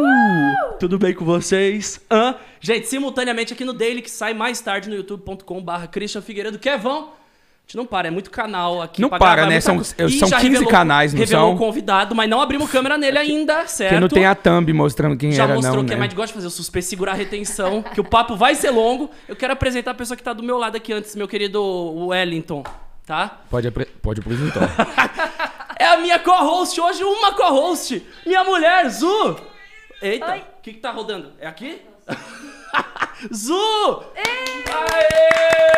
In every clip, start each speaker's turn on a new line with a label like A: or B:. A: Uh!
B: Tudo bem com vocês? Hã?
C: Gente, simultaneamente aqui no Daily, que sai mais tarde no youtube.com.br Christian Figueiredo. Kevão! A gente não para, é muito canal aqui.
A: Não
C: pra
A: para,
C: gravar,
A: né?
C: muita
A: São-
C: coisa.
A: eu-
C: Ih,
A: são
C: já
A: 15 canais, não
C: revelou
A: são?
C: o convidado, mas não abrimos câmera nele ainda, certo?
A: Porque não tem a thumb mostrando quem
C: Já
A: era,
C: mostrou
A: não,
C: que
A: né?
C: a Mad gosta de fazer o suspense, segurar a retenção, que o papo vai ser longo. Eu quero apresentar a pessoa que tá do meu lado aqui antes, meu querido Wellington, tá?
A: Pode, apre- pode apresentar.
C: É a minha co-host hoje, uma co-host, minha mulher, Zu! Eita,
D: Oi.
C: o que que tá rodando? É aqui? Zu!
D: Sabe
C: Aê!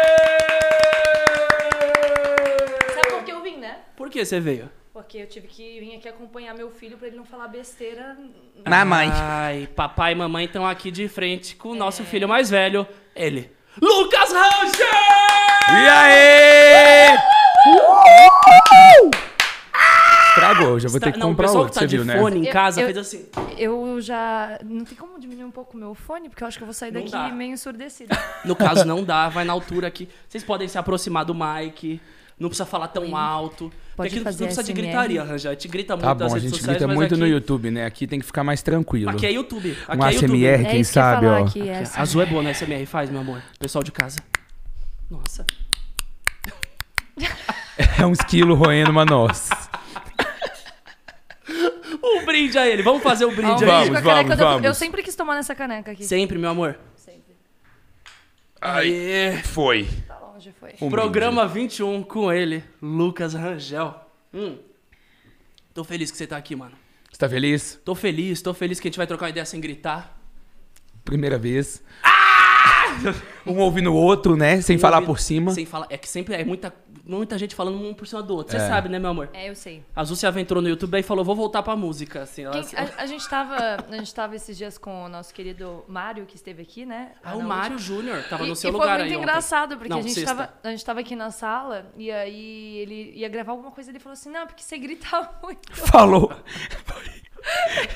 D: por que eu vim, né?
C: Por que você veio?
D: Porque eu tive que vir aqui acompanhar meu filho pra ele não falar besteira.
A: Na É mãe.
C: Ai, papai e mamãe estão aqui de frente com o nosso
D: É.
C: filho mais velho, ele, Lucas Ranger!
A: E aí? Estragou, já vou ter que
C: não, o
A: comprar
C: pessoal
A: outro,
C: que tá de
A: você viu, né?
C: fone em
D: Eu-
C: casa
D: eu-
C: fez assim.
D: Eu já. Não tem como diminuir um pouco o meu fone, porque eu acho que eu vou sair
C: Não
D: daqui
C: dá.
D: meio ensurdecida.
C: No caso, não dá, vai na altura aqui. Vocês podem se aproximar do mic, não precisa falar tão alto. porque
D: Pode
C: aqui não-
D: fazer
C: não precisa de
D: ASMR.
C: gritaria, Ranja. A gente grita muito
A: Tá
C: nas
A: bom, a
C: redes
A: gente
C: sociais,
A: grita
C: mas
A: muito
C: aqui,
A: no YouTube, né? Aqui tem que ficar mais tranquilo.
C: Aqui é YouTube. Aqui
A: um
C: é
A: ASMR,
C: YouTube.
D: É
A: quem
D: isso que eu ia
A: sabe,
D: falar
A: ó.
D: aqui, é
C: Aqui,
D: essa.
C: Azul é boa no SMR, faz, meu amor. Pessoal de casa. Nossa.
A: É uns quilos roendo uma noz.
C: Um brinde a ele. Vamos fazer o um brinde
D: Ó,
C: aí.
D: um beijo com a
A: Vamos,
D: caneca
A: vamos,
D: do-
A: vamos.
D: Eu sempre quis tomar nessa caneca aqui.
C: Sempre, meu amor.
D: Sempre.
A: Ai,
C: Aê.
A: foi.
D: Tá longe, foi.
A: Um
C: Programa 21 com ele, Lucas Rangel. Hum. Tô feliz que você tá aqui, mano.
A: brinde. Você tá feliz?
C: Tô feliz, tô feliz que a gente vai trocar uma ideia sem gritar.
A: Primeira vez. Um ouvindo o outro, né? Sem falar
C: ouvido-
A: por cima.
C: Ah! Um Sem falar. É que sempre é muita, muita gente falando um por cima do outro. Você
A: É.
C: sabe, né, meu amor?
D: É, eu sei.
C: A Azul se aventurou no YouTube e falou, vou voltar pra música, assim. Ela,
D: Quem- a, a gente tava, a gente tava esses dias com o nosso querido Mário, que esteve aqui, né?
C: Ah, o
D: Na
C: Mário Júnior tava
D: E-
C: no seu
D: e
C: lugar
D: foi muito
C: aí ontem.
D: engraçado, porque
C: Não,
D: a, gente
C: sexta.
D: tava, a gente tava aqui na sala e aí ele ia gravar alguma coisa e ele falou assim, não, porque você grita muito.
A: Falou.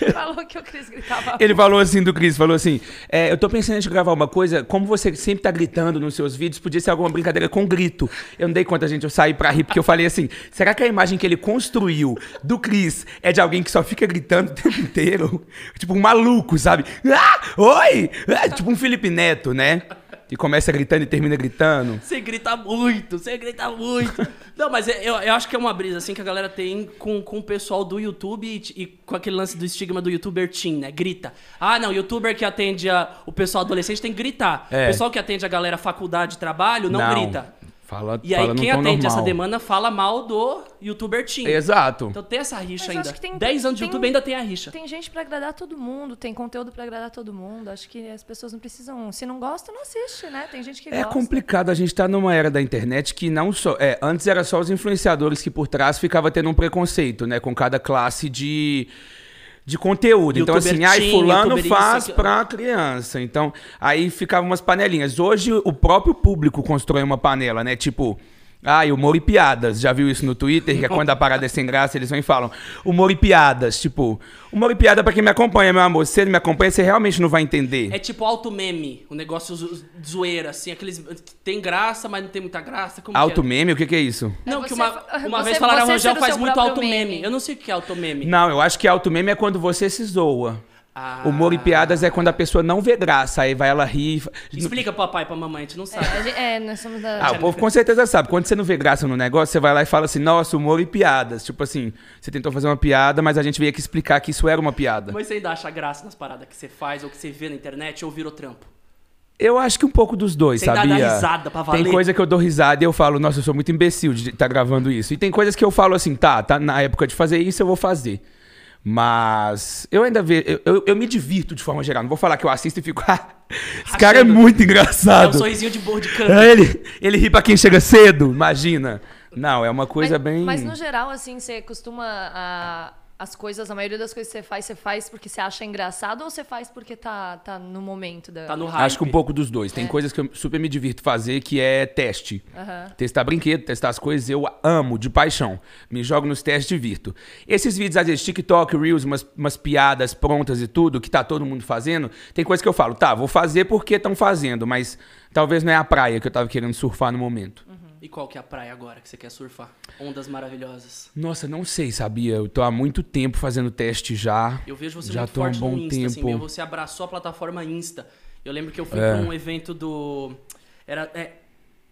D: Ele falou que o Cris gritava muito.
A: Ele falou assim do Cris, falou assim: é, eu tô pensando em gravar uma coisa, como você sempre tá gritando nos seus vídeos, podia ser alguma brincadeira com grito. Eu não dei conta, gente, eu saí pra rir, porque eu falei assim: será que a imagem que ele construiu do Cris é de alguém que só fica gritando o tempo inteiro? Tipo um maluco, sabe? Ah! Oi! Ah! Tipo um Felipe Neto, né? Que começa gritando e termina gritando.
C: Você grita muito, você grita muito. Não, mas é- eu, eu acho que é uma brisa, assim, que a galera tem com, com o pessoal do YouTube e, e com aquele lance do estigma do youtuber teen, né? Grita. Ah, não, youtuber que atende a- o pessoal adolescente tem que gritar.
A: É.
C: O pessoal que atende a galera faculdade, trabalho, não, grita.
A: Fala,
C: E aí,
A: fala no
C: quem
A: tom
C: atende essa
A: normal.
C: demanda fala mal do youtuber teen.
A: Exato.
C: Então tem essa rixa
D: Mas eu
C: ainda.
D: acho que tem-
C: 10 anos de
D: tem-
C: YouTube ainda tem a rixa.
D: Tem gente pra agradar todo mundo, tem conteúdo pra agradar todo mundo. Acho que as pessoas não precisam... Se não gosta, não assiste, né? Tem gente que
A: É
D: gosta.
A: complicado, a gente tá numa era da internet que não só. É, antes era só os influenciadores que por trás ficava tendo um preconceito, né? Com cada classe de, de conteúdo. então,
C: Youtuber
A: assim, ai,
C: teen,
A: fulano
C: youtuber isso,
A: faz
C: aquilo.
A: pra criança. Então, aí ficavam umas panelinhas. Hoje o próprio público constrói uma panela, né? Tipo. Ah, e humor e piadas. Já viu isso no Twitter? Que é quando a parada é sem graça, eles vêm e falam humor e piadas. Tipo, humor e piada pra quem me acompanha, meu amor. Se você não me acompanha, você realmente não vai entender.
C: É tipo auto-meme, o negócio zo- zo- zoeira, assim, aqueles que tem graça, mas não tem muita graça. Como que é?
A: Auto-meme? O que que é isso?
C: Não,
D: É
C: que
D: você
C: uma,
D: fa-
C: uma
D: você-
C: vez falaram,
D: você
C: Rangel
D: ser o
C: faz
D: seu
C: muito
D: próprio
C: auto-meme.
D: meme.
C: Eu não sei o que é auto-meme.
A: Não, eu acho que auto meme é quando você se zoa.
C: Ah.
A: Humor e piadas é quando a pessoa não vê graça, aí vai ela rir.
C: Explica pro papai e pra mamãe, a gente não
D: É,
C: sabe.
D: a gente- é, nós somos da...
A: Ah, o povo com certeza sabe. Quando você não vê graça no negócio, você vai lá e fala assim, nossa, humor e piadas. Tipo assim, você tentou fazer uma piada, mas a gente veio aqui explicar que isso era uma piada.
C: Mas você ainda acha graça nas paradas que você faz, ou que você vê na internet, ou virou trampo.
A: Eu acho que um pouco dos dois,
C: Você ainda
A: sabia?
C: dá risada pra valer.
A: Tem coisa que eu dou risada e eu falo, nossa, eu sou muito imbecil de estar gravando isso. E tem coisas que eu falo assim, tá, tá na época de fazer isso, eu vou fazer. Mas eu ainda vejo, eu, eu- eu me divirto de forma geral. Não vou falar que eu assisto e fico, ah, esse cara é
C: Achando.
A: muito
C: É um
A: engraçado.
C: sorrisinho de bordo de
A: Ah,
C: canto.
A: ele, ele ri pra quem chega cedo, imagina. Não, é uma coisa
D: mas,
A: bem.
D: Mas no geral, assim, você costuma... a- As coisas, a maioria das coisas que você faz, você faz porque você acha engraçado ou você faz porque tá, tá no momento da...
C: Tá no hype. É.
A: Acho que um pouco dos dois. Tem coisas que eu super me divirto fazer, que é teste.
D: Aham.
A: Testar brinquedo, testar as coisas, eu amo, de paixão. Me jogo nos testes e divirto. Esses vídeos, às vezes, TikTok, Reels, umas, umas piadas prontas e tudo, que tá todo mundo fazendo, tem coisa que eu falo, tá, vou fazer porque estão fazendo, mas talvez não é a praia que eu tava querendo surfar no momento.
C: E qual que é a praia agora que você quer surfar? Ondas maravilhosas.
A: Nossa, não sei, sabia? Eu tô há muito tempo fazendo teste já.
C: Eu vejo você
A: já
C: muito
A: tô há um
C: forte
A: bom
C: no Insta, assim,
A: tempo.
C: meio você abraçou a plataforma Insta. Eu lembro que eu fui
A: É.
C: pra um evento do... Era... é,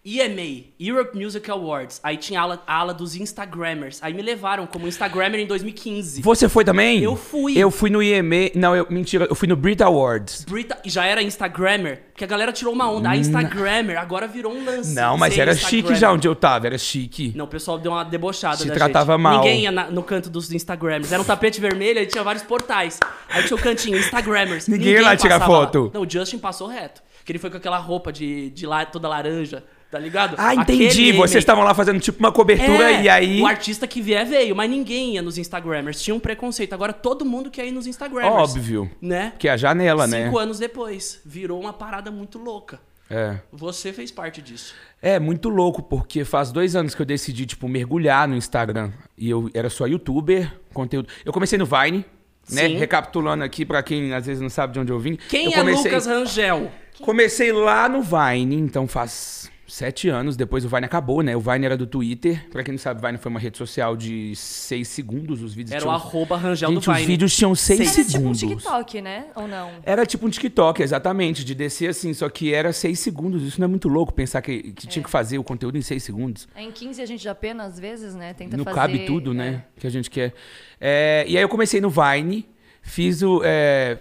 C: EMA, Europe Music Awards. Aí tinha a ala, a ala dos Instagrammers. Aí me levaram como Instagrammer em 2015.
A: Você foi também?
C: Eu fui.
A: Eu fui no IME. Não, eu, mentira, eu fui no Brit Awards.
C: Brita já era Instagrammer, porque a galera tirou uma
A: Hum.
C: onda. A Instagrammer agora virou um lance.
A: Não, mas
C: ser
A: era
C: Instagrammer.
A: chique já um onde eu tava, era chique.
C: Não, o pessoal deu uma debochada
A: Se
C: da
A: tratava
C: gente.
A: mal.
C: Ninguém ia na- no canto dos Instagrammers. Era um tapete vermelho e tinha vários portais. Aí tinha o cantinho, Instagrammers.
A: Ninguém ia lá
C: passava
A: tirar foto.
C: Não, o Justin passou reto. Que ele foi com aquela roupa de, de la- toda laranja, tá ligado?
A: Ah, entendi.
C: Aquele meme.
A: Vocês estavam lá fazendo tipo uma cobertura
C: É,
A: e aí.
C: O artista que vier veio, mas ninguém ia nos Instagrammers. Tinha um preconceito. Agora todo mundo quer ir nos Instagrammers.
A: Óbvio.
C: Né?
A: Que é a janela, né?
C: Cinco anos depois, virou uma parada muito louca.
A: É.
C: Você fez parte disso.
A: É muito louco, porque faz dois anos que eu decidi, tipo, mergulhar no Instagram. E eu era só youtuber, conteúdo. Eu comecei no Vine, né?
C: Sim.
A: Recapitulando aqui pra quem às vezes não sabe de onde eu vim.
C: Quem
A: eu
C: é Lucas Rangel?
A: Comecei lá no Vine, então faz sete anos. Depois o Vine acabou, né? O Vine era do Twitter. Pra quem não sabe, Vine foi uma rede social de seis segundos. Os vídeos
C: Era o
A: tinham...
C: arroba Rangel
A: Gente,
C: do Vine.
A: os vídeos tinham seis
D: Era
A: segundos.
D: tipo um TikTok, né? Ou não?
A: Era tipo um TikTok, exatamente, de descer assim, só que era seis segundos. Isso não é muito louco pensar que, que
D: É.
A: tinha que fazer o conteúdo em seis segundos.
D: Em 15 a gente já pena às vezes, né? Tenta
A: não
D: fazer...
A: cabe tudo, né? Que a gente quer. É, e aí eu comecei no Vine, fiz o. É,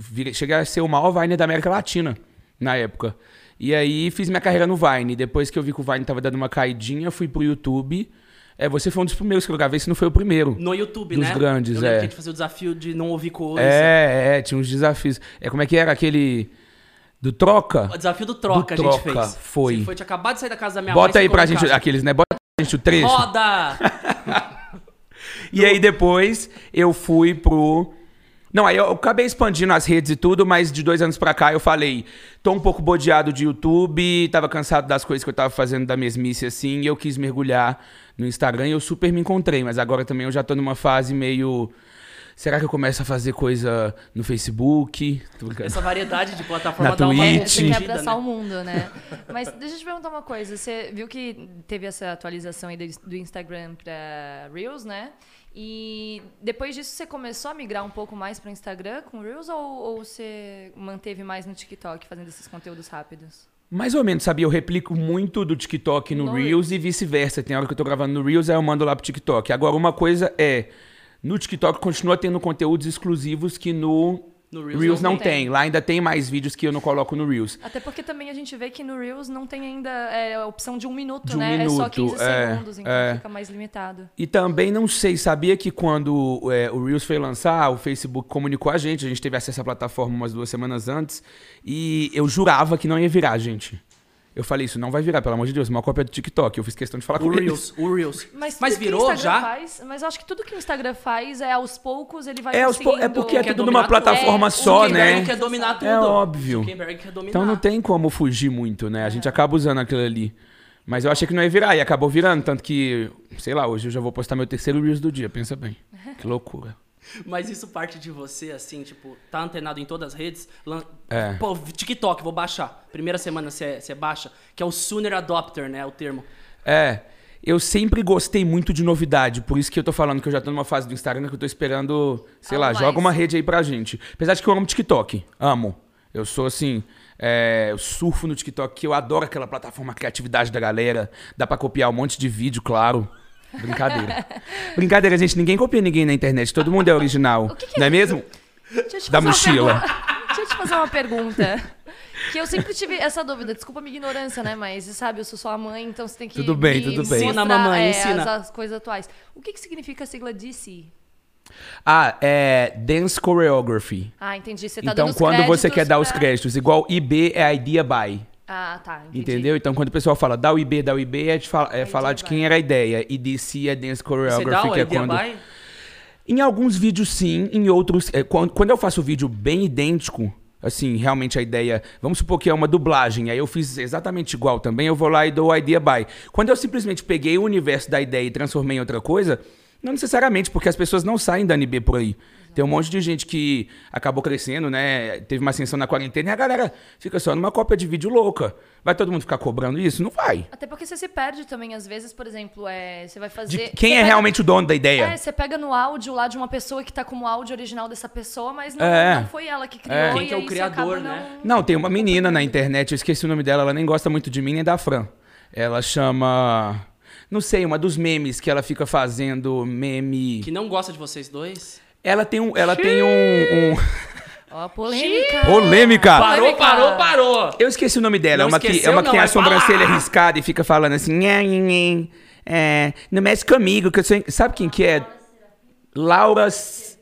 A: virei- cheguei a ser o maior Vine da América Latina na época. E aí fiz minha carreira no Vine. Depois que eu vi que o Vine tava dando uma caidinha, fui pro YouTube. É, você foi um dos primeiros que eu gravei, se não foi o primeiro.
C: No YouTube,
A: Dos
C: né?
A: grandes,
C: Eu lembro
A: é.
C: que a gente fazia o desafio de não ouvir coisa.
A: É, é, tinha uns desafios. É, como é que era aquele. Do troca?
C: O desafio do troca,
A: Do
C: a gente
A: troca,
C: fez.
A: foi.
C: Você foi tinha acabado de sair da casa da minha mãe.
A: Bota
C: você
A: aí pra
C: ficou em
A: gente
C: casa.
A: aqueles, né? Bota pra gente o trecho.
C: Roda!
A: E aí depois eu fui pro. Não, aí eu acabei expandindo as redes e tudo, mas de dois anos pra cá eu falei, tô um pouco bodeado de YouTube, tava cansado das coisas que eu tava fazendo da mesmice assim, e eu quis mergulhar no Instagram e eu super me encontrei, mas agora também eu já tô numa fase meio. Será que eu começo a fazer coisa no Facebook? Tô brincando.
C: Essa variedade de plataforma
A: Na
C: dá uma
A: Twitch.
D: É, você quer
C: confundida,
D: abraçar
C: né?
D: o mundo, né? Mas deixa eu te perguntar uma coisa. Você viu que teve essa atualização aí do do Instagram pra Reels, né? E depois disso você começou a migrar um pouco mais pro Instagram com Reels ou, ou você manteve mais no TikTok fazendo esses conteúdos rápidos?
A: Mais ou menos, sabia? Eu replico muito do TikTok no
D: No
A: Reels e vice-versa. Tem hora que eu tô gravando no Reels, aí eu mando lá pro TikTok. Agora, uma coisa é. No TikTok continua tendo conteúdos exclusivos que no,
C: No
A: Reels,
C: Reels
A: não,
C: não
A: tem.
D: tem.
A: Lá ainda tem mais vídeos que eu não coloco no Reels.
D: Até porque também a gente vê que no Reels não tem ainda é, a opção de um minuto,
A: De um
D: né? é só
A: minuto,
D: 15
A: é,
D: segundos, então
A: é.
D: fica mais limitado.
A: E também não sei, sabia que quando é, o Reels foi lançar, o Facebook comunicou a gente, a gente teve acesso à plataforma umas duas semanas antes, e eu jurava que não ia virar, gente. Eu falei, isso não vai virar, pelo amor de Deus, uma cópia do TikTok. Eu fiz questão de falar
C: O
A: com eles.
C: Reels, o Reels.
D: Mas, tudo que o
C: virou
D: Instagram
C: já?
D: Faz, mas eu acho que tudo que o Instagram faz é aos poucos ele vai
A: É, aos pou-
D: conseguindo...
A: é porque é
C: Quer
A: tudo
C: dominar
A: numa
C: tudo.
A: plataforma
C: É, o
A: só,
C: Zuckerberg
A: né?
C: quer dominar tudo.
A: É óbvio.
C: Zuckerberg quer dominar.
A: Então não tem como fugir muito, né? A gente acaba usando aquilo ali. Mas eu achei que não ia virar e acabou virando. Tanto que, sei lá, hoje eu já vou postar meu terceiro Reels do dia. Pensa bem. Que loucura.
C: Mas isso parte de você, assim, tipo, tá antenado em todas as redes? Lan-
A: É.
C: Pô, TikTok, vou baixar. Primeira semana você baixa, que é o Sooner Adopter, né? O termo.
A: É, eu sempre gostei muito de novidade. Por isso que eu tô falando que eu já tô numa fase do Instagram que eu tô esperando, sei
D: Algo
A: lá, joga
D: mais.
A: uma rede aí pra gente. Apesar de que eu amo TikTok. Amo. Eu sou assim. É, eu surfo no TikTok, que eu adoro aquela plataforma a criatividade da galera. Dá pra copiar um monte de vídeo, claro. Brincadeira. Brincadeira, gente. Ninguém copia ninguém na internet. Todo mundo é original.
D: O que que
A: Não é
D: é-
A: mesmo?
D: Deixa eu te
A: Da
D: fazer uma
A: mochila.
D: pergunta. Deixa eu te fazer uma pergunta. Que eu sempre tive essa dúvida, desculpa a minha ignorância, né? Mas você sabe, eu sou sua mãe, então você tem que.
A: Tudo bem,
D: me
A: tudo bem.
C: Ensina a
D: mostrar,
C: mamãe,
D: é,
C: ensina.
D: As, as coisas atuais. O que, que significa a sigla DC?
A: Ah, é Dance Choreography.
D: Ah, entendi. Você tá dando
A: Então,
D: os
A: quando você quer dar os
D: pra-
A: créditos, igual IB é Idea By.
D: Ah, tá. Entendi.
A: Entendeu? Então, quando o pessoal fala dá o IB, dá o IB, é, de fala- é falar de quem era a ideia. E DC é
C: Você
A: Dance
C: dá
A: Choreography,
C: o
A: que é
C: idea
A: quando...
C: by?
A: Em alguns vídeos, sim. Em outros... é, quando, quando eu faço o vídeo bem idêntico, assim, realmente a ideia... Vamos supor que é uma dublagem. Aí eu fiz exatamente igual também. Eu vou lá e dou o Idea By. Quando eu simplesmente peguei o universo da ideia e transformei em outra coisa... Não necessariamente, porque as pessoas não saem da NB por aí. Tem um monte de gente que acabou crescendo, né? Teve uma ascensão na quarentena e a galera fica só numa cópia de vídeo louca. Vai todo mundo ficar cobrando isso? Não vai.
D: Até porque você se perde também, às vezes, por exemplo, é, você vai
A: De
D: fazer.
A: quem
D: você
A: é
D: pega-
A: realmente o dono da ideia?
D: É, você pega no áudio lá de uma pessoa que tá como áudio original dessa pessoa, mas não,
A: É.
D: não foi ela que criou.
A: É.
C: Quem que é o
D: e aí você
C: criador,
D: acaba
C: né?
D: não-
A: Não, tem uma menina na internet, eu esqueci o nome dela, ela nem gosta muito de mim nem da Fran. Ela chama. Não sei, uma dos memes que ela fica fazendo meme.
C: Que não gosta de vocês dois?
A: Ela tem um. Ela tem um. um-
D: Ó, a polêmica.
A: Polêmica!
C: Parou,
D: Polêmica.
C: parou, parou!
A: Eu esqueci o nome dela.
C: Não
A: é uma que, é
C: esqueceu,
A: uma que
C: não,
A: tem a
C: vai
A: sobrancelha
C: falar.
A: riscada e fica falando assim. "Nhan, nhan, nhan, é, não mexe comigo, que eu sou. in-" Sabe quem que é? Laura S-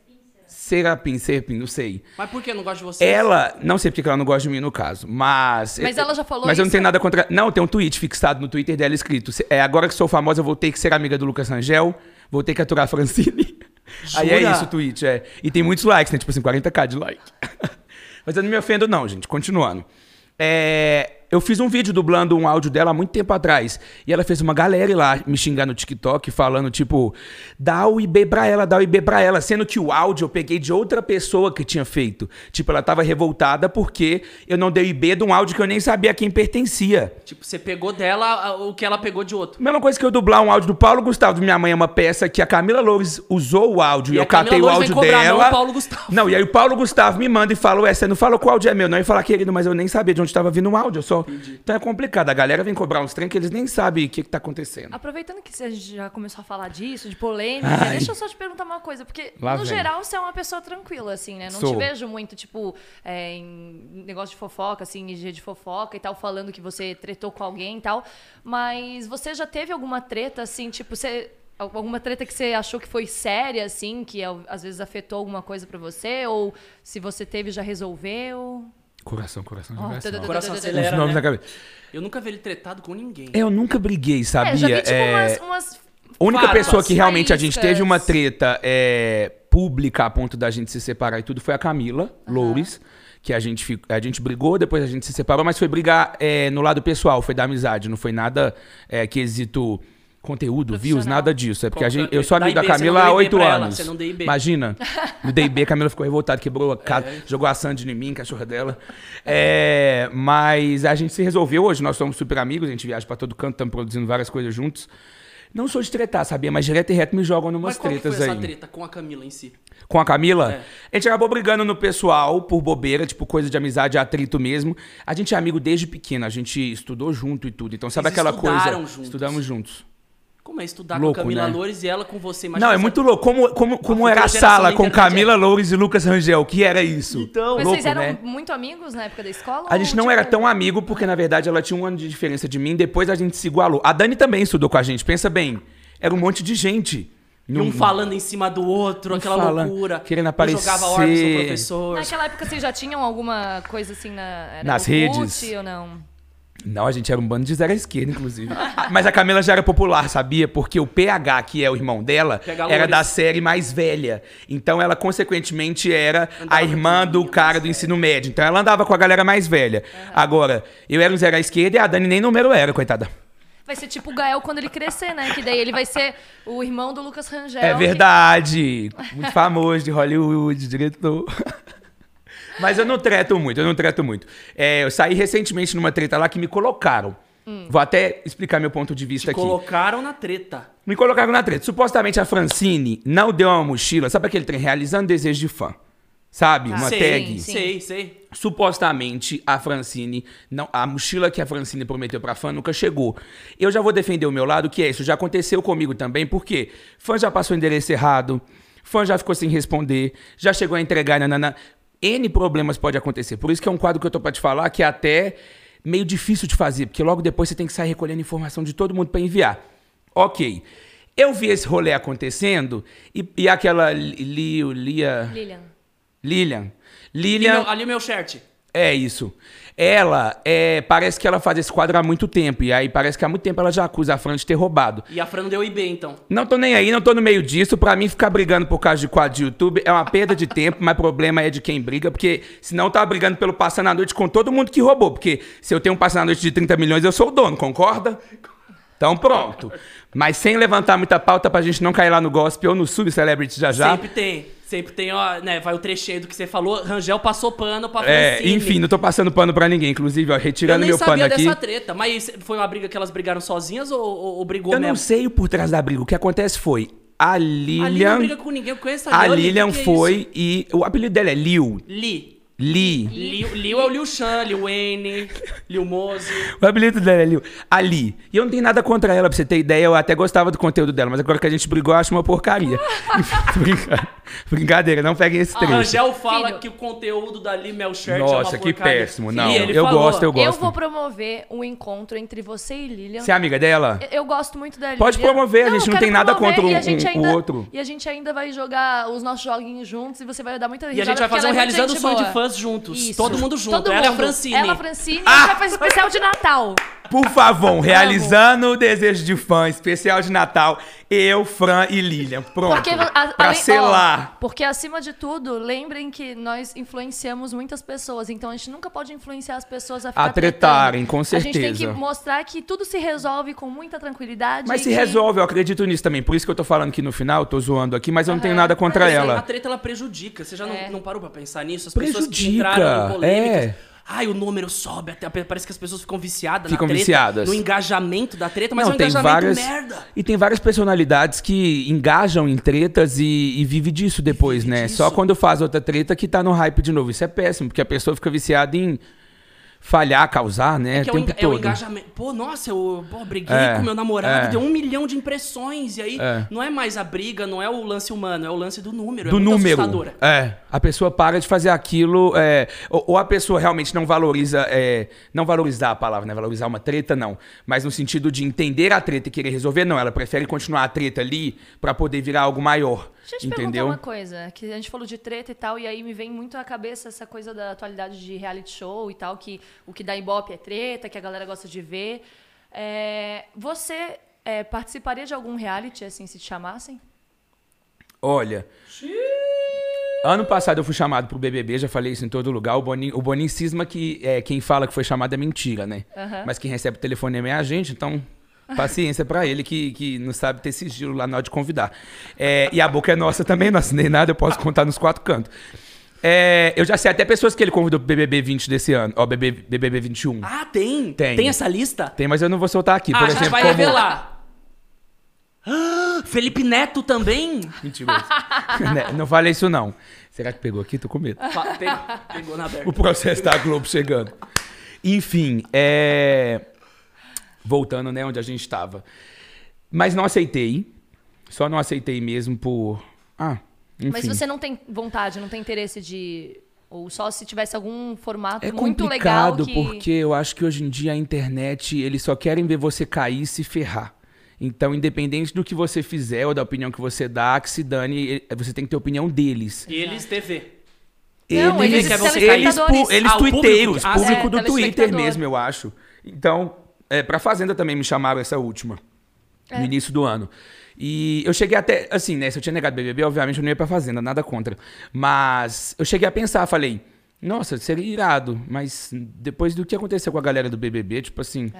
A: Serapim, Serapim, não sei.
C: Mas por que não gosta de vocês?
A: Ela, não sei porque que ela não gosta de mim no caso, mas.
D: Mas ela já falou
A: Mas eu não
D: isso?
A: tenho nada contra. Não, tem um tweet fixado no Twitter dela escrito: "Se- é, Agora que sou famosa, eu vou ter que ser amiga do Lucas Rangel, vou ter que aturar a Francine. Aí é
C: Jura?
A: isso o tweet, é. E tem muitos likes, né? Tipo assim, 40k de like. mas eu não me ofendo, não, gente. Continuando. É, Eu fiz um vídeo dublando um áudio dela há muito tempo atrás. E ela fez uma galera ir lá me xingar no TikTok, falando, tipo, dá o IB pra ela, dá o IB pra ela. Sendo que o áudio eu peguei de outra pessoa que tinha feito. Tipo, ela tava revoltada porque eu não dei o IB de um áudio que eu nem sabia a quem pertencia.
C: Tipo, você pegou dela a- o que ela pegou de outro.
A: Mesma coisa que eu dublar um áudio do Paulo Gustavo, do Minha Mãe é uma peça que a Camila Loures usou o áudio e,
C: E a
A: eu catei
C: Camila
A: o
C: Loures
A: áudio
C: vem cobrar,
A: dela.
C: não o Paulo Gustavo.
A: Não, e aí o Paulo Gustavo me manda e fala, ué, você não fala qual áudio é meu, não. E fala, querido, mas eu nem sabia de onde estava vindo o áudio, eu só. Então é complicado, a galera vem cobrar uns trem que eles nem sabem o que, que tá acontecendo.
D: Aproveitando que a gente já começou a falar disso, de polêmica,
A: Ai.
D: deixa eu só te perguntar uma coisa, porque
A: Lá vem.
D: no geral você é uma pessoa tranquila, assim, né? Não te
A: Sou.
D: vejo muito, tipo, é, em negócio de fofoca, assim, em dia de fofoca e tal, falando que você tretou com alguém e tal. Mas você já teve alguma treta, assim, tipo, você. Alguma treta que você achou que foi séria, assim, que ao- às vezes afetou alguma coisa pra você? Ou se você teve, já resolveu?
A: Coração, coração, assim,
D: Ó,
A: coração.
D: tudu, tudu,
C: Coração
D: tudu, tudu.
C: acelera.
A: Os nomes
C: né?
A: na cabeça.
C: Eu nunca vi ele tretado com ninguém.
A: Eu nunca briguei, sabia?
D: É, já vi, tipo,
A: É, um
D: umas, umas
A: A única
C: Farpas,
A: pessoa que realmente a gente
D: faíscas.
A: teve uma treta é, pública a ponto da gente se separar e tudo foi a Camila Loures, que a gente, fi- a gente brigou, depois a gente se separou, mas foi brigar é, no lado pessoal, foi da amizade, não foi nada é, quesito conteúdo, views,
D: Profissional.
A: nada disso. É porque a
C: Qual
A: gente,
C: foi?
A: eu sou amigo
C: Dá
A: da
C: IB,
A: Camila
C: você não
A: há
C: deu IB
A: oito
C: pra ela,
A: anos.
C: você não deu IB.
A: Imagina. No DB, a Camila ficou revoltada, quebrou a cara,
C: É.
A: jogou a Sandy em mim, cachorra dela. É, mas a gente se resolveu hoje, nós somos super amigos, a gente viaja pra todo canto, estamos produzindo várias coisas juntos. Não sou de tretar, sabia? Mas direto e reto me jogam numas
C: Mas qual que foi
A: tretas
C: essa
A: aí.
C: treta com a Camila em si?
A: Com a Camila?
C: É.
A: A gente acabou brigando no pessoal por bobeira, tipo coisa de amizade, atrito mesmo. A gente é amigo desde pequeno, a gente estudou junto e tudo. Então sabe
C: Vocês
A: aquela coisa?
C: estudaram juntos.
A: Estudamos juntos.
C: Como é estudar
A: Louco,
C: com a Camila
A: né?
C: Loures e ela com você? Imagina
A: Não, é
C: você-
A: muito louco. Como, como, como
C: futura
A: era a
C: geração
A: sala
C: da
A: com
C: internet. é-
A: Camila Loures e Lucas Rangel? Que era isso?
C: Então,
D: Mas
A: louco,
D: vocês eram
A: né?
D: muito amigos na época da escola?
A: A gente
D: ou,
A: não
D: tipo,
A: era tão
C: né?
A: amigo, porque na verdade ela tinha um ano de diferença de mim, depois a gente se igualou. A Dani também estudou com a gente, pensa bem. Era um monte de gente.
C: E um
A: Num-
C: falando em cima do outro, aquela
A: fala,
C: loucura.
A: Um querendo
C: Um jogava Orbs no
A: aparecer.
C: professor.
D: Naquela época vocês já tinham alguma coisa assim na, era
A: Nas
D: Orkut
A: redes?
D: ou não?
A: Não, a gente era um bando de zero à esquerda, inclusive. Mas a Camila já era popular, sabia? Porque o PH, que é o irmão dela,
C: Pega
A: era
C: Loures.
A: da série mais velha. Então ela, consequentemente, era a irmã do cara do ensino médio. Então ela andava com a galera mais velha. Agora, eu era um zero à esquerda e a Dani nem número era, coitada.
D: Vai ser tipo o Gael quando ele crescer, né? Que daí ele vai ser o irmão do Lucas Rangel.
A: É
D: que-
A: verdade. Muito famoso de Hollywood, diretor. Mas eu não treto muito, eu não treto muito. É, eu saí recentemente numa treta lá que me colocaram. Vou até explicar meu ponto de vista aqui.
C: Colocaram na treta.
A: Me colocaram na treta. Supostamente a Francine não deu uma mochila. Sabe aquele trem? Realizando desejo de fã. Sabe? Uma
C: sei,
A: tag.
D: sim.
C: Sei, sei.
A: Supostamente a Francine, não, a mochila que a Francine prometeu pra fã nunca chegou. Eu já vou defender o meu lado, que é isso, já aconteceu comigo também, porque fã já passou o endereço errado, fã já ficou sem responder, já chegou a entregar, nanana. N problemas pode acontecer. Por isso que é um quadro que eu tô pra te falar que é até meio difícil de fazer, porque logo depois você tem que sair recolhendo informação de todo mundo pra enviar. Ok. Eu vi esse rolê acontecendo e, e aquela Li, Lia,
D: Lilian.
A: Lilian.
C: Ali
A: Lilian.
C: meu, ali meu shirt.
A: É isso. Ela, é, parece que ela faz esse quadro há muito tempo. E aí parece que há muito tempo ela já acusa a Fran de ter roubado.
C: E a Fran não deu IB, então.
A: Não tô nem aí, não tô no meio disso. Pra mim, ficar brigando por causa de quadro de YouTube é uma perda de tempo, mas problema é de quem briga, porque senão tá brigando pelo passar na noite com todo mundo que roubou. Porque se eu tenho um passar na noite de 30 milhões, eu sou o dono, concorda? Então pronto. Mas sem levantar muita pauta pra gente não cair lá no gospel ou no sub-celebrity já já.
C: Sempre tem. Sempre tem, ó, né? Vai o trechinho do que você falou. Rangel passou pano pra
A: É,
C: Francine.
A: enfim, não tô passando pano pra ninguém. Inclusive, ó,
C: Eu
A: retirando
C: nem
A: meu pano
C: sabia
A: aqui.
C: dessa treta, mas foi uma briga que elas brigaram sozinhas ou, ou, ou brigou
A: Eu
C: mesmo?
A: não sei o por trás da briga. O que acontece foi. A
C: A Lilian não
A: Lilian.
C: briga com ninguém, eu conheço a Lilian.
A: A
C: o que
A: Lilian
C: que é isso?
A: foi e. O apelido dela é Liu.
C: Li.
A: Li.
C: Liu, Liu é o Liu Shan, Liu Wayne, Liu Mose.
A: O apelido dela é Liu. A Li. E eu não tenho nada contra ela, pra você ter ideia. Eu até gostava do conteúdo dela, mas agora que a gente brigou, eu acho uma porcaria. Brinca- Brincadeira, não peguem esse trecho.
C: Rangel fala
D: Filho.
C: que o conteúdo da Li Melchert Ah, é uma
A: Ah, Nossa, que
C: porcaria.
A: péssimo.
C: E
A: Não,
C: ele
A: eu
C: falou,
A: gosto, eu
D: Eu
A: gosto.
D: vou promover um encontro entre você e Lilian.
A: Você é amiga dela?
D: Eu- Eu gosto muito da Lilian.
A: Pode promover, a gente
D: eu
A: não
D: quero
A: tem nada
D: promover,
A: contra
D: e a
A: um-
D: gente
A: um- o
D: ainda-
A: outro.
D: E a gente ainda vai jogar os nossos joguinhos juntos e você vai dar muita
C: E a gente vai
D: é
C: fazer um realizando o sonho de fãs juntos.
D: Isso.
C: Todo mundo junto.
D: Todo
C: ela é a
D: mundo.
C: Francine.
D: Ela, Francine, e a
A: Ah!
D: gente vai fazer um especial de Natal.
A: Por favor, realizando o desejo de fã, especial de Natal, eu, Fran e Lilian. Pronto.
D: Porque, a-
A: pra
D: além- ó,
A: selar.
D: porque acima de tudo, lembrem que nós influenciamos muitas pessoas, então a gente nunca pode influenciar as pessoas a ficar
A: A tretarem,
D: tretando.
A: com
D: A gente tem
A: certeza.
D: que mostrar que tudo se resolve com muita tranquilidade.
A: Mas
D: e
A: se
D: que-
A: resolve, eu acredito nisso também. Por isso que eu tô falando que no final, eu tô zoando aqui, mas eu não tenho nada contra
C: Mas A
A: ela.
C: treta ela prejudica. Você já não-
D: É.
C: não, parou pra pensar nisso? As pessoas que
A: Prejudica,
C: entraram em polêmicas.
A: é.
C: Ai, o número sobe, até parece que as pessoas ficam viciadas
A: Ficam
C: na treta,
A: viciadas.
C: no engajamento da treta, mas é um
A: tem
C: engajamento
A: várias. é,
C: merda.
A: E tem várias personalidades que engajam em tretas e, e vive disso depois, né? Só quando faz outra treta que tá no hype de novo. Isso é péssimo, porque a pessoa fica viciada em falhar, causar, né?
C: Que é,
A: o
C: o,
A: tempo
C: enga- é o
A: todo.
C: engajamento. Pô, nossa, eu pô, briguei
A: É,
C: com meu namorado,
A: é.
C: deu um milhão de impressões. E aí,
A: É.
C: não é mais a briga, não é o lance humano, é o lance do número.
A: do
C: é muito
A: número.
C: assustadora.
A: É. A pessoa para de fazer aquilo, é, ou, ou a pessoa realmente não valoriza, é, não valorizar a palavra, né? Valorizar uma treta, não. Mas no sentido de entender a treta e querer resolver, não. Ela prefere continuar a treta ali pra poder virar algo maior.
D: Deixa eu te perguntar
A: entendeu?
D: uma coisa, que a gente falou de treta e tal, e aí me vem muito à cabeça essa coisa da atualidade de reality show e tal, que o que dá ibope é treta, que a galera gosta de ver. É, você é, participaria de algum reality, assim, se te chamassem?
A: Olha. Ano passado eu fui chamado pro BBB, já falei isso em todo lugar. O Boninho, o Boninho cisma que é, quem fala que foi chamado é mentira, né?
D: Aham.
A: Mas quem recebe o telefonema é a gente, então paciência pra ele que, que não sabe ter sigilo lá na hora de convidar. É, e a boca é nossa também, não assinei nada, eu posso contar nos quatro cantos. É, eu já sei até pessoas que ele convidou pro BBB 20 desse ano, ó, BB, BBB 21.
C: Ah, tem?
A: Tem.
C: essa lista?
A: um. Tem, mas eu não vou soltar aqui,
C: Ah,
A: por
C: a gente
A: exemplo.
C: vai
A: como-
C: revelar. Ah, Felipe Neto também?
A: Mentiroso. Né, não falei isso não. Será que pegou aqui? Tô com medo.
C: Fa- pe- Pegou na
A: O
C: aberta.
A: processo da Globo chegando. Enfim, é... voltando, né, onde a gente estava. Mas não aceitei. Só não aceitei mesmo por. Ah, enfim.
D: Mas você não tem vontade, não tem interesse de. Ou só se tivesse algum formato
A: É
D: muito legal.
A: complicado
D: Que...
A: porque eu acho que hoje em dia a internet, eles só querem ver você cair e se ferrar. Então, independente do que você fizer ou da opinião que você dá, que se dane, eh, você tem que ter a opinião deles.
C: Eles TV.
D: Não,
C: eles
A: eles, é
C: são
A: eles,
D: espectadores.
A: pu- eles
C: Ah, o público.
A: tuiteiros,
C: Ah,
A: público,
D: é,
A: do Twitter
D: telespectador.
A: mesmo, eu acho. Então, é, pra Fazenda também me chamaram essa última,
D: É.
A: no início do ano. E eu cheguei até, assim, né, se eu tinha negado BBB, obviamente eu não ia pra Fazenda, nada contra. Mas eu cheguei a pensar, falei, nossa, seria irado, mas depois do que aconteceu com a galera do BBB, tipo assim...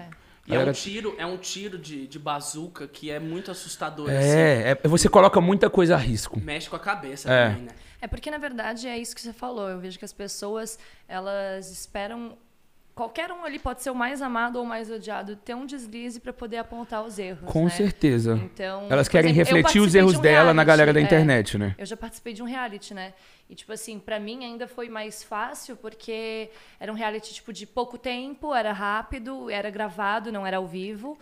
C: E é um
A: galera-
C: tiro, é um tiro de, de bazuca que é muito assustador. assim.
A: É, é, você coloca muita coisa a risco.
C: Mexe com a cabeça
A: É.
C: também, né?
D: É porque, na verdade, é isso que você falou. Eu vejo que as pessoas, elas esperam. Qualquer um ali pode ser o mais amado ou o mais odiado, ter um deslize pra poder apontar os erros.
A: Com
D: né?
A: certeza.
D: Então,
A: Elas
D: por
A: querem
D: exemplo, eu
A: refletir os
D: participei
A: erros
D: de um
A: dela na
D: reality,
A: galera da
D: é.
A: internet, né?
D: Eu já participei de um reality, né? E, tipo assim, pra mim ainda foi mais fácil, porque era um reality, tipo, de pouco tempo, era rápido, era gravado, não era ao vivo.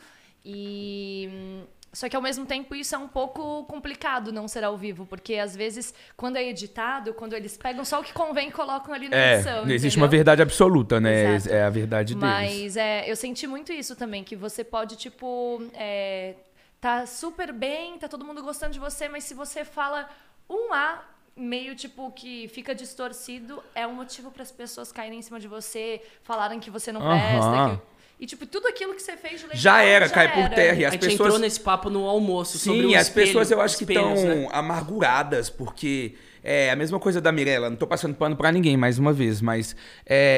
D: E. hum, Só que ao mesmo tempo isso é um pouco complicado não ser ao vivo, porque às vezes quando é editado, quando eles pegam só o que convém e colocam ali na
A: É,
D: edição.
A: não existe
D: entendeu?
A: uma verdade absoluta, né?
D: Exato.
A: É a verdade deles.
D: Mas é, eu senti muito isso também, que você pode, tipo, é, tá super bem, tá todo mundo gostando de você, mas se você fala um A meio tipo que fica distorcido, é um motivo para as pessoas caírem em cima de você, falarem que você não
A: Aham.
D: presta. que- E tipo, tudo aquilo que você fez de legal,
A: Já era, cai por
D: era.
A: terra. E
C: A
A: as
C: gente
A: pessoas.
C: entrou nesse papo no almoço sobre o
A: Sim, as
C: espelho,
A: pessoas eu acho que estão
C: espelhos, né?
A: amarguradas, porque é a mesma coisa da Mirella, não tô passando pano pra ninguém mais uma vez, mas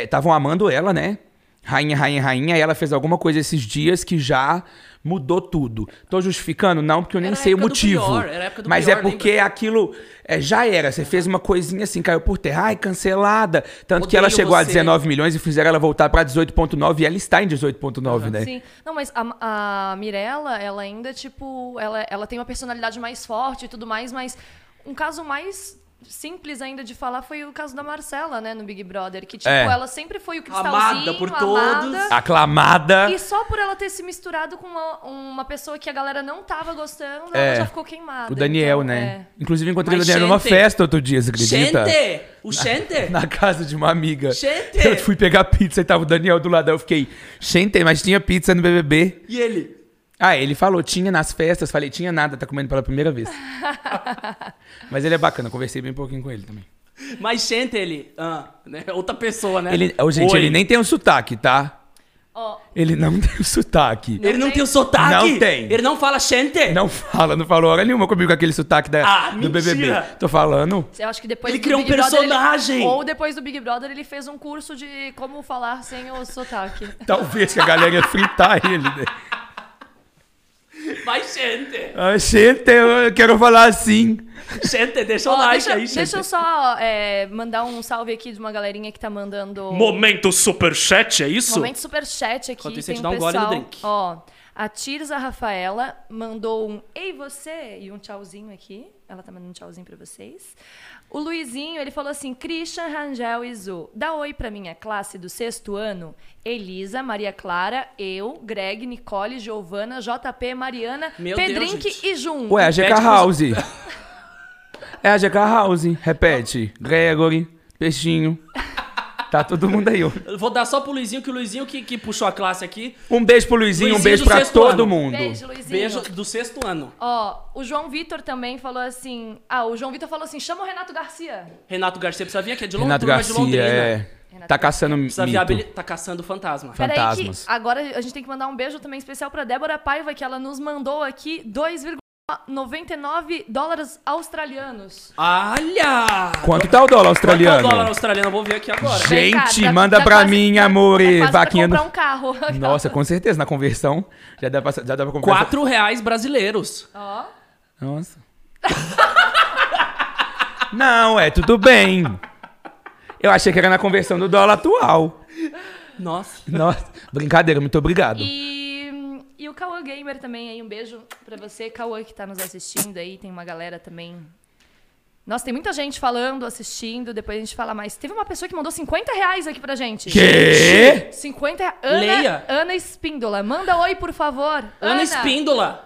A: estavam é, amando ela, né? Rainha, rainha, rainha. Aí ela fez alguma coisa esses dias que já mudou tudo. Tô justificando? Não, porque eu nem
C: Era a
A: sei o
C: época do
A: motivo.
C: pior, era a época do
A: Mas
C: pior,
A: é porque aquilo é, já era. Você fez uma coisinha assim, caiu por terra. Ai, cancelada. Tanto que ela
C: Odeio
A: chegou a
C: você.
A: 19 milhões e fizeram ela voltar pra 18,9 e ela está em 18,9, né?
D: Sim. Não, mas a, a Mirella, ela ainda, tipo, ela, ela tem uma personalidade mais forte e tudo mais, mas um caso mais simples ainda de falar foi o caso da Marcela, né, no Big Brother, que, tipo,
A: É.
D: ela sempre foi o cristalzinho,
C: Amada por todos. Ah.
D: amada,
A: Aclamada.
D: E só por ela ter se misturado com uma, uma pessoa que a galera não tava gostando,
A: É.
D: ela já ficou queimada.
A: O Daniel,
D: então,
A: né?
D: é.
A: Inclusive, encontrei
C: Ah, Mas,
A: o Daniel numa
C: gente-
A: festa outro dia, você acredita?
C: Gente! O Gente!
A: Na casa de uma amiga.
C: Gente!
A: Eu fui pegar pizza e tava o Daniel do lado. Aí eu fiquei, gente, mas tinha pizza no BBB.
C: E ele?
A: Ah, ele falou, tinha nas festas. Falei, tinha nada, tá comendo pela primeira vez. mas ele é bacana, conversei bem pouquinho com ele também.
C: Mas Gente, ele. Ah, né? Outra pessoa, né?
A: Ele, oh, gente,
C: Oi.
A: ele nem tem um sotaque, tá?
D: Ó,
A: Ele não tem um sotaque.
C: Ele não
D: tem.
C: tem o sotaque?
A: Não tem.
C: Ele não fala Gente?
A: Não fala, não falou hora nenhuma comigo com aquele sotaque da,
C: Ah,
A: do
C: mentira.
A: BBB. Tô falando.
D: eu acho que depois
C: Ele
D: do
C: criou um
D: Big Brother, ele-
C: personagem!
D: Ou depois do Big Brother, ele fez um curso de como falar sem o sotaque.
A: Talvez que a galera ia fritar ele, né?
C: Mas Gente!
A: Ah, gente, eu quero falar assim.
C: Gente, deixa o
D: Ó,
C: like
D: deixa,
C: aí,
D: deixa
C: Gente.
D: eu só é, mandar um salve aqui de uma galerinha que tá mandando
C: Momento superchat, é isso?
D: momento superchat aqui.
C: Enquanto isso, a
D: tem
C: gente dá
D: um
C: um
D: pessoal,
C: gole no drink.
D: Ó, a Tirza Rafaela mandou um Ei você e um tchauzinho aqui. Ela tá mandando um tchauzinho pra vocês. O Luizinho, ele falou assim: Christian, Rangel e Zu, dá oi pra minha classe do sexto ano. Elisa, Maria Clara, eu, Greg, Nicole, Giovana, JP, Mariana,
C: Meu Deus,
D: Pedrinque
C: gente.
D: e Jun.
A: Ué, a
C: Repete
A: GK
C: com-
A: House. É a GK House. Repete. Gregory, Peixinho. Tá todo mundo aí. ó.
C: Eu Vou dar só pro Luizinho, que o Luizinho que, que puxou a classe aqui.
A: Um beijo pro Luizinho, um
C: Luizinho
A: beijo
C: do
A: pra
C: sexto
A: todo
C: ano.
A: mundo.
D: Beijo, Luizinho.
C: Beijo do sexto ano.
D: Ó, o João Vitor também falou assim. Ah, o João Vitor falou assim: chama o Renato Garcia.
C: Renato Garcia precisa vir aqui, é de Londrina,
A: Renato
C: de Londrina.
A: Garcia, é.
D: Renato
A: Tá caçando
C: Precisa vir, habili-
A: mito.
C: tá caçando fantasma.
A: Fa- Fantasmas.
D: Peraí que agora a gente tem que mandar um beijo também especial pra Débora Paiva, que ela nos mandou aqui 2,99 dólares australianos.
C: Olha!
A: Quanto tá
C: Quanto é o
A: o dólar
C: dólar
A: australiano?
C: australiano? Eu Vou ver aqui agora.
A: Gente,
D: Vem cá, dá-
A: manda
D: dá
A: pra
D: quase-
A: mim,
D: dá-
A: amor,
D: dá
A: e
D: quase pra
A: vaquinha do-
D: comprar um carro.
A: Nossa, com certeza, na conversão. Já dá pra, já dá pra conversar.
C: 4 reais brasileiros.
D: Ó,
A: Nossa. Não, é tudo bem. Eu achei que era na conversão do dólar atual.
C: Nossa.
A: Nossa, brincadeira, muito obrigado.
D: e, e o Cauã Gamer também aí, um beijo pra você, Cauã, que tá nos assistindo aí, tem uma galera também... Nossa, tem muita gente falando, assistindo, depois a gente fala mais. Teve uma pessoa que mandou 50 reais aqui pra gente.
A: Quê?
D: 50 reais. Ana,
C: Leia.
D: Ana Espíndola, manda oi, por favor.
C: Ana Espíndola.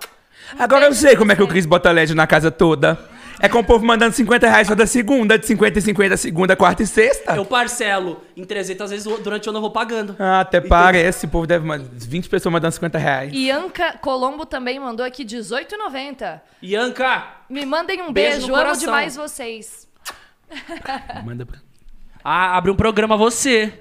A: Agora eu sei como é que o Cris bota LED na casa toda. É com o povo mandando 50 reais só da segunda, de 50 e 50, segunda, quarta e sexta.
C: Eu parcelo em 300 vezes durante o ano eu vou pagando.
A: Ah, até parece, o povo deve mandar 20 pessoas mandando 50 reais.
D: Ianca Colombo também mandou aqui 18,90.
C: Ianca!
D: Me mandem um
C: Beijo
D: beijo,
C: no
D: amo
C: coração.
D: demais vocês.
A: Manda pra...
C: Ah, abre um programa você.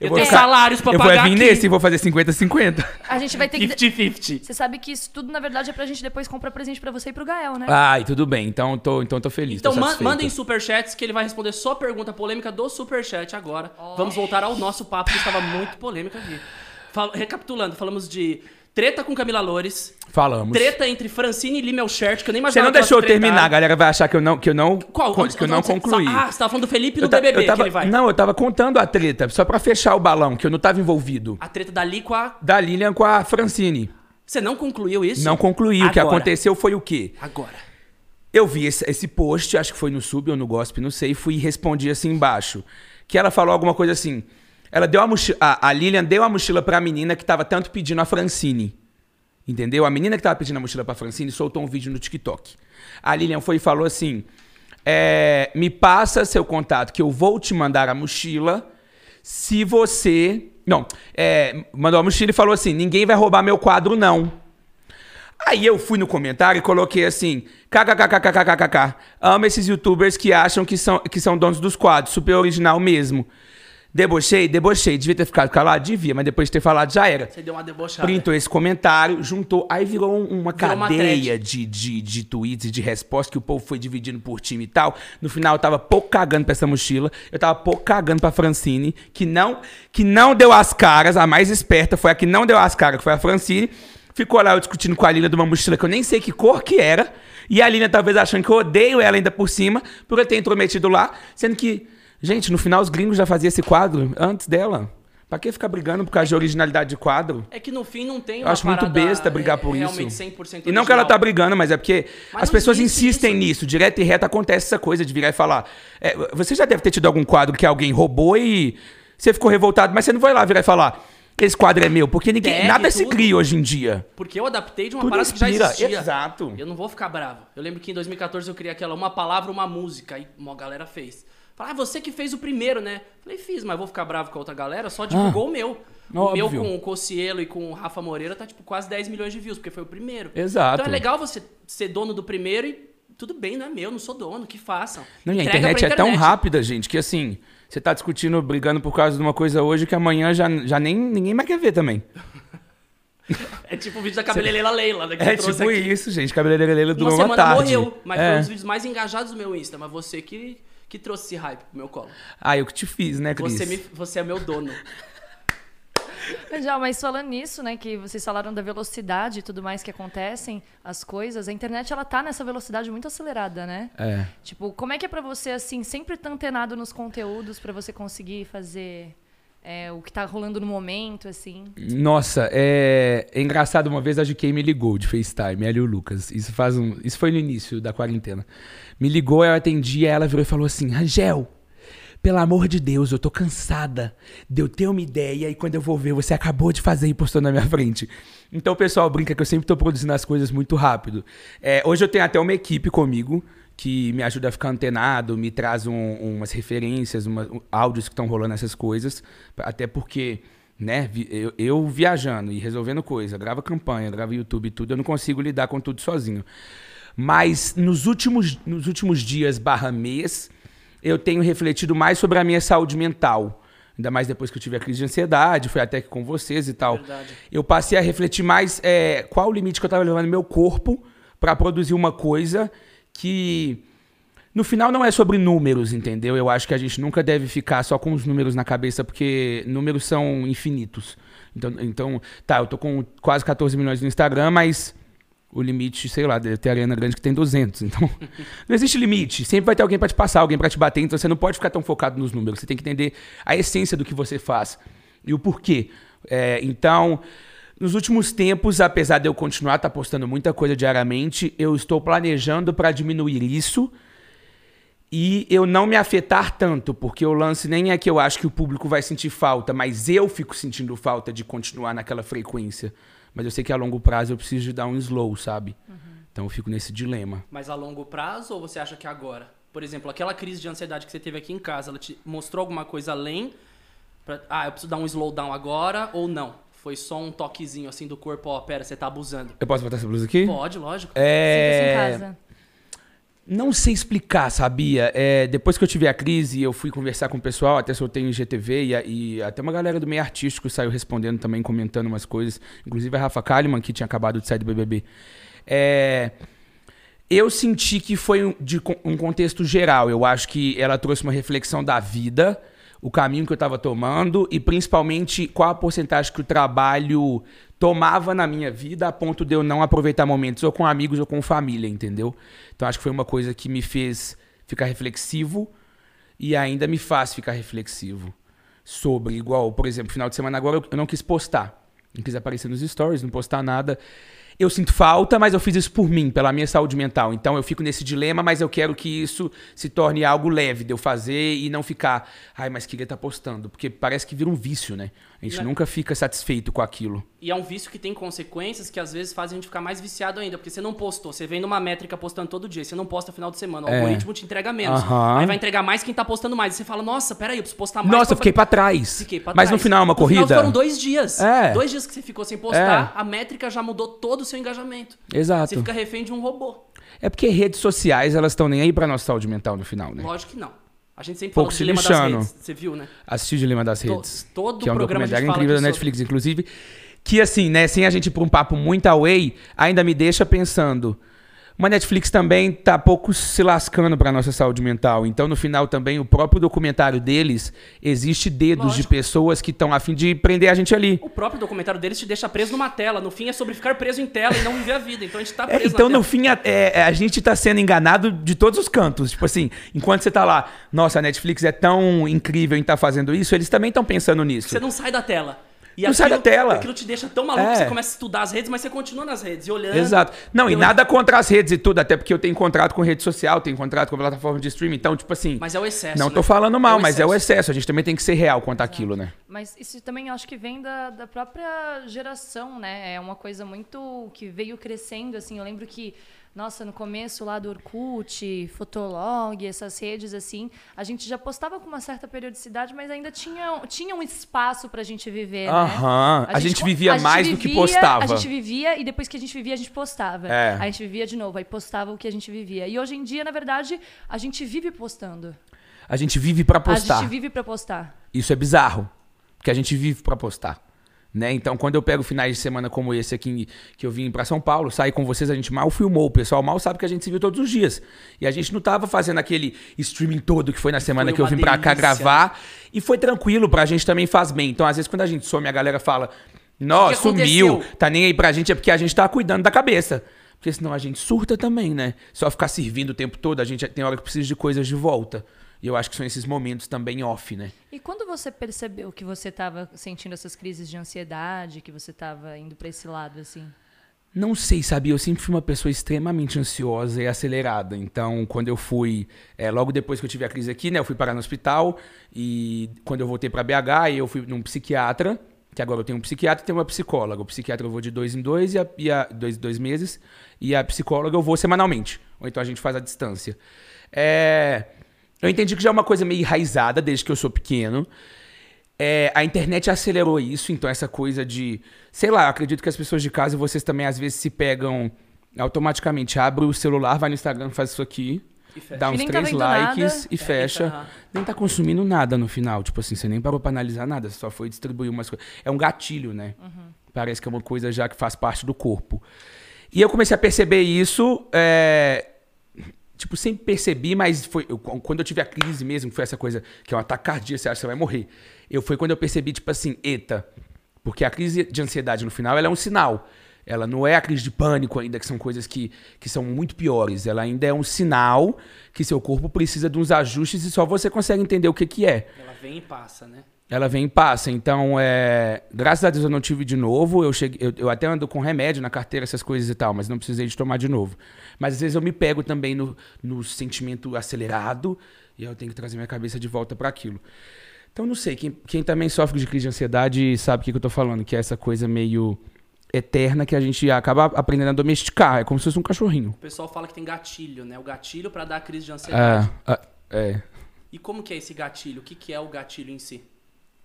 C: Eu,
A: vou
C: tenho
A: ficar-
C: salários pra
A: eu vou
C: pagar
A: é vir
C: aqui.
A: nesse e vou fazer 50 e 50.
D: A gente vai ter que.
C: 50-50.
D: Você sabe que isso tudo, na verdade, é pra gente depois comprar presente pra você e pro Gael,
C: Ah,
D: né?
A: Ai, tudo bem, então tô, então tô feliz,
C: Então
A: tô
C: ma-
A: satisfeito.
C: mandem superchats que ele vai responder só pergunta polêmica do superchat agora. Vamos voltar ao nosso papo que estava muito polêmico aqui. Fal- recapitulando, falamos de treta com Camila Loures,
A: Falamos.
C: treta entre Francine e Limel Shert, que eu nem
A: Você
C: imaginava
A: não
C: que elas
A: deixou eu terminar, a
C: tretaram.
A: galera vai achar que eu não, que eu não,
C: Qual?
A: con-
C: Onde-
A: que eu não
C: onde você-
A: concluí.
C: Ah, você tava falando do Felipe
A: Eu
C: no
A: ta- eu
C: BBB
A: tava-
C: que ele vai.
A: Não, eu tava contando a treta, só pra fechar o balão, que eu não tava envolvido.
C: A treta da Li com a...
A: Da Lilian com a Francine.
C: Você não concluiu isso?
A: Não concluí. O que
C: Agora.
A: aconteceu foi o quê?
C: Agora.
A: Eu vi esse, esse post, acho que foi no Sub ou no Gossip, não sei, e fui e respondi assim embaixo. Que ela falou alguma coisa assim. Ela deu a mochila. A, a Lilian deu a mochila pra menina que tava tanto pedindo a Francine. Entendeu? A menina que tava pedindo a mochila pra Francine soltou um vídeo no TikTok. A Lilian foi e falou assim: é, Me passa seu contato que eu vou te mandar a mochila se você. Não, é, mandou a mochila e falou assim: Ninguém vai roubar meu quadro, não. Aí eu fui no comentário e coloquei assim: kkkkkkkk. Amo esses youtubers que acham que são, que são donos dos quadros, super original mesmo. Debochei, debochei. Devia ter ficado calado? Devia, mas depois de ter falado já era.
C: Você deu uma debochada.
A: Printou esse comentário, juntou, aí virou um- uma
C: Virou uma
A: cadeia de, de, de tweets e de respostas que o povo foi dividindo por time e tal. No final eu tava pouco cagando pra essa mochila, eu tava pouco cagando pra Francine, que não, que não deu as caras, a mais esperta foi a que não deu as caras, que foi a Francine. Ficou lá eu discutindo com a Lina de uma mochila que eu nem sei que cor que era. E a Lina talvez achando que eu odeio ela ainda por cima, por eu ter intrometido lá. Sendo que, gente, no final os gringos já faziam esse quadro antes dela. Pra que ficar brigando por causa de originalidade de quadro?
C: É que no fim não tem
A: Eu
C: uma
A: acho muito
C: parada,
A: besta brigar
C: é,
A: por isso.
C: Realmente 100% original.
A: E não que ela tá brigando, mas é porque
C: Mas
A: as
C: não
A: pessoas
C: existe
A: insistem
C: isso.
A: nisso. Direto e reto acontece essa coisa de virar e falar. é, você já deve ter tido algum quadro que alguém roubou e você ficou revoltado, mas você não vai lá virar e falar: esse quadro é meu, porque ninguém,
C: Deve
A: nada se
C: tudo.
A: cria hoje em dia.
C: Porque eu adaptei de uma
A: Tudo
C: parada que já
A: inspira,
C: existia.
A: exato.
C: Eu não vou ficar bravo. Eu lembro que em 2014 eu criei aquela uma palavra, uma música. E uma galera fez. Fala, ah, você que fez o primeiro, né? Falei, fiz, mas vou ficar bravo com a outra galera? Só divulgou o meu. O meu
A: Ah. óbvio.
C: com o Cocielo e com o Rafa Moreira tá, tipo, quase 10 milhões de views, porque foi o primeiro.
A: Exato.
C: Então é legal você ser dono do primeiro e tudo bem, não é meu, não sou dono, que façam.
A: Não, e a
C: Entrega
A: internet
C: pra
A: é tão rápida, gente, que assim, você tá discutindo, brigando por causa de uma coisa hoje que amanhã já, já nem, ninguém mais quer ver também.
C: É tipo o vídeo da cabeleireira Leila, né? Que
A: É
C: eu trouxe
A: tipo
C: aqui.
A: isso, gente. Cabeleireira Leila
C: Uma
A: durou uma,
C: semana
A: tarde.
C: morreu, mas
A: é.
C: foi um dos vídeos mais engajados do meu Insta. Mas você que, que trouxe esse hype pro meu colo.
A: Ah, eu que te fiz, né, Cris?
C: Você, me, você é meu dono.
D: Mas, já, mas falando nisso, né, que vocês falaram da velocidade e tudo mais que acontecem, as coisas, a internet ela tá nessa velocidade muito acelerada, né?
A: É.
D: Tipo, como é que é pra você, assim, sempre tá antenado nos conteúdos pra você conseguir fazer é, o que tá rolando no momento, assim?
A: Nossa, é... é engraçado. Uma vez a GK me ligou de FaceTime, ela e o Lucas. Isso, faz um... Isso foi no início da quarentena. Me ligou, eu atendi, ela virou e falou assim: Rangel, pelo amor de Deus, eu tô cansada de eu ter uma ideia e quando eu vou ver, você acabou de fazer e postou na minha frente. Então o pessoal brinca que eu sempre tô produzindo as coisas muito rápido. É, hoje eu tenho até uma equipe comigo. Que me ajuda a ficar antenado, me traz um- umas referências, uma- um- áudios que estão rolando essas coisas. Até porque né? vi- Eu, eu viajando e resolvendo coisa, grava campanha, grava YouTube e tudo, eu não consigo lidar com tudo sozinho. Mas nos últimos, nos últimos dias barra mês, eu tenho refletido mais sobre a minha saúde mental. Ainda mais depois que eu tive a crise de ansiedade, foi até que com vocês e tal.
C: Verdade.
A: Eu passei a refletir mais é, qual o limite que eu tava levando no meu corpo para produzir uma coisa que no final não é sobre números, entendeu? Eu acho que a gente nunca deve ficar só com os números na cabeça, porque números são infinitos. Então, então tá, eu tô com quase 14 milhões no Instagram, mas o limite, sei lá, deve ter Arena Grande que tem 200. Então, não existe limite. Sempre vai ter alguém pra te passar, alguém pra te bater. Então, você não pode ficar tão focado nos números. Você tem que entender a essência do que você faz e o porquê. É, então, nos últimos tempos, apesar de eu continuar tá postando muita coisa diariamente, eu estou planejando pra diminuir isso e eu não me afetar tanto, porque o lance nem é que eu acho que o público vai sentir falta, mas eu fico sentindo falta de continuar naquela frequência. Mas eu sei que a longo prazo eu preciso de dar um slow, sabe?
D: Uhum.
A: Então eu fico nesse dilema.
C: Mas a longo prazo ou você acha que agora? Por exemplo, aquela crise de ansiedade que você teve aqui em casa, ela te mostrou alguma coisa além? Pra- ah, eu preciso dar um slowdown agora ou não? Foi só um toquezinho assim do corpo, ó, pera, você tá abusando.
A: Eu posso botar essa blusa aqui?
C: Pode, lógico.
D: Sinta-se
A: É...
D: assim em casa.
A: Não sei explicar, sabia? É, depois que eu tive a crise, eu fui conversar com o pessoal, até soltei um em GTV e, a- e até uma galera do meio artístico saiu respondendo também, comentando umas coisas. Inclusive a Rafa Kalimann, que tinha acabado de sair do BBB. É, eu senti que foi um, de con- um contexto geral. Eu acho que ela trouxe uma reflexão da vida, o caminho que eu estava tomando e principalmente qual a porcentagem que o trabalho tomava na minha vida a ponto de eu não aproveitar momentos ou com amigos ou com família, entendeu? Então acho que foi uma coisa que me fez ficar reflexivo e ainda me faz ficar reflexivo sobre igual, por exemplo, final de semana agora eu- eu não quis postar, não quis aparecer nos stories, não postar nada. Eu sinto falta, mas eu fiz isso por mim, pela minha saúde mental. Então eu fico nesse dilema, mas eu quero que isso se torne algo leve de eu fazer e não ficar, ai, mas queria estar postando, porque parece que vira um vício, né? A gente
C: Né?
A: nunca fica satisfeito com aquilo.
C: E é um vício que tem consequências que às vezes fazem a gente ficar mais viciado ainda, porque você não postou, você vem numa métrica postando todo dia, você não posta final de semana, o
A: É.
C: algoritmo te entrega menos.
A: Aham.
C: Aí vai entregar mais quem tá postando mais. E você fala, nossa, peraí, eu preciso postar mais.
A: Nossa,
C: pra-
A: eu fiquei pra trás.
C: Fiquei pra
A: mas
C: trás.
A: no final é uma
C: No
A: corrida.
C: foram dois dias.
A: É.
C: Dois dias que você ficou sem postar, a métrica já mudou todo o seu engajamento.
A: Exato.
C: Você fica refém de um robô.
A: É porque redes sociais, elas estão nem aí pra nossa saúde mental no final, né?
C: Lógico que não. A gente sempre
A: Pouco
C: fala do
A: se
C: dilema
A: lixando.
C: das redes. Você viu, né?
A: Assiste o Dilema das
C: To-
A: Redes.
C: todo
A: que é um
C: programa a gente
A: documentário
C: fala
A: incrível da
C: aqui
A: Netflix, inclusive. Que assim, né, sem a gente ir pra um papo muito away, ainda me deixa pensando. Mas Netflix também tá pouco se lascando pra nossa saúde mental. Então, no final também, o próprio documentário deles, existe dedos de
C: Lógico.
A: pessoas que estão a fim de prender a gente ali.
C: O próprio documentário deles te deixa preso numa tela. No fim é sobre ficar preso em tela e não viver a vida. Então a gente tá
A: É,
C: preso
A: então,
C: na
A: no fim, a, é, a gente tá sendo enganado de todos os cantos. Tipo assim, enquanto você tá lá, nossa, a Netflix é tão incrível em estar fazendo isso, eles também estão pensando nisso.
C: Você não sai da tela. E
A: Não sai da tela.
C: Aquilo te deixa tão maluco
A: É.
C: que você começa a estudar as redes, mas você continua nas redes e olhando.
A: Exato. Não, e
C: Eu-
A: nada contra as redes e tudo, até porque eu tenho contrato com rede social, tenho contrato com plataforma de streaming, então, tipo assim.
C: Mas é o excesso.
A: não
C: né?
A: tô falando mal, mas é o
C: excesso.
A: excesso. A gente também tem que ser real quanto àquilo, né?
D: Mas isso também eu acho que vem da, da própria geração, né? É uma coisa muito que veio crescendo, assim. Eu lembro que, nossa, no começo lá do Orkut, Fotolog, essas redes, assim, a gente já postava com uma certa periodicidade, mas ainda tinha, tinha um espaço pra gente viver,
A: Aham.
D: né?
A: A gente vivia mais do que postava.
D: A gente vivia e depois que a gente vivia, a gente postava.
A: É.
D: A gente vivia de novo, aí postava o que a gente vivia. E hoje em dia, na verdade, a gente vive postando.
A: A gente vive pra postar.
D: A gente vive pra postar.
A: Isso é bizarro. Porque a gente vive pra postar. Né? Então, quando eu pego finais de semana como esse aqui, em- que eu vim pra São Paulo, saí com vocês, a gente mal filmou. O pessoal mal sabe que a gente se viu todos os dias. E a gente não tava fazendo aquele streaming todo que foi na semana
C: foi
A: que eu
C: uma
A: vim pra
C: delícia,
A: cá
C: né?
A: gravar. E foi tranquilo, pra gente também faz bem. Então, às vezes, quando a gente some, a galera fala: Nossa,
C: O que aconteceu?"
A: sumiu, tá nem aí pra gente, é porque a gente tá cuidando da cabeça. Porque senão a gente surta também, né? Só ficar servindo o tempo todo, a gente tem hora que precisa de coisas de volta. E eu acho que são esses momentos também off, né?
D: E quando você percebeu que você estava sentindo essas crises de ansiedade, que você estava indo para esse lado, assim?
A: Não sei, sabia? Eu sempre fui uma pessoa extremamente ansiosa e acelerada. Então, quando eu fui, é, logo depois que eu tive a crise aqui, né, eu fui parar no hospital e quando eu voltei pra BH, eu fui num psiquiatra, que agora eu tenho um psiquiatra e tenho uma psicóloga. O psiquiatra eu vou de dois em dois e a, e a- dois, dois meses e a psicóloga eu vou semanalmente. Ou então a gente faz à distância. É, eu entendi que já é uma coisa meio enraizada desde que eu sou pequeno. É, a internet acelerou isso, então essa coisa de. Sei lá, eu acredito que as pessoas de casa, vocês também às vezes se pegam automaticamente. Abre o celular, vai no Instagram, faz isso aqui,
C: E fecha.
A: dá
D: E
A: uns
D: nem tá
A: três
D: vendo
A: likes
D: nada. tá,
A: e fecha.
C: aham.
A: Nem tá consumindo nada no final. Tipo assim, você nem parou pra analisar nada, você só foi distribuir umas coisas. É um gatilho, né?
D: Uhum.
A: Parece que é uma coisa já que faz parte do corpo. E eu comecei a perceber isso. é, Tipo, sempre percebi, mas foi eu- quando eu tive a crise mesmo, que foi essa coisa que é um ataque cardíaco, você acha que você vai morrer. Eu foi quando eu percebi, tipo assim, eita. Porque a crise de ansiedade no final, ela é um sinal. Ela não é a crise de pânico ainda, que são coisas que, que são muito piores. Ela ainda é um sinal que seu corpo precisa de uns ajustes e só você consegue entender o que, que é.
C: Ela vem e passa, né?
A: Ela vem e passa. Então, é... graças a Deus eu não tive de novo. Eu, cheguei... eu, eu até ando com remédio na carteira, essas coisas e tal, mas não precisei de tomar de novo. Mas às vezes eu me pego também no, no sentimento acelerado e eu tenho que trazer minha cabeça de volta para aquilo. Então, não sei. Quem, quem também sofre de crise de ansiedade sabe o que, que eu tô falando, que é essa coisa meio eterna que a gente acaba aprendendo a domesticar. É como se fosse um cachorrinho.
C: O pessoal fala que tem gatilho, né? O gatilho pra dar a crise de ansiedade.
A: É, é, é.
C: E como que é esse gatilho? O que, que é o gatilho em si?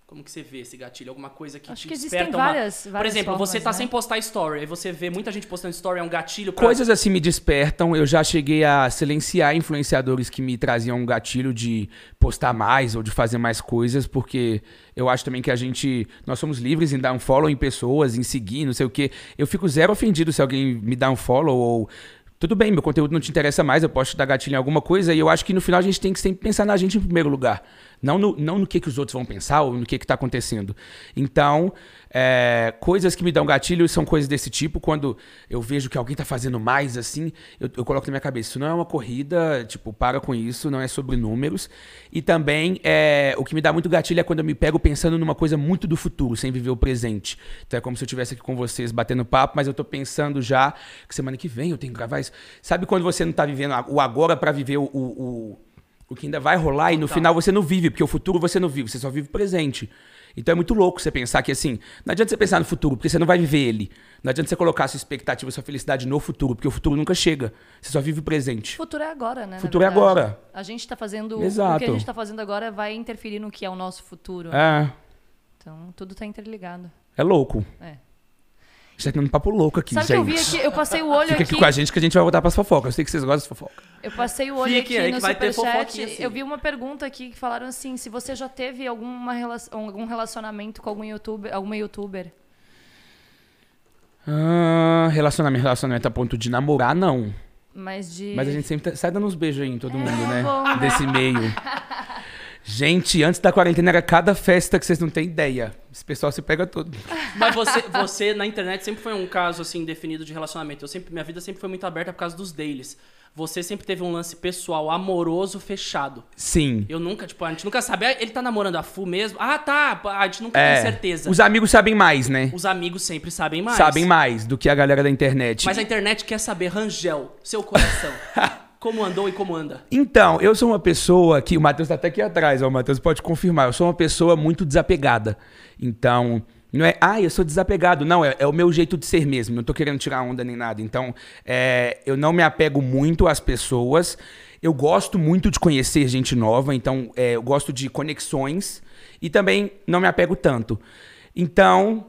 C: Como que você vê esse gatilho? Alguma coisa que
D: Acho
C: te
D: que existem
C: desperta uma-
D: várias-
C: Por
D: várias
C: exemplo, você
D: formas,
C: tá
D: né?
C: sem postar story, aí você vê muita gente postando story, é um gatilho pra...
A: Coisas assim me despertam. Eu já cheguei a silenciar influenciadores que me traziam um gatilho de postar mais ou de fazer mais coisas, porque eu acho também que a gente. Nós somos livres em dar um follow em pessoas, em seguir, não sei o quê. Eu fico zero ofendido se alguém me dá um follow ou. Tudo bem, meu conteúdo não te interessa mais, eu posso te dar gatilho em alguma coisa, e eu acho que no final a gente tem que sempre pensar na gente em primeiro lugar. Não no, não no que, que os outros vão pensar ou no que está acontecendo. Então, é, coisas que me dão gatilho são coisas desse tipo. Quando eu vejo que alguém está fazendo mais assim, eu, eu coloco na minha cabeça: isso não é uma corrida, tipo, para com isso, não é sobre números. E também, é, o que me dá muito gatilho é quando eu me pego pensando numa coisa muito do futuro, sem viver o presente. Então é como se eu estivesse aqui com vocês batendo papo, mas eu tô pensando já que semana que vem eu tenho que gravar isso. Sabe quando você não tá vivendo a- o agora para viver o. o- o o que ainda vai rolar e no
C: Total.
A: final você não vive, porque o futuro você não vive, você só vive o presente. Então é muito louco você pensar que assim, não adianta você pensar no futuro, porque você não vai viver ele. Não adianta você colocar sua expectativa, sua felicidade no futuro, porque o futuro nunca chega. Você só vive o
D: O
A: presente.
D: futuro é agora, né? na
A: Futuro é
D: verdade.
A: agora.
D: A gente está fazendo o
A: Exato.
D: que a gente está fazendo agora vai interferir no que é o nosso futuro. tá
A: É,
D: Então tudo está interligado.
A: é louco.
D: É.
A: gente tá tendo um papo louco aqui,
D: Sabe o que eu
A: gente.
D: vi aqui? Eu passei o olho
A: Fica
D: aqui.
A: aqui com a gente que a gente vai voltar pras fofocas. Eu sei que vocês gostam de fofoca.
D: Eu passei o olho
C: Fique
D: aqui
C: aí
D: no
C: que vai ter
D: superchat.
C: fofoquinha,
A: assim.
C: sim.
D: Eu vi uma pergunta aqui que falaram assim: se você já teve alguma relação- algum relacionamento com algum youtuber, alguma youtuber.
A: Ah, relacionamento, relacionamento a ponto de namorar, não.
D: Mas de.
A: Mas a gente sempre tá- sai dando uns beijos aí em todo mundo, né?
D: bom, né?
A: Desse meio. Gente, antes da quarentena era cada festa que vocês não têm ideia. Esse pessoal se pega todo.
C: Mas você, você na internet sempre foi um caso assim definido de relacionamento. Eu sempre, minha vida sempre foi muito aberta por causa dos dailies. Você sempre teve um lance pessoal, amoroso, fechado.
A: Sim.
C: Eu nunca, tipo, a gente nunca sabe. Ah, Ele tá namorando a Fu mesmo? Ah, tá. A gente nunca
A: É,
C: tem certeza.
A: Os amigos sabem mais, né?
C: Os amigos sempre sabem mais.
A: Sabem mais do que a galera da internet.
C: Mas a internet quer saber, Rangel, seu coração. como andou e como anda.
A: Então, eu sou uma pessoa que. O Matheus tá até aqui atrás, ó. O Matheus pode confirmar. Eu sou uma pessoa muito desapegada. Então. Não é, ah, eu sou desapegado. Não, é, é o meu jeito de ser mesmo. Não tô querendo tirar onda nem nada. Então, é, eu não me apego muito às pessoas. Eu gosto muito de conhecer gente nova. Então, é, eu gosto de conexões. E também não me apego tanto. Então,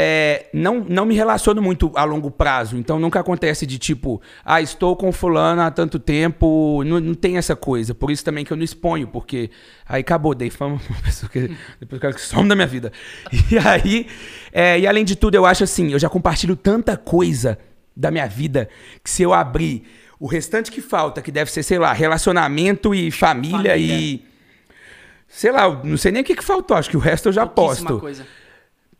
A: é, não, não me relaciono muito a longo prazo, então nunca acontece de tipo, ah, estou com fulano há tanto tempo, não, não tem essa coisa. Por isso também que eu não exponho, porque aí acabou, dei fama pra uma pessoa que depois o cara que some da minha vida. E aí, é, e além de tudo, eu acho assim, eu já compartilho tanta coisa da minha vida que se eu abrir o restante que falta, que deve ser, sei lá, relacionamento e família, e. Sei lá, eu não sei nem o que, que faltou, acho que o resto eu já
C: Pouquíssima
A: posto
C: coisa.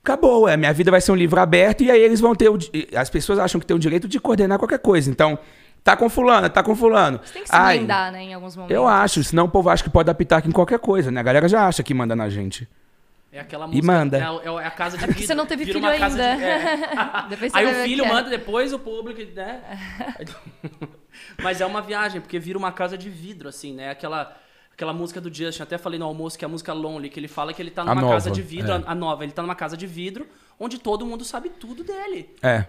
A: acabou, é, minha vida vai ser um livro aberto e aí eles vão ter o, di- as pessoas acham que tem o direito de coordenar qualquer coisa. Então, tá com fulano, tá com fulano.
D: Você tem que se
A: Ai,
D: blindar, né, em alguns momentos.
A: Eu acho, senão o povo acha que pode dar pitaco em qualquer coisa, né? A galera já acha que manda na gente.
C: É aquela música.
A: manda.
C: É, a- é a- é a casa de
D: Porque você não teve
C: vira
D: filho
C: uma casa
D: ainda.
C: de- é.
D: Depois você
C: Aí
D: vai
C: o
D: ver
C: filho
D: que é.
C: manda depois o público, né? Mas é uma viagem, porque vira uma casa de vidro, assim, né? Aquela, aquela música do Justin, até falei no almoço, que é a música Lonely, que ele fala que ele tá
A: A
C: numa
A: nova,
C: casa de vidro,
A: é.
C: a, a nova, ele tá numa casa de vidro, onde todo mundo sabe tudo dele.
A: É.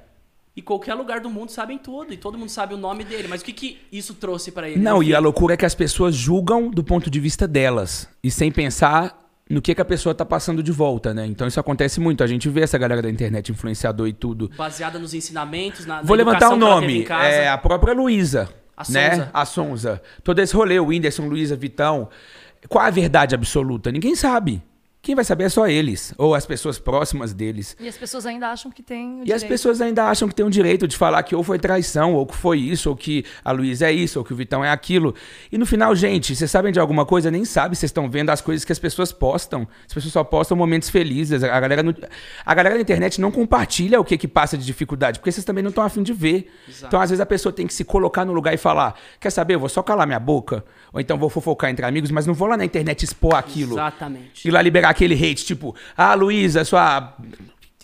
C: E qualquer lugar do mundo sabem tudo, e todo mundo sabe o nome dele. Mas o que, que isso trouxe pra ele? né?
A: Não,
C: No
A: e a loucura é que as pessoas julgam do ponto de vista delas e sem pensar no que, que a pessoa tá passando de volta, né? Então isso acontece muito. A gente vê essa galera da internet, influenciador e tudo.
C: fim, baseada nos ensinamentos, na, na
A: Vou levantar o
C: educação que ela teve
A: nome.
C: em casa.
A: É a própria Luísa.
C: A
A: né?
C: Sonza.
A: A Sonza. Todo esse rolê, o Whindersson, Luísa, Vitão. Qual a verdade absoluta? Ninguém sabe. Quem vai saber é só eles. Ou as pessoas próximas deles.
D: E as pessoas ainda acham que tem. O
A: E as pessoas ainda acham que tem o direito de falar que ou foi traição, ou que foi isso, ou que a Luísa é isso, ou que o Vitão é aquilo. E no final, gente, vocês sabem de alguma coisa? Nem sabem, vocês estão vendo as coisas que as pessoas postam. As pessoas só postam momentos felizes. A galera, não- a galera da internet não compartilha o que, que passa de dificuldade, porque vocês também não estão afim de ver. Então, às vezes, a pessoa tem que se colocar no lugar e falar: quer saber, eu vou só calar minha boca, ou então vou fofocar entre amigos, mas não vou lá na internet expor aquilo.
C: Exatamente.
A: Ir lá liberar aquele hate, tipo, ah, Luísa, sua.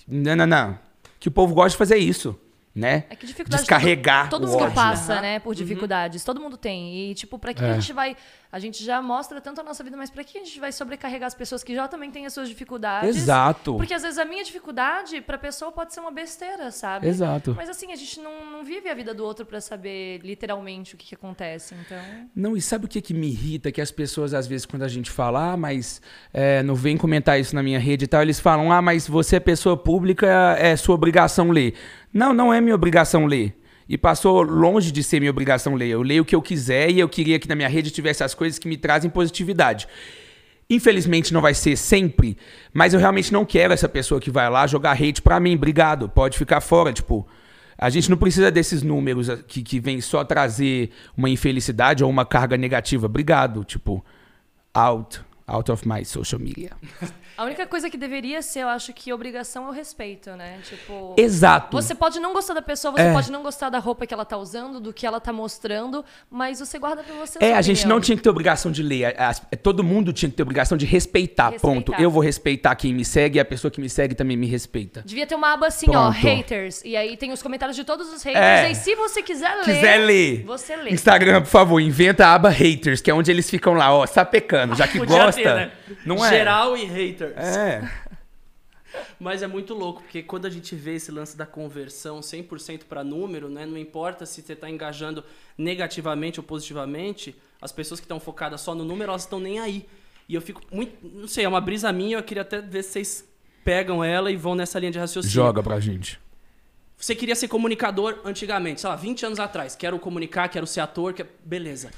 A: Não, não, não. Que o povo gosta de fazer isso, né?
D: É que dificuldade.
A: Descarregar
D: Todo,
A: o
D: todo mundo
A: ódio.
D: passa, né? Por dificuldades. Todo mundo tem. E, tipo, pra que, que a gente vai. A gente já mostra tanto a nossa vida, mas pra que a gente vai sobrecarregar as pessoas que já também têm as suas dificuldades?
A: Exato.
D: Porque às vezes a minha dificuldade, pra pessoa, pode ser uma besteira, sabe?
A: Exato.
D: Mas assim, a gente não, não vive a vida do outro pra saber literalmente o que, que acontece. Então.
A: Não, e sabe o que, que me irrita? Que as pessoas, às vezes, quando a gente fala, ah, mas é, não vem comentar isso na minha rede e tal, eles falam, ah, mas você é pessoa pública, é sua obrigação ler. Não, não é minha obrigação ler. E passou longe de ser minha obrigação ler. Eu leio o que eu quiser e eu queria que na minha rede tivesse as coisas que me trazem positividade. Infelizmente não vai ser sempre, mas eu realmente não quero essa pessoa que vai lá jogar hate pra mim. Obrigado, pode ficar fora, tipo. A gente não precisa desses números ah, que, que vem só trazer uma infelicidade ou uma carga negativa. Obrigado, tipo, out, out of my social media.
D: A única coisa que deveria ser, eu acho que obrigação é o respeito, né? Tipo.
A: Exato.
D: Você pode não gostar da pessoa, você
A: É.
D: pode não gostar da roupa que ela tá usando, do que ela tá mostrando, mas você guarda pra você.
A: É,
D: sua
A: a gente
D: opinião.
A: não tinha que ter obrigação de ler. A- as- todo mundo tinha que ter obrigação de respeitar.
D: Respeitar.
A: Ponto. Eu vou respeitar quem me segue e a pessoa que me segue também me respeita.
D: Devia ter uma aba assim, ó,
A: Pronto.
D: haters. E aí tem os comentários de todos os haters.
A: É.
D: E aí, se você
C: Ah,
D: quiser ler.
A: quiser
C: é?
A: ler,
D: Você lê.
A: Instagram, por favor, inventa a aba haters, que é onde eles ficam lá, ó, sapecando, já que
C: Podia
A: gosta.
C: ter, né?
A: Não é?
C: Geral e haters.
A: É.
C: Mas é muito louco, porque quando a gente vê esse lance da conversão 100% para número, né, não importa se você está engajando negativamente ou positivamente, as pessoas que estão focadas só no número, elas estão nem aí. E eu fico muito. Não sei, é uma brisa minha, eu queria até ver se vocês pegam ela e vão nessa linha de raciocínio.
A: Joga pra gente.
C: Você queria ser comunicador antigamente, sei lá, 20 anos atrás. Quero comunicar, quero ser ator, quero... beleza.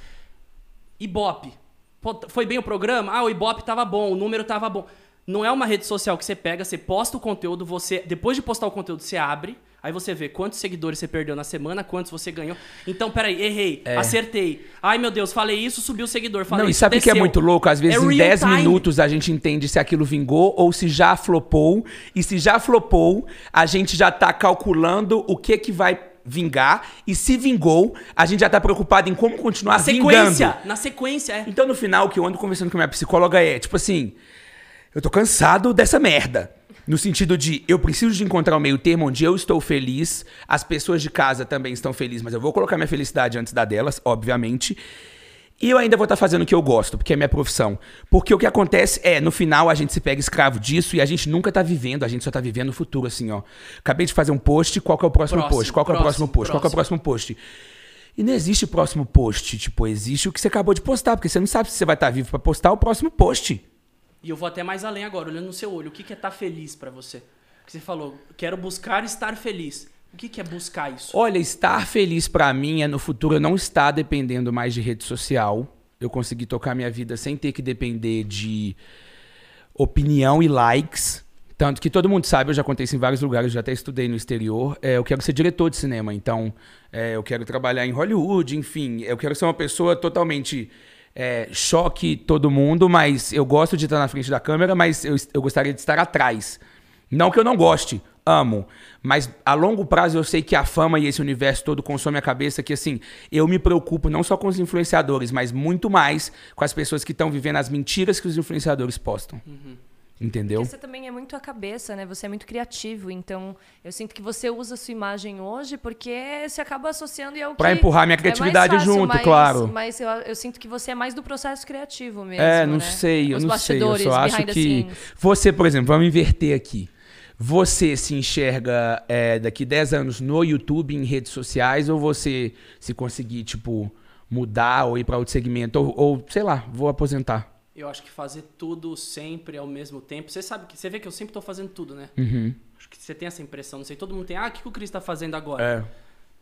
C: Ibope. Pô, foi bem o programa? Ah, o Ibope tava bom, o número tava bom. Não é uma rede social que você pega, você posta o conteúdo, você. Depois de postar o conteúdo, você abre. Aí você vê quantos seguidores você perdeu na semana, quantos você ganhou. Então, peraí, errei, acertei. Ai, meu Deus, falei isso, subiu o seguidor. Falei
A: É. Não, e
C: isso,
A: sabe o que é
C: desceu.
A: muito louco? Às vezes
C: É
A: em
C: real
A: 10
C: time.
A: minutos a gente entende se aquilo vingou ou se já flopou. E se já flopou, a gente já tá calculando o que que vai vingar. E se vingou, a gente já tá preocupado em como continuar
C: Na sequência,
A: tá vingando.
C: na sequência, é.
A: Então no final, o que eu ando conversando com a minha psicóloga é, tipo assim, eu tô cansado dessa merda. No sentido de, eu preciso de encontrar um meio termo onde eu estou feliz, as pessoas de casa também estão felizes, mas eu vou colocar minha felicidade antes da delas, obviamente. E eu ainda vou estar fazendo o que eu gosto, porque é minha profissão. Porque o que acontece é, no final, a gente se pega escravo disso e a gente nunca tá vivendo, a gente só tá vivendo o futuro, assim, ó. Acabei de fazer um post, qual que é o próximo,
C: Próximo,
A: post? Qual que é o próximo
C: próximo,
A: post? Qual que é o próximo post? E não existe o próximo post. Tipo, existe o que você acabou de postar, porque você não sabe se você vai estar vivo pra postar o próximo post.
C: E eu vou até mais além agora, olhando no seu olho. O que que é estar feliz pra você? Porque você falou, quero buscar estar feliz. O que que é buscar isso?
A: Olha, estar feliz pra mim é no futuro eu não estar dependendo mais de rede social. Eu consegui tocar minha vida sem ter que depender de opinião e likes. Tanto que todo mundo sabe, eu já contei isso em vários lugares, eu já até estudei no exterior. é, eu quero ser diretor de cinema, então é, eu quero trabalhar em Hollywood, enfim. Eu quero ser uma pessoa totalmente é, choque todo mundo, mas eu gosto de estar na frente da câmera, mas eu, eu gostaria de estar atrás. Não que eu não goste, amo. Mas a longo prazo eu sei que a fama e esse universo todo consome a cabeça que, assim, eu me preocupo não só com os influenciadores, mas muito mais com as pessoas que estão vivendo as mentiras que os influenciadores postam. Entendeu?
D: Porque você também é muito a cabeça, né? Você é muito criativo. Então, eu sinto que você usa a sua imagem hoje porque você acaba associando e é o
A: Pra
D: que...
A: empurrar minha
D: é mais
A: criatividade
D: fácil,
A: junto,
D: mas-
A: claro.
D: Mas eu, eu sinto que você é mais do processo criativo mesmo,
A: É, não
D: né?
A: sei, eu
D: Os
A: não sei. Eu
D: bastidores,
A: só acho
D: behind the
A: que.
D: scenes.
A: Você, por exemplo, vamos inverter aqui. Você se enxerga é, daqui 10 anos no YouTube, em redes sociais, ou você se conseguir, tipo, mudar ou ir pra outro segmento? Ou, ou, sei lá, vou aposentar.
C: Eu acho que fazer tudo sempre ao mesmo tempo. Você sabe que você vê que eu sempre tô fazendo tudo, né? Acho que você tem essa impressão, não sei. Todo mundo tem, ah, o que, que o Cris tá fazendo agora?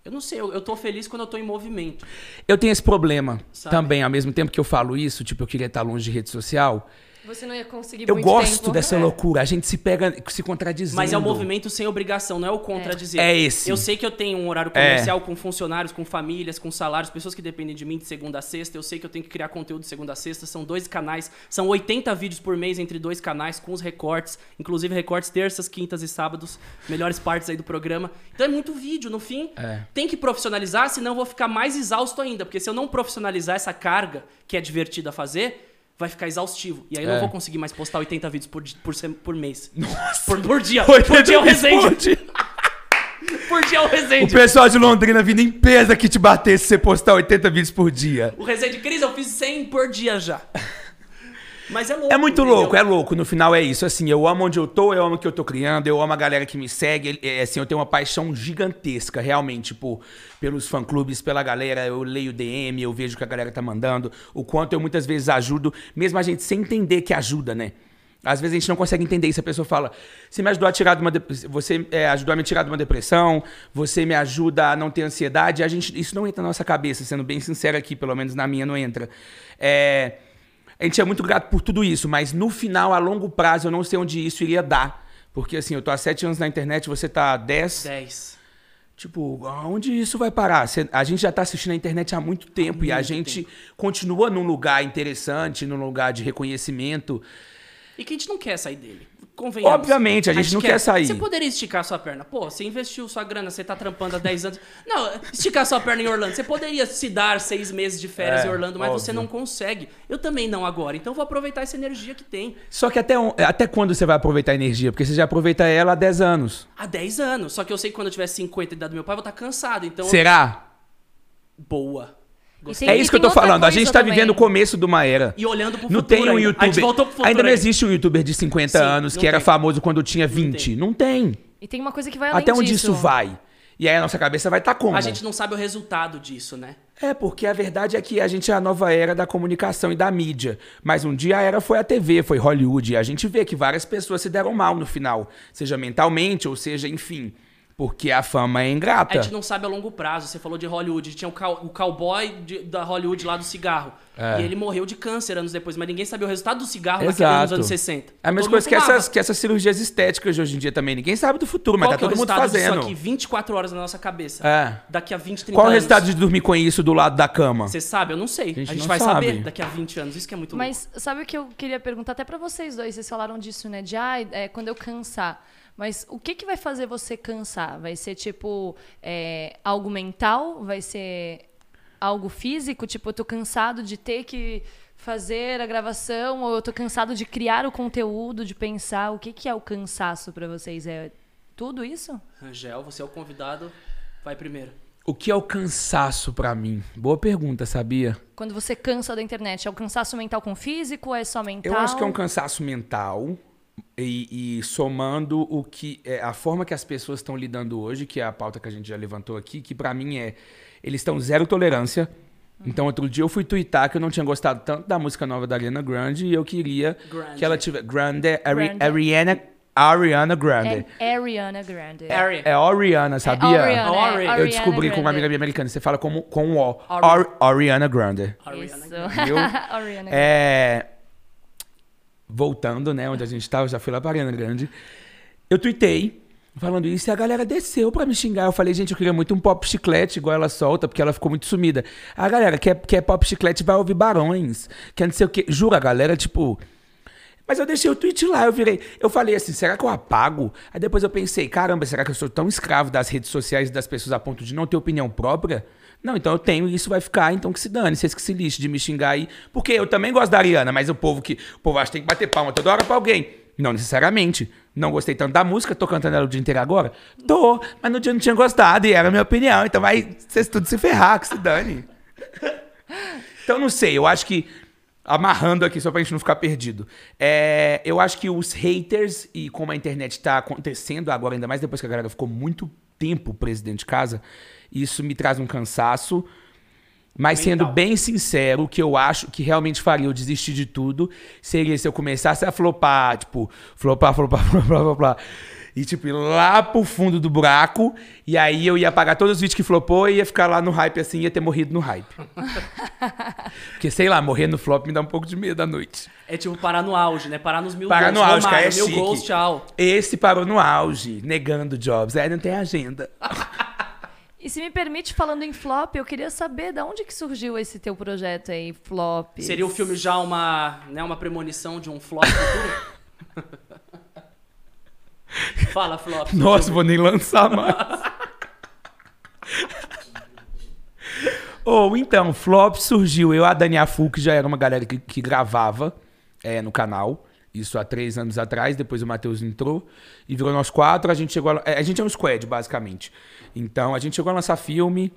C: Eu não sei, eu, eu tô feliz quando eu tô em movimento.
A: Eu tenho esse problema
C: Sabe?
A: também, ao mesmo tempo que eu falo isso, tipo, eu queria estar longe de rede social.
D: Você não ia conseguir
A: Eu
D: muito
A: gosto
D: tempo.
A: dessa
D: É.
A: loucura, a gente se pega se contradizendo.
D: um
C: Mas é o movimento sem obrigação, não é o contradizer.
A: É esse. É.
C: Eu sei que eu tenho um horário comercial com funcionários, com famílias, com salários, pessoas que dependem de mim de segunda a sexta. Eu sei que eu tenho que criar conteúdo de segunda a sexta. São dois canais, são 80 vídeos por mês entre dois canais, com os recortes, inclusive recortes terças, quintas e sábados, melhores partes aí do programa. Então é muito vídeo, no fim.
A: É.
C: Tem que profissionalizar, senão eu vou ficar mais exausto ainda. Porque se eu não profissionalizar essa carga, que é divertida fazer. Vai ficar exaustivo. E aí eu
A: É.
C: não vou conseguir mais postar 80 vídeos por, di- por, sem- por mês.
A: Nossa!
C: Por, por dia.
A: Oi,
C: por dia é o
A: Pedro
C: Resende.
A: Responde.
C: Por dia é o
A: O
C: Resende.
A: pessoal de Londrina vindo em peso que te bater se você postar 80 vídeos por dia.
C: O Resende Cris, eu fiz 100 por dia já. Mas é louco.
A: É muito
C: entendeu?
A: louco, é louco. No final é isso. Assim, eu amo onde eu tô, eu amo o que eu tô criando, eu amo a galera que me segue. É, assim, eu tenho uma paixão gigantesca, realmente, tipo, pelos fã-clubes, pela galera. Eu leio DM, eu vejo o que a galera tá mandando, o quanto eu muitas vezes ajudo, mesmo a gente sem entender que ajuda, né? Às vezes a gente não consegue entender isso. A pessoa fala: você me ajudou a tirar de uma dep- você é, ajudou a me tirar de uma depressão, você me ajuda a não ter ansiedade. A gente isso não entra na nossa cabeça, sendo bem sincero aqui, pelo menos na minha não entra. É, a gente é muito grato por tudo isso, mas no final, a longo prazo, eu não sei onde isso iria dar. Porque assim, eu tô há sete anos na internet, você tá há 10.
C: 10.
A: Tipo, aonde isso vai parar? Cê- a gente já tá assistindo a internet há muito tempo e a gente continua num lugar interessante, num lugar de reconhecimento.
C: E que a gente não quer sair dele. Convenhamos.
A: Obviamente, a gente não quer sair.
C: Você poderia esticar sua perna. Pô, você investiu sua grana, você tá trampando há 10 anos. Não, esticar sua perna em Orlando. Você poderia se dar seis meses de férias
A: É,
C: em Orlando, mas você
A: óbvio.
C: não consegue. Eu também não agora. Então eu vou aproveitar essa energia que tem.
A: Só que até, on- até quando você vai aproveitar a energia? Porque você já aproveita ela há 10 anos.
C: Há 10 anos. Só que eu sei que quando eu tiver 50 e idade do meu pai, eu vou estar cansado. Então,
A: Será?
C: boa.
D: E tem-
A: é
D: e
A: isso que eu
D: tem
A: tô
D: outra
A: falando. A gente
D: coisa
A: tá
D: também.
A: vivendo o começo de uma era.
C: E olhando pro
A: Não
C: futuro
A: tem um
C: ainda. A gente
A: youtuber.
C: voltou pro futuro
A: Ainda não
C: ainda.
A: existe um youtuber de 50
C: Sim,
A: anos
C: não
A: que era
C: tem.
A: famoso quando tinha 20. Não tem.
D: E tem uma coisa que vai além
A: Até onde
D: disso.
A: isso vai? E aí a nossa cabeça vai estar tá como?
C: A gente não sabe o resultado disso, né?
A: É, porque a verdade é que a gente é a nova era da comunicação e da mídia. Mas um dia a era foi a TV, foi Hollywood. E a gente vê que várias pessoas se deram mal no final. Seja mentalmente, ou seja, enfim. Porque a fama é
C: A
A: ingrata.
C: gente não sabe a longo prazo. Você falou de Hollywood. Tinha o, cow- o cowboy de- da Hollywood lá do cigarro.
A: É.
C: E ele morreu de câncer anos depois, mas ninguém sabia o resultado do cigarro naquele- nos
A: Exato.
C: anos 60.
A: É a mesma
C: Todo
A: coisa
C: mundo
A: que
C: fumava.
A: essas, que essas cirurgias estéticas de hoje em dia também. Ninguém sabe do futuro, mas
C: Qual
A: tá
C: que é o
A: todo mundo
C: resultado
A: fazendo.
C: disso aqui? 24 horas na nossa cabeça.
A: É.
C: Daqui a 20, 30
A: Qual o
C: anos.
A: resultado de dormir com isso do lado da cama?
C: Você sabe? Eu não sei. A gente,
A: gente não
C: vai
A: sabe.
C: saber daqui a 20 anos. Isso que é muito louco.
D: Mas sabe o que eu queria perguntar até pra vocês dois? Vocês falaram disso, né? De ah, é, quando eu cansar. Mas o que, que vai fazer você cansar? Vai ser tipo é, algo mental? Vai ser algo físico? Tipo, eu tô cansado de ter que fazer a gravação ou eu tô cansado de criar o conteúdo, de pensar. O que, que é o cansaço pra vocês? É tudo isso?
C: Angel, você é o convidado. Vai primeiro.
A: O que é o cansaço pra mim? Boa pergunta, sabia?
D: Quando você cansa da internet, é o cansaço mental com físico? É só mental?
A: Eu acho que é um cansaço mental. E, e somando o que é, a forma que as pessoas estão lidando hoje, que é a pauta que a gente já levantou aqui, que pra mim é eles estão zero tolerância. Então outro dia eu fui twittar que eu não tinha gostado tanto da música nova da Ariana Grande e eu queria
C: Grande.
A: que ela tivesse Grande, Ari-
D: Grande.
A: Ariana Ariana Grande.
D: É Ariana Grande.
C: Harry.
A: É Oriana, sabia?
D: Oriana, é.
C: Ori. Eu
A: Eu
D: Ariana
A: descobri com uma
D: Grande.
A: amiga minha americana, você fala como com o O.
C: Ari-
A: Ari- Ariana Grande.
C: Ariana
D: Isso.
C: Grande.
A: Viu?
D: Ariana Grande.
A: É, voltando, né, onde a gente tava, eu já fui lá pra Arena Grande. Eu tuitei falando isso e a galera desceu pra me xingar. Eu falei, gente, eu queria muito um pop chiclete igual ela solta, porque ela ficou muito sumida. A galera quer, quer pop chiclete, vai ouvir Barões, quer não sei o quê. Jura, a galera, tipo... Mas eu deixei o tweet lá, eu virei. Eu falei assim, será que eu apago? Aí depois eu pensei, caramba, será que eu sou tão escravo das redes sociais e das pessoas a ponto de não ter opinião própria? Não, então eu tenho e isso vai ficar, então que se dane, vocês que se lixem de me xingar aí. Porque eu também gosto da Ariana, mas o povo que. O povo acha que tem que bater palma toda hora pra alguém. Não necessariamente. Não gostei tanto da música, tô cantando ela o dia inteiro agora? Tô, mas no dia eu não tinha gostado e era a minha opinião, então vai vocês tudo se ferrar, que se dane. Então não sei, eu acho que. Amarrando aqui, só pra gente não ficar perdido. É, eu acho que os haters, e como a internet tá acontecendo agora, ainda mais depois que a galera ficou muito tempo preso dentro de casa, isso me traz um cansaço. Mas sendo bem sincero, o que eu acho que realmente faria eu desistir de tudo seria se eu começasse a flopar, tipo, flopar, flopar, flopar, flopar. E, tipo, ir lá pro fundo do buraco. E aí eu ia apagar todos os vídeos que flopou e ia ficar lá no hype assim, ia ter morrido no hype. Porque, sei lá, morrer no flop me dá um pouco de medo à noite.
C: É tipo parar no auge, né? Parar nos mil
A: Parar no
C: gols,
A: auge, cara,
C: Romário,
A: é
C: mil
A: chique.
C: gols, tchau.
A: Esse parou no auge, negando jobs. Aí não tem agenda.
D: E se me permite, falando em flop, eu queria saber da onde que surgiu esse teu projeto aí, flop.
C: Seria o filme já uma, né, uma premonição de um flop futuro? Fala, flop.
A: Nossa, vou nem lançar mais. Ou então, Flop surgiu. Eu, a Dani Afu, que já era uma galera que, que gravava é, no canal. Isso há três anos atrás. Depois o Matheus entrou e virou nós quatro. A gente chegou a, é, a gente é um squad, basicamente. Então, a gente chegou a lançar filme,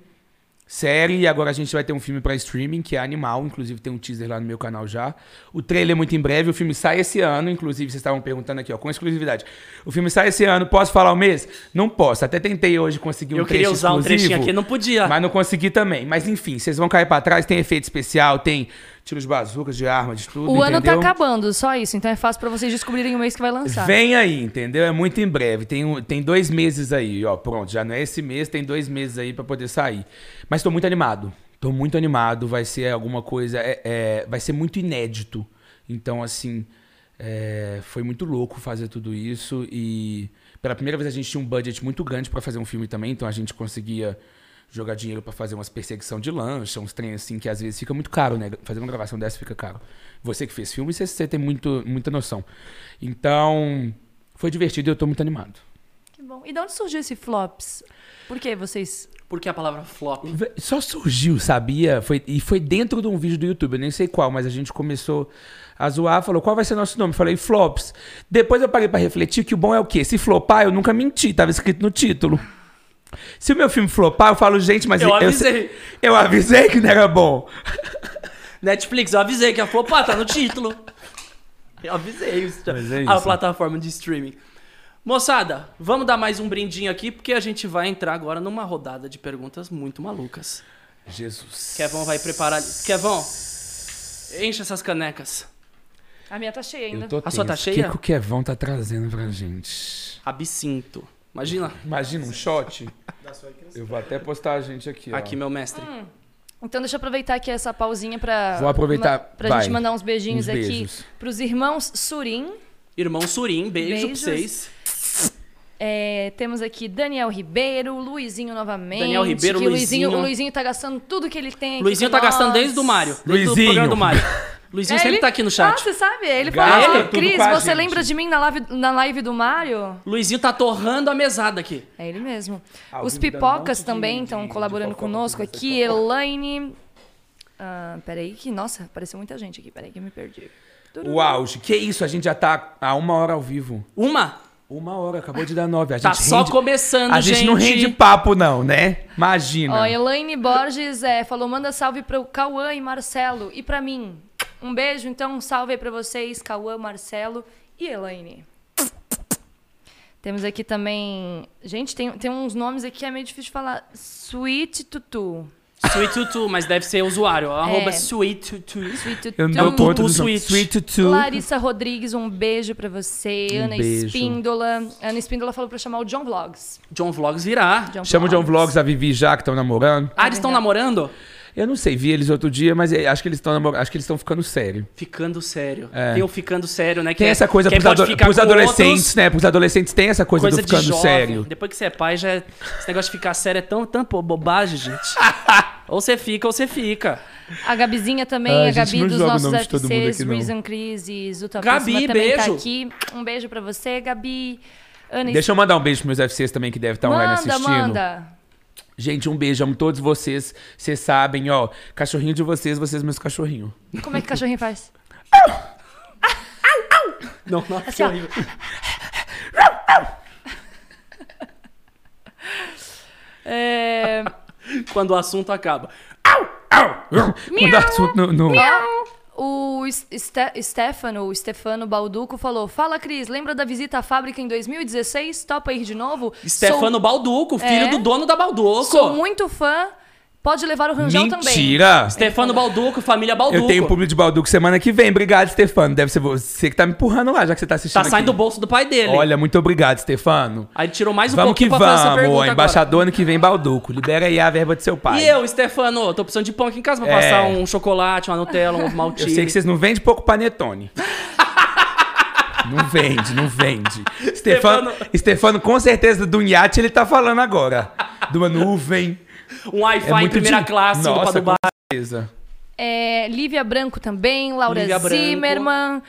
A: série. E agora a gente vai ter um filme pra streaming, que é Animal. Inclusive, tem um teaser lá no meu canal já. O trailer é muito em breve. O filme sai esse ano. Inclusive, vocês estavam perguntando aqui, ó, com exclusividade. O filme sai esse ano. Posso falar o mês? Não posso. Até tentei hoje conseguir um
C: Eu queria
A: trecho
C: usar um trechinho
A: exclusivo.
C: aqui, não podia.
A: Mas não consegui também. Mas enfim, vocês vão cair pra trás. Tem efeito especial, tem tiros de bazuca, de arma, de tudo.
D: O ano tá
A: entendeu?
D: acabando, só isso. Então é fácil pra vocês descobrirem o mês que vai lançar.
A: Vem aí, entendeu? É muito em breve. Tem, um- tem dois meses aí, ó. Pronto, já não é esse mês, tem dois meses aí pra poder sair. Mas tô muito animado. Tô muito animado. Vai ser alguma coisa. é- é, vai ser muito inédito. Então, assim. é, foi muito louco fazer tudo isso. E pela primeira vez a gente tinha um budget muito grande pra fazer um filme também. Então a gente conseguia jogar dinheiro pra fazer umas perseguição de lancha, uns trem assim, que às vezes fica muito caro, né? Fazer uma gravação dessa fica caro. Você que fez filme, você, você tem muito, muita noção. Então, foi divertido e eu tô muito animado.
D: Que bom. E de onde surgiu esse flops? Por que vocês.
C: Por que a palavra flop?
A: Vé, Só surgiu, sabia? Foi, e foi dentro de um vídeo do YouTube, eu nem sei qual, mas a gente começou a zoar, falou qual vai ser nosso nome? Falei flops. Depois eu parei pra refletir que o bom é o quê? Se flopar, eu nunca menti, tava escrito no título. Se o meu filme flopar, eu falo, gente, mas
C: Eu
A: se-
C: avisei.
A: eu avisei que não era bom.
C: Netflix, eu avisei que ia flopar, tá no título. Eu avisei isso.
A: Mas é
C: A
A: isso.
C: plataforma de streaming. Moçada, vamos dar mais um brindinho aqui, porque a gente vai entrar agora numa rodada de perguntas muito malucas.
A: Jesus.
C: Kevão vai preparar. ali. Kevão, enche essas canecas.
D: A minha tá cheia ainda.
A: Eu tô
C: A sua tá
A: tenso.
C: cheia?
A: O que, que o Kevão tá trazendo pra gente?
C: Absinto. Imagina.
A: Imagina um shot. Eu vou até postar a gente aqui. ó.
C: Aqui, meu mestre.
D: Então deixa eu aproveitar aqui essa pausinha pra...
A: Vou aproveitar,
D: ma- Pra
A: vai.
D: gente mandar uns beijinhos
A: Uns
D: aqui
A: beijos.
D: pros irmãos Surim.
C: Irmão Surim, beijo
D: Beijos.
C: pra vocês.
D: É, temos aqui Daniel Ribeiro, Luizinho novamente.
C: Daniel Ribeiro,
D: que o Luizinho.
C: Luizinho.
D: O Luizinho tá gastando tudo que ele tem. aqui
C: Luizinho
D: com
C: tá gastando
D: nós.
C: desde o Mário. Desde
A: Luizinho.
C: o programa do Mário. Luizinho
D: É,
C: sempre
D: ele-
C: tá aqui no chat.
D: Ah, você sabe? Ele
A: Gasta
D: falou,
A: tudo
D: Cris,
A: com a
D: você
A: gente."
D: lembra de mim na live, na live do Mário?
C: Luizinho tá torrando a mesada aqui.
D: É ele mesmo.
A: Ah,
D: Os
A: o Vivi dando um monte
D: pipocas
A: de-
D: também
A: de-
D: estão
A: de
D: colaborando
A: fofoca
D: conosco
A: pra você
D: aqui. Elaine... Ah, peraí que... Nossa, apareceu muita gente aqui. Peraí que eu me perdi.
A: O auge. Que isso, a gente já tá há uma hora ao vivo.
C: Uma?
A: Uma hora, acabou de dar nove. A gente
C: Tá só
A: rende-
C: começando,
A: A gente, não rende papo, não, né? Imagina.
D: Ó, Elaine Borges é, falou, manda salve pro Cauã e Marcelo e pra mim. Um beijo, então, um salve aí pra vocês, Cauã, Marcelo e Elaine. Temos aqui também... Gente, tem, tem uns nomes aqui que é meio difícil de falar. Sweet Tutu.
C: Sweet Tutu, mas deve ser
D: É.
C: usuário. Arroba Sweet Tutu.
D: Sweet Tutu.
A: Eu não
C: É
A: dou
C: um
A: conta
C: tutu
A: dos nomes.
C: sweet.
A: Sweet Tutu.
D: Larissa Rodrigues, um beijo pra você. Ana
A: Um beijo.
D: Espíndola. Ana Espíndola falou pra chamar o John Vlogs.
C: John Vlogs virá.
A: Chama o John Vlogs, a Vivi já, que estão namorando.
C: Ah, eles estão namorando?
A: Eu não sei, vi eles outro dia, mas eh, acho que eles estão namorando. Acho que eles estão ficando sério.
C: Ficando sério. Tem o ficando sério, né? Que
A: É. Tem
C: é-
A: essa coisa
C: que
A: pros,
C: pode
A: ado-
C: ficar
A: pros
C: com
A: adolescentes,
C: outros,
A: né? Pros adolescentes tem essa coisa,
C: Coisa
A: do
C: de
A: ficando
C: jovem.
A: sério.
C: Depois que você é pai, já é... esse negócio de ficar sério é tão, tão pô, bobagem, gente. ou você fica, ou você fica.
D: A Gabizinha também,
A: Ai,
D: a
A: Ah, gente,
D: Gabi
A: não
D: dos
A: joga o
D: nossos
A: nome de todo mundo
D: FCs,
A: aqui, não.
D: Reason Cris e Zuta
C: Gabi,
D: Próxima também tá
C: beijo.
D: aqui. Um beijo pra você, Gabi. Ana
A: Deixa eu um mandar um beijo pros meus FCs também que devem estar online
D: manda,
A: assistindo.
D: manda.
A: Gente, um beijo, amo todos vocês. Vocês sabem, ó, cachorrinho de vocês, vocês meus cachorrinhos.
D: Como é que cachorrinho faz?
C: Não, não,
D: Assim, ó. É,
C: Quando o assunto acaba.
A: Quando o assunto no, no-
D: o Ste Stefano, o Stefano Balduco falou: Fala, Cris, lembra da visita à fábrica em 2016? Topa ir de novo?
C: Stefano Balduco, filho
D: É?
C: do dono da Balduco.
D: sou, sou muito fã. Pode levar o Ranjão também.
A: Mentira!
C: Stefano Balduco, família Balduco.
A: Eu tenho um público de Balduco semana que vem. Obrigado, Stefano. Deve ser você que tá me empurrando lá, já que você tá assistindo.
C: Tá saindo do
A: aqui.
C: bolso do pai dele.
A: Olha, muito obrigado, Stefano.
C: Aí tirou mais um
A: vamos que
C: pouquinho pra fazer essa
A: vamos,
C: pergunta
A: a embaixador ano que vem, Balduco. Libera aí a verba de seu
C: agora.
A: pai.
C: E eu, Stefano, tô precisando de pão aqui em casa pra
A: É.
C: passar um chocolate, uma Nutella, um ovo
A: Eu
C: maltine.
A: sei que vocês não vendem pouco panetone. não vende, não vende. Stefano, Stefano, com certeza, do iate ele tá falando agora. De uma nuvem.
C: Um
A: É
C: Wi-Fi em
A: muito
C: primeira
A: de-
C: classe indo pra
A: Nossa,
C: Dubai.
A: com certeza.
D: É, Lívia Branco também, Laura
C: Lívia Branco.
D: Zimmermann,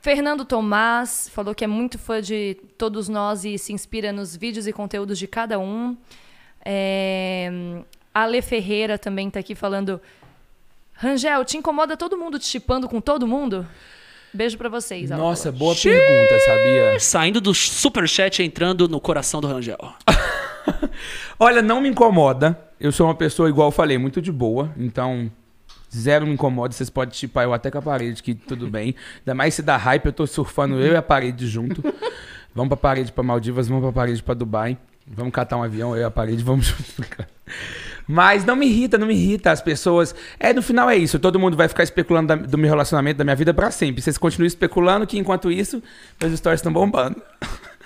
D: Fernando Tomás, falou que é muito fã de todos nós e se inspira nos vídeos e conteúdos de cada um. É, Ale Ferreira também tá aqui falando. Rangel, te incomoda todo mundo te chipando com todo mundo? Beijo pra vocês. ela
A: Nossa, boa pergunta, sabia?
C: Saindo do superchat e entrando no coração do Rangel.
A: Olha, não me incomoda. Eu sou uma pessoa, igual eu falei, muito de boa. Então, zero me incomoda. Vocês podem chipar eu até com a parede, que tudo bem. Ainda mais se dá hype, eu tô surfando eu e a parede junto. Vamos pra parede pra Maldivas, vamos pra parede pra Dubai. Vamos catar um avião, eu e a parede, vamos junto. Mas não me irrita, não me irrita. As pessoas. É, no final é isso. Todo mundo vai ficar especulando da- do meu relacionamento, da minha vida pra sempre. Vocês continuam especulando que enquanto isso, meus stories estão bombando.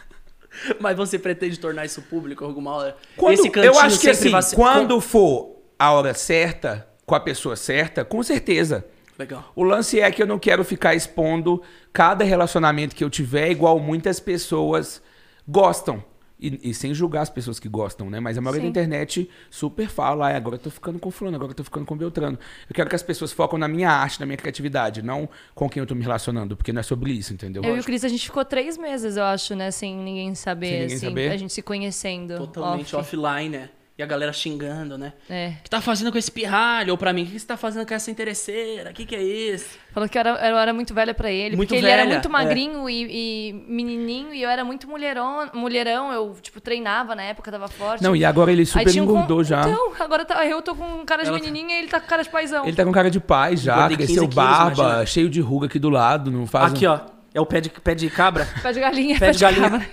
C: Mas você pretende tornar isso público alguma hora?
A: Quando, eu acho que
C: sempre
A: assim,
C: vai ser-
A: quando for a hora certa, com a pessoa certa, com certeza.
C: Legal.
A: O lance é que eu não quero ficar expondo cada relacionamento que eu tiver, igual muitas pessoas gostam. E, e sem julgar as pessoas que gostam, né? Mas a maioria da
D: Sim.
A: internet super fala, ah, agora eu tô ficando com fulano, agora eu tô ficando com Beltrano. Eu quero que as pessoas focam na minha arte, na minha criatividade, não com quem eu tô me relacionando, porque não é sobre isso, entendeu?
D: Eu e o Cris, a gente ficou três meses, eu acho, né? Sem ninguém saber,
A: Sem ninguém
D: assim,
A: saber.
D: a gente se conhecendo.
C: Totalmente
D: off.
C: offline, né? E a galera xingando, né?
D: É.
C: O que tá fazendo com esse pirralho? Ou pra mim, o que você tá fazendo com essa interesseira? O que, que é isso?
D: Falou que eu era, eu era muito velha pra ele.
C: Muito
D: porque ele era
C: velha,
D: muito
C: é.
D: magrinho e, e menininho e eu era muito mulherão, mulherão. Eu, tipo, treinava na época, tava forte.
A: Não, e agora ele
D: Aí
A: super
D: tinha um com-
A: engordou já.
D: Então, agora tá- eu tô com cara de
C: Ela tá-
D: menininha e ele tá com cara de paizão.
A: Ele tá com cara de pai já,
C: Engordei 15
A: cresceu
C: quilos,
A: barba,
C: imagina.
A: cheio de ruga aqui do lado, não faz um-
C: Aqui, ó. É o pé de, pé de cabra?
D: Pé de galinha,
C: Pé de galinha.
D: cabra.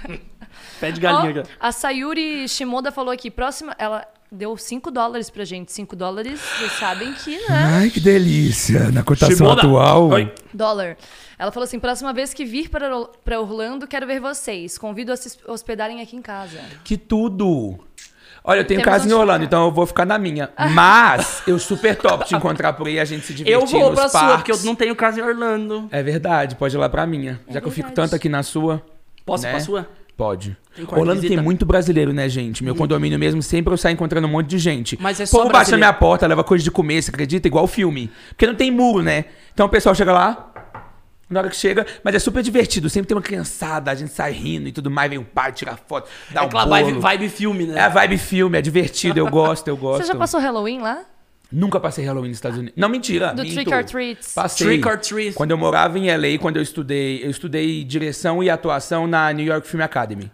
C: pé de galinha.
D: Ó, a Sayuri Shimoda falou aqui, próxima... Ela... deu 5 dólares pra gente. 5 dólares, vocês sabem que, né?
E: Ai, que delícia. Na cotação
C: Shimoda.
E: atual.
C: Oi.
D: Dólar. Ela falou assim: próxima vez que vir para, Ro- para Orlando, quero ver vocês. Convido a se hospedarem aqui em casa.
A: Que tudo! Olha, eu tenho
D: Temos um Ah.
A: casa em
D: onde
A: Orlando,
D: ficar.
A: então eu vou ficar na minha. Mas eu super top te encontrar por aí, a gente se divertir
C: Eu vou
A: nos
C: pra
A: parques.
C: sua, porque eu não tenho casa em Orlando.
A: É verdade, pode ir lá pra minha. já que eu fico
D: É verdade.
A: tanto aqui na sua.
C: Posso ir
A: né?
C: pra sua?
A: Pode.
C: Tem quarto
A: Orlando
C: visita?
A: tem muito brasileiro, né, gente? Meu condomínio mesmo, sempre eu saio encontrando um monte de gente.
C: Mas é
A: O
C: só
A: povo bate na
C: brasileiro.
A: minha porta, leva coisa de comer, você acredita? Igual filme. Porque não tem muro, né? Então o pessoal chega lá, na hora que chega, mas é super divertido. Sempre tem uma criançada, a gente sai rindo e tudo mais, vem o pai, tira foto, dá
C: É
A: um
C: aquela
A: bolo.
C: vibe, vibe filme, né?
A: É a vibe filme, é divertido, eu gosto, eu gosto.
D: Você já passou Halloween lá?
A: Nunca passei Halloween nos Estados Unidos. Não, mentira.
D: Do
A: minto.
D: Trick or Treats.
A: Passei.
C: Trick or treat.
A: Quando eu morava em LA, quando eu estudei, eu estudei direção e atuação na New York Film Academy.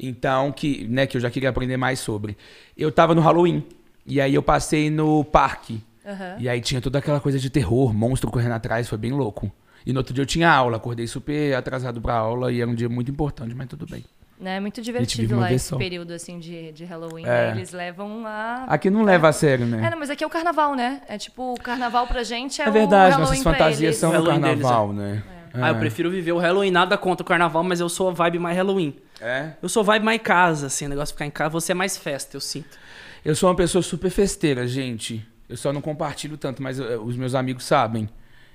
A: Então, que, né, que eu já queria aprender mais sobre. Eu tava no Halloween. E aí eu passei no parque.
D: Aham.
A: E aí tinha toda aquela coisa de terror, monstro correndo atrás, foi bem louco. E no outro dia eu tinha aula, acordei super atrasado pra aula e era um dia muito importante, mas tudo bem.
D: Né? É muito
A: vive
D: divertido
A: uma
D: lá
A: vez
D: esse
A: só.
D: período assim de, de Halloween.
A: É. Ah,
D: né? Eles levam a.
A: Aqui não leva a sério, né?
D: É, não, mas aqui é o carnaval, né? É tipo, o carnaval pra gente é,
A: É
D: o
A: verdade,
D: Halloween
A: nossas
D: pra
A: fantasias
D: eles.
A: são no
C: Halloween deles,
A: carnaval, né?
C: Ah, eu prefiro viver o Halloween, nada contra o carnaval, mas eu sou a vibe mais Halloween.
A: É.
C: Eu sou vibe mais casa, assim, o negócio de ficar em casa, você é mais festa, eu sinto.
A: Eu sou uma pessoa super festeira, gente. Eu só não compartilho tanto, mas eh, os meus amigos sabem.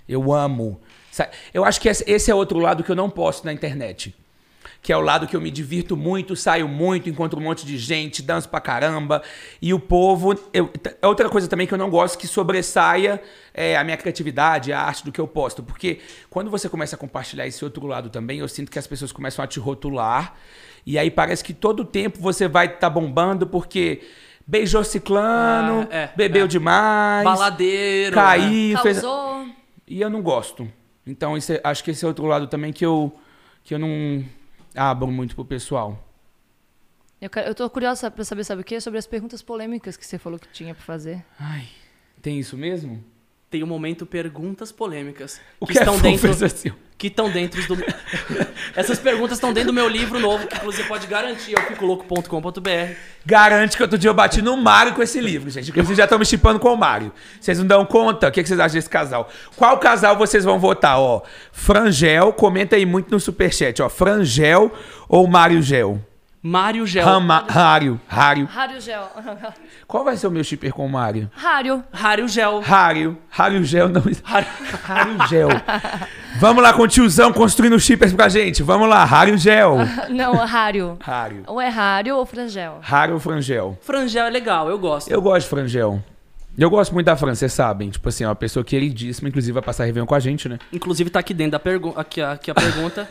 A: Eu amo. Sa- Eu acho que esse- esse é outro lado que eu não posso na internet. Que é o lado que eu me divirto muito, saio muito, encontro um monte de gente, danço pra caramba. E o povo. eu- t- é outra coisa também que eu não gosto que sobressaia eh, a minha criatividade, a arte do que eu posto. Porque quando você começa a compartilhar esse outro lado também, eu sinto que as pessoas começam a te rotular. E aí parece que todo tempo você vai estar bombando porque beijou ciclano,
C: Ah, é,
A: bebeu
C: é.
A: demais,
C: Baladeiro. né?
A: caiu, fez.
D: Causou.
A: E eu não gosto. Então, isso é- acho que esse é outro lado também que eu, que eu não abro muito pro pessoal.
D: Eu, quero- eu tô curiosa pra saber, sabe o quê? Sobre as perguntas polêmicas que você falou que tinha pra fazer.
A: Ai, tem isso mesmo?
C: Tem um momento perguntas polêmicas.
A: O que, estão é fofo
C: dentro
A: isso assim?
C: que estão dentro do. Essas perguntas estão dentro do meu livro novo, que inclusive pode garantir, eu fico louco.com.br.
A: Garante que outro dia eu bati no Mário com esse livro, gente. Inclusive, já estão me chipando com o Mário. Vocês não dão conta? O que, que vocês acham desse casal? Qual casal vocês vão votar? Ó, Frangel, comenta aí muito no superchat, ó. Frangel ou Mário Gel?
C: Mário Gel.
A: Rama- Rário, Rário.
D: Rário Gel.
A: Qual vai ser o meu shipper com o Mário?
D: Rário.
C: Rário Gel.
A: Rário. Rário Gel não...
C: Rário-
A: Rário Gel. Vamos lá com o tiozão construindo shippers pra gente. Vamos lá, Rário Gel.
D: Não, é Rário.
A: Rário.
D: Ou é Rário ou Frangel.
A: Rário ou Frangel?
C: Frangel é legal, eu gosto.
A: Eu gosto de Frangel. Eu gosto muito da França, vocês sabem. Tipo assim, é uma pessoa queridíssima, inclusive vai passar Réveillon com a gente, né?
C: Inclusive tá aqui dentro da pergunta. Aqui, a- aqui a pergunta.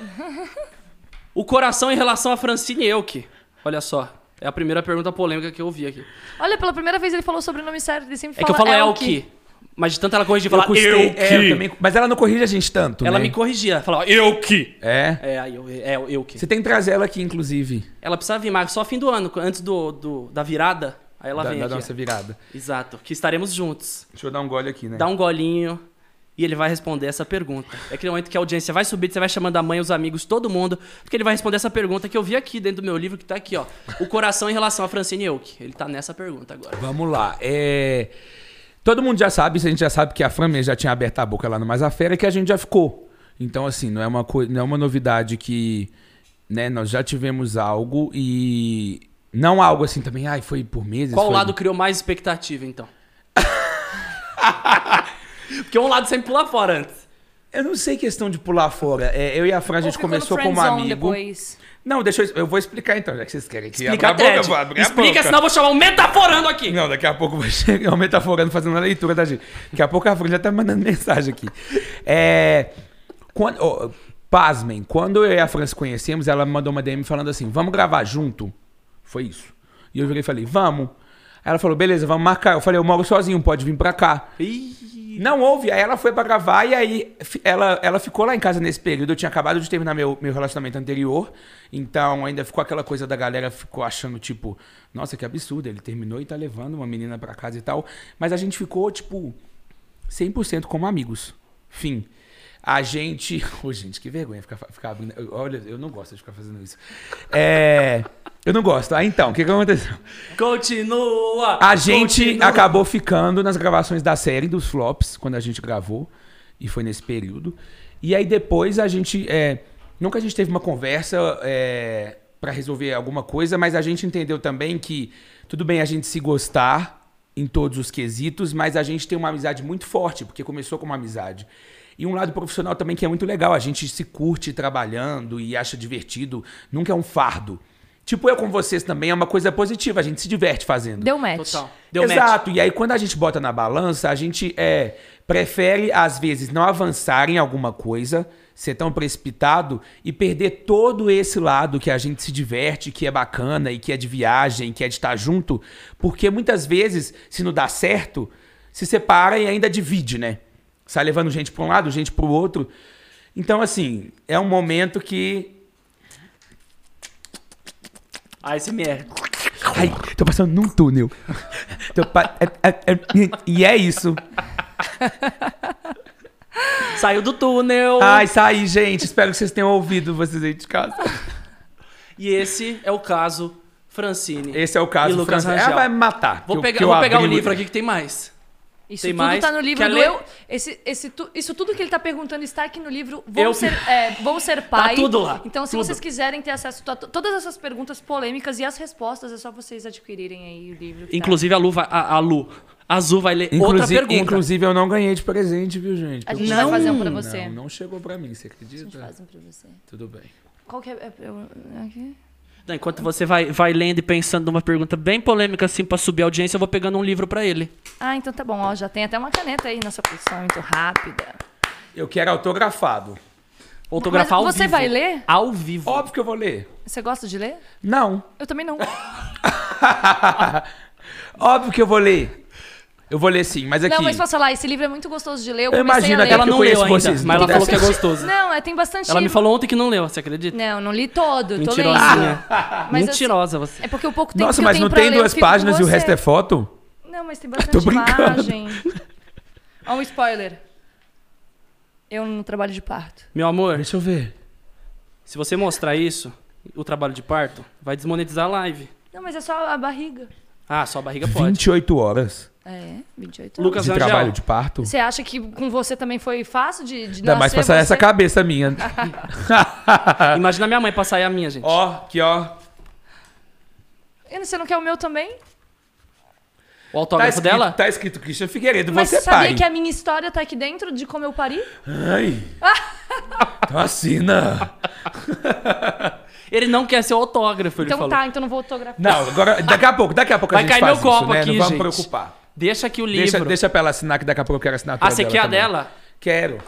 C: o coração em relação a Francine Elke. Olha só. É a primeira pergunta polêmica que eu ouvi aqui.
D: Olha, pela primeira vez ele falou sobre o nome certo. Ele sempre
C: É que eu
D: fala
C: falo
D: Elke.
C: Elke. Mas de tanto ela corrigir, falar
A: custei-
C: Elke.
A: é, eu também- Mas ela não corrige a gente tanto,
C: Ela
A: né?
C: me corrigia, falava Elke.
A: É.
C: É, aí eu, é, Elke.
A: Você tem que trazer ela aqui, inclusive,
C: Ela precisava vir, mas só fim do ano, antes do, do- da virada. Aí ela
A: da,
C: vem
A: da
C: aqui.
A: nossa virada.
C: Exato, que estaremos juntos.
A: Deixa eu dar um gole aqui, né?
C: Dá um golinho e ele vai responder essa pergunta. É aquele momento que a audiência vai subir, você vai chamando a mãe, os amigos, todo mundo, porque ele vai responder essa pergunta que eu vi aqui dentro do meu livro, que tá aqui, ó. O coração em relação a Francine Elk. Ele tá nessa pergunta agora.
A: Vamos lá. É... Todo mundo já sabe, isso a gente já sabe que a Fran mesmo já tinha aberto a boca lá no Mais a Fera, que a gente já ficou. Então, assim, não é uma, coi- não é uma novidade que. Né, nós já tivemos algo e. Não algo assim também, ai, foi por meses.
C: Qual
A: foi-
C: lado criou mais expectativa, então? porque um lado sempre pula fora antes.
A: Eu não sei questão de pular fora. É, eu e a Fran, a
D: Ou
A: gente
D: ficou
A: começou
D: no
A: como
D: friendzone
A: amigo.
D: Depois.
A: Não, deixa eu. Eu vou explicar então, já que vocês querem que
C: Explica,
A: abra a boca, eu
C: Ted.
A: vou abrir a
C: Explica,
A: boca.
C: senão eu vou chamar um metaforando aqui.
A: Não, daqui a pouco vai chegar o metaforando fazendo a leitura da gente. Daqui a pouco a Fran já tá mandando mensagem aqui. É. Quando, ó, pasmem, quando eu e a Fran se conhecemos, ela me mandou uma DM falando assim: vamos gravar junto? Foi isso. E eu virei e falei: vamos. Aí Ela falou, beleza, vamos marcar. Eu falei, eu moro sozinho, pode vir pra cá. Não houve, aí ela foi pra gravar e aí fi- ela, ela ficou lá em casa nesse período. Eu tinha acabado de terminar meu, meu relacionamento anterior, então ainda ficou aquela coisa da galera ficou achando, tipo, nossa, que absurdo, ele terminou e tá levando uma menina pra casa e tal. Mas a gente ficou, tipo, 100% como amigos. Fim. A gente. Ô, gente, que vergonha ficar, fa- ficar abrindo. eu- Olha, eu não gosto de ficar fazendo isso. É. Eu não gosto. Ah, então, o que, que aconteceu?
C: Continua!
A: A gente
C: continua.
A: acabou ficando nas gravações da série dos flops, quando a gente gravou. E foi nesse período. E aí depois a gente. é, nunca a gente teve uma conversa é, para resolver alguma coisa, mas a gente entendeu também que tudo bem a gente se gostar em todos os quesitos, mas a gente tem uma amizade muito forte, porque começou com uma amizade. E um lado profissional também que é muito legal. A gente se curte trabalhando e acha divertido. Nunca é um fardo. Tipo, eu com vocês também é uma coisa positiva. A gente se diverte fazendo.
D: Deu match.
C: Total. Deu match.
A: Exato. E aí, quando a gente bota na balança, a gente é, prefere, às vezes, não avançar em alguma coisa, ser tão precipitado e perder todo esse lado que a gente se diverte, que é bacana e que é de viagem, que é de estar junto. Porque muitas vezes, se não dá certo, se separa e ainda divide, né? Sai levando gente para um lado, gente para o outro. Então, assim, é um momento que.
C: ASMR.
A: Ai, tô passando num túnel. Tô pa- é- é- é- E é isso.
C: Saiu do túnel.
A: Ai, saí, gente. Espero que vocês tenham ouvido, vocês aí de casa.
C: E esse é o caso Francine.
A: Esse é o caso
C: E
A: do
C: Lucas
A: Francine.
C: Rangel.
A: Ela vai me matar. que
C: Vou
A: eu-
C: pegar,
A: que eu
C: vou pegar o
A: abri
C: livro aqui que tem mais.
D: Isso
C: Tem
D: tudo
C: mais?
D: tá no livro
C: Quer
D: do
C: ler?
D: eu. Esse, esse tu- isso tudo que ele tá perguntando está aqui no livro. Vão
C: Eu- Tá
D: ser, é, vão ser pai.
C: tudo lá,
D: Então, se
C: tudo.
D: vocês quiserem ter acesso a to- todas essas perguntas polêmicas e as respostas, é só vocês adquirirem aí o livro. que tá.
C: Inclusive, a Lu, vai, a, a Lu, a Zu vai ler outra
A: Inclusive,
C: pergunta.
A: inclusive, eu não ganhei de presente, viu, gente?
D: a gente
A: Porque-
C: Não.
D: vai fazer um pra você.
A: Não, não chegou pra mim, você
D: A gente
A: acredita?
D: faz um pra você.
A: Tudo bem.
D: Qual que é. é- é- aqui?
C: Não, enquanto você vai, vai lendo e pensando numa pergunta bem polêmica, assim, pra subir a audiência, eu vou pegando um livro pra ele.
D: Ah, então tá bom. Ó, já tem até uma caneta aí na sua posição, muito rápida.
A: Eu quero autografado.
C: Autografar
D: Mas
C: ao
D: você
C: vivo.
D: vai ler?
C: Ao vivo.
A: Óbvio que eu vou ler.
D: Você gosta de ler?
A: Não.
D: Eu também não.
A: Óbvio que eu vou ler. Eu vou ler sim, mas aqui.
D: Não, mas posso falar, esse livro é muito gostoso de ler. Eu,
A: Eu
D: comecei
A: imagino
D: a ler.
A: que
C: Ela
A: eu
C: não leu
A: conheço
C: ainda,
A: vocês,
C: mas ela
A: não
C: falou que é
A: deve
C: gostoso.
D: Não, é, tem bastante.
C: Ela me falou ontem que não leu, você acredita?
D: Não, não li todo. eu Tô lendo. Ah,
C: Mentirosinha.
D: Mas eu-
C: Mentirosa você.
D: É porque o pouco tempo
A: Nossa,
D: que eu
A: mas
D: tenho
A: não
D: pra
A: tem
D: ler, eu
A: duas
D: fico com
A: páginas e o
D: você.
A: resto é foto?
D: Não, mas tem bastante
A: Tô brincando.
D: imagem. Ó, um spoiler. Eu não trabalho de parto.
C: Meu amor,
A: Deixa eu ver.
C: se você mostrar isso, o trabalho de parto, vai desmonetizar a live.
D: Não, mas é só a barriga.
C: Ah, só a barriga pode.
A: 28 horas
D: É, 28 anos.
C: Lucas
A: de
C: Rangel,
A: trabalho de parto?
D: Você acha que com você também foi fácil de, de
A: Ainda mais
D: nascer
A: pra sair
D: você?
A: essa cabeça minha. Ah.
C: imagina minha mãe passar aí a minha, gente.
A: Ó, aqui, ó.
D: Eu não- Você não quer o meu também?
C: O
A: Tá
C: autógrafo
A: escrito,
C: dela?
A: tá escrito Christian Figueiredo,
D: Mas
A: você é
D: sabia
A: pai.
D: que a minha história tá aqui dentro de como eu pari?
C: é-
A: Ai. Então assina.
C: Ele não quer ser autógrafo, ele
D: Então
C: falou.
D: tá, então não vou autografar.
A: Não, agora, daqui a pouco, daqui a pouco
C: Vai
A: a gente
C: cair
A: faz
C: meu copo
A: isso, né?
C: aqui,
A: Não vamos
C: gente.
A: preocupar.
C: Deixa aqui o livro.
A: Deixa, deixa pra ela assinar, que daqui a pouco eu quero a assinatura
C: ah, você quer a
A: também.
C: dela?
A: Quero.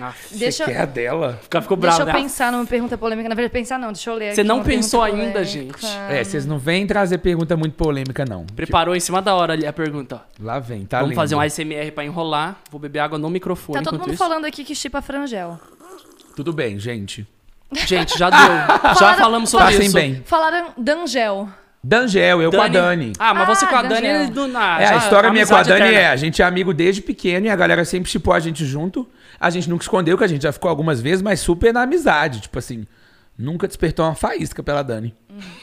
C: Ah,
D: Deixa,
A: Você quer um a dela?
C: o cara ficou
D: deixa
C: bravo,
D: eu
C: né?
D: pensar numa pergunta polêmica. Na verdade, pensar não, deixa eu ler
C: Você
D: aqui
C: não
D: uma
C: pensou
D: pergunta
C: ainda,
D: polêmica. Tá
C: gente.
A: É, vocês não vêm trazer pergunta muito polêmica, não.
C: Preparou em cima da hora ali a pergunta, ó.
A: Lá vem, tá
C: Vamos
A: lindo.
C: fazer um ASMR pra enrolar. Vou beber água no microfone.
D: Tá todo
C: enquanto
D: mundo
C: isso.
D: falando aqui que chipa frangel.
A: Tudo bem, gente.
C: Gente, já deu. já
D: Falaram-
C: falamos sobre
A: Passem
C: isso.
A: bem.
D: Falaram Dangel.
A: Dangel, eu com a Dani.
C: Ah, mas você
D: Ah,
C: com a Dani
D: Daniel.
C: do nada.
A: É, a história minha com a Dani é, a gente é amigo desde pequeno e a galera sempre chipou a gente junto. A gente nunca escondeu, que a gente já ficou algumas vezes, mas super na amizade. Tipo assim, nunca despertou uma faísca pela Dani.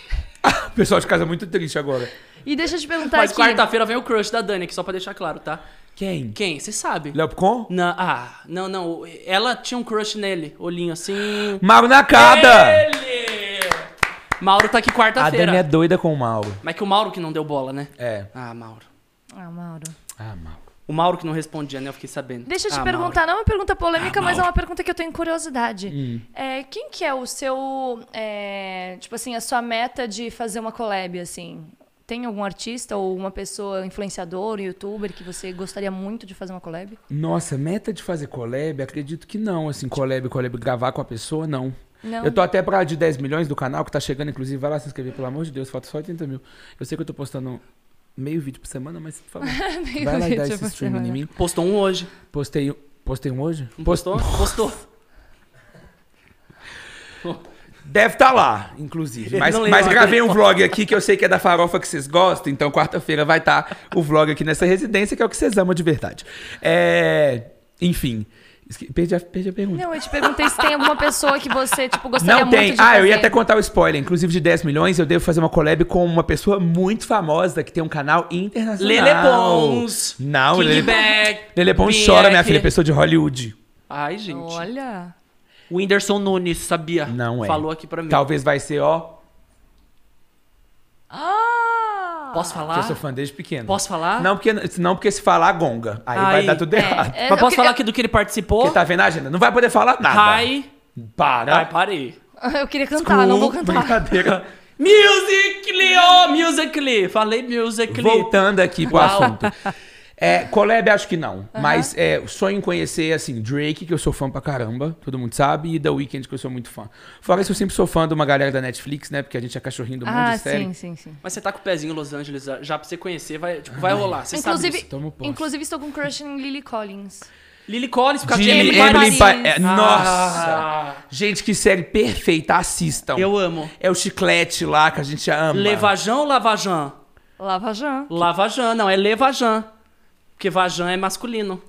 A: o pessoal de casa é muito triste agora.
D: E deixa eu te perguntar
C: Mas
D: Tá aqui.
C: quarta-feira vem o crush da Dani, aqui só pra deixar claro, tá?
A: Quem?
C: Quem? Você sabe.
A: Léo Picon?
C: Não, ah, não, não. Ela tinha um crush nele. Olhinho assim.
A: Mauro
C: É,
A: Nakada!
C: Ele! Mauro tá aqui
A: A Dani é
C: quarta-feira.
A: doida com o Mauro.
C: Mas é que o Mauro que não deu bola, né?
A: É.
C: Ah, Mauro.
D: Ah, Mauro.
A: Ah, Mauro.
C: O Mauro que não respondia, né? Eu fiquei sabendo.
D: Deixa eu te
C: Ah, Mauro.
D: perguntar, não é uma pergunta
A: Ah,
D: polêmica, mas é uma pergunta que eu tenho curiosidade.
A: Hum.
D: É, quem que é o seu, é, tipo assim, a sua meta de fazer uma collab, assim? Tem algum artista ou uma pessoa, influenciador, youtuber, que você gostaria muito de fazer uma collab?
A: Nossa, meta de fazer collab? Acredito que não. Assim, collab, collab, gravar com a pessoa, não.
D: Não.
A: Eu tô até pra de 10 milhões do canal, que tá chegando, inclusive. Vai lá se inscrever, pelo amor de Deus, falta só 80 mil. Eu sei que eu tô postando meio vídeo por semana, mas por favor, vai lá e dá esse stream em mim.
C: Postou um hoje.
A: Postei, postei um hoje?
C: Não postou? Postou.
A: Deve tá lá, inclusive.
C: Ele
A: Mas,
C: não leu
A: mas
C: a
A: gravei um vlog aqui que eu sei que é da farofa que vocês gostam, então quarta-feira vai estar o vlog aqui nessa residência, que é o que vocês amam de verdade. É, Enfim. Esque- Perdi a, perdi a pergunta.
D: Não, eu te perguntei se tem alguma pessoa que você, tipo, gostaria
A: Não tem.
D: muito de
A: Ah, eu ia
D: fazer.
A: até contar o spoiler. Inclusive, de 10 milhões, eu devo fazer uma collab com uma pessoa muito famosa que tem um canal internacional.
C: Lele Pons.
A: Não,
C: King
A: Lele
C: Beck,
A: Lele Pons
C: Bieck.
A: chora, minha filha. é Pessoa de Hollywood.
C: Ai, gente.
D: Olha.
C: O Whindersson Nunes, sabia?
A: Não é.
C: Falou aqui pra mim.
A: Talvez vai ser, ó.
D: Ah!
C: Posso
A: que
C: falar?
A: Eu sou fã desde pequeno.
C: Posso falar?
A: Não, porque, não, porque se falar, gonga. Aí vai
C: Aí,
A: dar tudo
D: é,
A: errado.
D: é-
C: Mas
D: eu
C: posso
D: que-
C: falar
D: eu-
C: aqui do que ele participou?
A: Porque tá vendo a agenda? Não vai poder falar nada.
C: Hi.
A: Para.
C: Ai, parei.
D: Eu queria cantar, não vou
A: Com
D: cantar.
A: Brincadeira.
C: Musically, oh, Musically. Falei Musically.
A: Voltando aqui pro
C: Uau.
A: assunto. É, collab, acho que não. Mas é, sonho em conhecer, assim, Drake, que eu sou fã pra caramba, todo mundo sabe, e The Weeknd, que eu sou muito fã. Fora isso, eu sempre sou fã de uma galera da Netflix, né? Porque a gente é cachorrinho do mundo,
D: Ah,
A: sério.
D: sim, sim, sim.
C: Mas você tá com o pezinho em Los Angeles já pra você conhecer, vai, tipo, vai rolar. Você sabe
D: Inclusive,
C: disso.
A: toma um o posse.
D: inclusive, estou com um crush em Lily Collins.
C: Lily Collins, por causa de
A: De
C: Emily
A: Emily,
D: Paris.
C: Paris.
A: Pa- é,
C: Ah,
A: Nossa! Gente, que série perfeita, assistam.
C: Eu amo.
A: É o chiclete lá que a gente ama.
C: Levajão ou Lavajan?
D: Lava Jean.
C: Lavajan, não, é Levajan. Porque Vajan é masculino.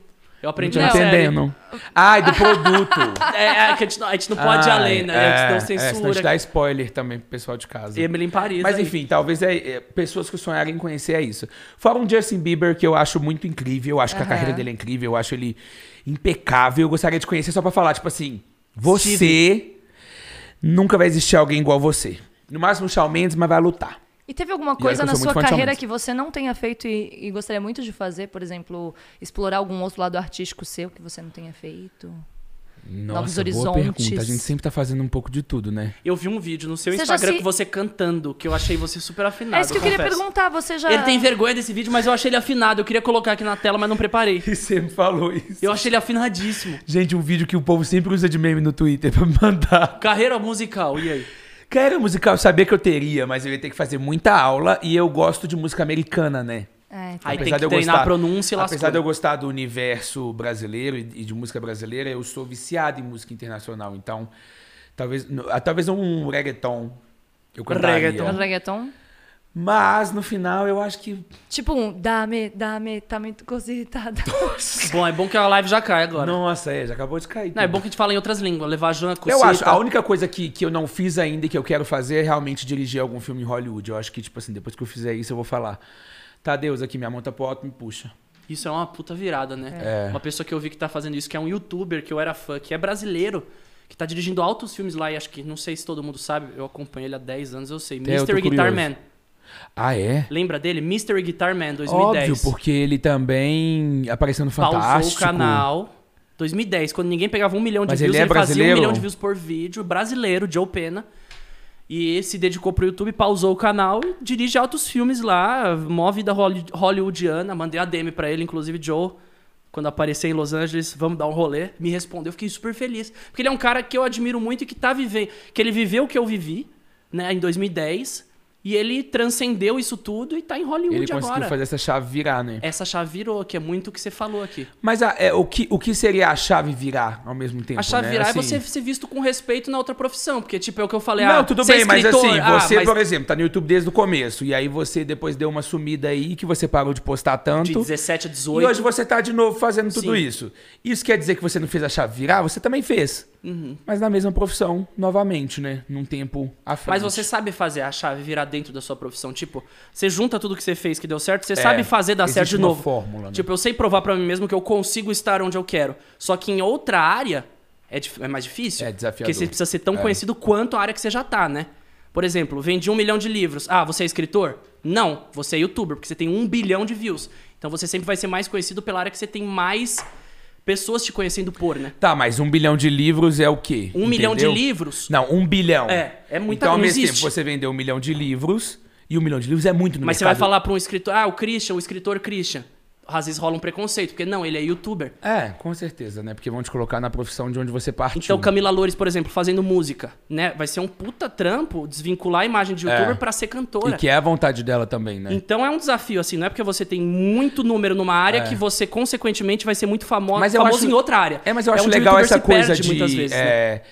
C: Eu aprendi
A: Não
C: na
A: tô entendendo. Ai, do produto.
C: série. É, é que a gente, não- a gente não pode ir
A: Ai,
C: além, né? É,
A: É, é,
C: senão
A: senão a gente
C: censura.
A: dá spoiler também pro pessoal de casa.
C: Emily em Paris.
A: Mas
C: aí.
A: enfim, talvez é, é, pessoas que sonharem em conhecer é isso. Fora um Justin Bieber que eu acho muito incrível, eu acho que a
D: Aham.
A: carreira dele é incrível, eu acho ele impecável. Eu gostaria de conhecer só pra falar, tipo assim, você nunca vai existir alguém igual você. No máximo o Shawn Mendes, mas vai lutar.
D: E teve alguma
A: que
D: coisa
A: eu
D: na
A: sou muito
D: sua
A: fã de
D: carreira
A: homens.
D: que você não tenha feito e, e gostaria muito de fazer? Por exemplo, explorar algum outro lado artístico seu que você não tenha feito? Novos
A: boa
D: horizontes.
A: pergunta. A gente sempre tá fazendo um pouco de tudo, né?
C: Eu vi um vídeo no seu
D: Você já
C: Instagram
D: se-
C: que você cantando, que eu achei você super afinado.
D: é isso que eu queria
C: confesso.
D: perguntar. Você já.
C: Ele tem vergonha desse vídeo, mas eu achei ele afinado. Eu queria colocar aqui na tela, mas não preparei.
A: E você me falou isso.
C: Eu achei ele afinadíssimo.
A: Gente, um vídeo que o povo sempre usa de meme no Twitter pra me mandar.
C: Carreira musical, e aí?
A: Carreira musical, eu sabia que eu teria, mas eu ia ter que fazer muita aula e eu gosto de música americana, né?
D: É, então.
C: Aí tem
A: Apesar de
C: que
A: eu
C: treinar
A: gostar-
C: a pronúncia e lascou.
A: Apesar de eu gostar do universo brasileiro e e de música brasileira, eu sou viciado em música internacional. Então, talvez, no- ah, talvez um reggaeton eu cantaria.
C: Reggaeton.
D: Um reggaeton?
A: Mas, no final, eu acho que...
D: Tipo um. Dá-me, dá-me, tá um muito cositada.
C: Bom, é bom que a live já cai agora. Não,
A: Nossa, é, já acabou de cair.
C: é
A: tudo.
C: bom tá- que a gente fala em outras línguas. Levar Jean, Cucita.
A: Eu acho, a única coisa que, que eu não fiz ainda e que eu quero fazer é realmente dirigir algum filme em Hollywood. Eu acho que, tipo assim, depois que eu fizer isso, eu vou falar... Tá, Deus, aqui, minha mão tá pro alto, me puxa.
C: Isso é uma puta virada, né?
A: É.
C: Uma pessoa que eu vi que tá fazendo isso, que é um youtuber, que eu era fã, que é brasileiro, que tá dirigindo altos filmes lá, e acho que, não sei se todo mundo sabe, eu acompanho ele há 10 anos, eu sei.
A: É, eu tô
C: Mystery Guitar
A: curioso.
C: Man.
A: Ah, é?
C: Lembra dele? Mystery Guitar Man, 2010.
A: Óbvio, porque ele também apareceu no
C: Pausou o
A: Fantástico.
C: canal. 2010, quando ninguém pegava um milhão de
A: Mas
C: views,
A: ele é
C: ele fazia um
A: brasileiro?
C: milhão de views por vídeo, brasileiro, Joe Pena. E se dedicou pro YouTube, pausou o canal e dirige altos filmes lá, mó vida holly- hollywoodiana. Mandei a DM pra ele, inclusive, Joe, quando aparecer em Los Angeles, vamos dar um rolê. Me respondeu, eu fiquei super feliz. Porque ele é um cara que eu admiro muito e que tá vivendo. Que ele viveu o que eu vivi, né, em 2010. E ele transcendeu isso tudo e tá em Hollywood
A: Ele conseguiu
C: agora.
A: fazer essa chave virar, né?
C: Essa chave virou, que é muito o que você falou aqui.
A: Mas a- é, o, que, o que seria a chave virar ao mesmo tempo?
C: A chave
A: né?
C: virar
A: Assim-
C: é você ser visto com respeito na outra profissão. Porque, tipo, é o que eu falei. ah,
A: Não, tudo
C: você é
A: bem, mas
C: escritor,
A: assim,
C: ah,
A: você,
C: mas
A: por exemplo, tá no YouTube desde o começo. E aí você depois deu uma sumida aí que você parou de postar
C: De
A: tanto.
C: 17 a 18.
A: E hoje você tá de novo fazendo tudo
C: Sim.
A: isso. Isso quer dizer que você não fez a chave virar? Você também fez.
C: Uhum.
A: Mas na mesma profissão, novamente, né? Num tempo à frente.
C: Mas você sabe fazer a chave virar dentro da sua profissão. Tipo, você junta tudo que você fez que deu certo, você sabe fazer dar
A: É. existe
C: certo de
A: uma
C: novo.
A: fórmula, né?
C: Tipo, eu sei provar pra mim mesmo que eu consigo estar onde eu quero. Só que em outra área é, dif- é mais difícil.
A: É desafiador.
C: Porque você precisa ser tão
A: É.
C: conhecido quanto a área que você já tá, né? Por exemplo, vendi um milhão de livros. Ah, você é escritor? Não, você é youtuber, porque você tem um bilhão de views. Então você sempre vai ser mais conhecido pela área que você tem mais pessoas te conhecendo por, né?
A: Tá, mas um bilhão de livros é o quê?
C: Um milhão de
A: Entendeu?
C: livros
A: Não, um bilhão.
C: É, é muita-
A: Então, ao
C: não
A: mesmo
C: existe.
A: tempo, você vendeu um milhão de livros, e um milhão de livros é muito no
C: Mas você vai
A: mercado.
C: falar pra um escritor, ah, o Christian, o escritor Christian. Às vezes rola um preconceito, porque não, ele é youtuber.
A: É, com certeza, né? Porque vão te colocar na profissão de onde você partiu.
C: Então, Camila Loures, por exemplo, fazendo música, né? Vai ser um puta trampo desvincular a imagem de youtuber
A: É.
C: pra ser
A: E
C: cantora.
A: que é a vontade dela também, né?
C: né? Então é um desafio, assim, não é porque você tem muito número numa área que você, consequentemente, vai ser muito famoso,
A: É. Mas eu
C: é famoso
A: acho-
C: em outra área. um
A: É, mas eu acho
C: onde o
A: legal
C: youtuber
A: essa
C: se
A: coisa
C: perde
A: de
C: muitas vezes, né?
A: é,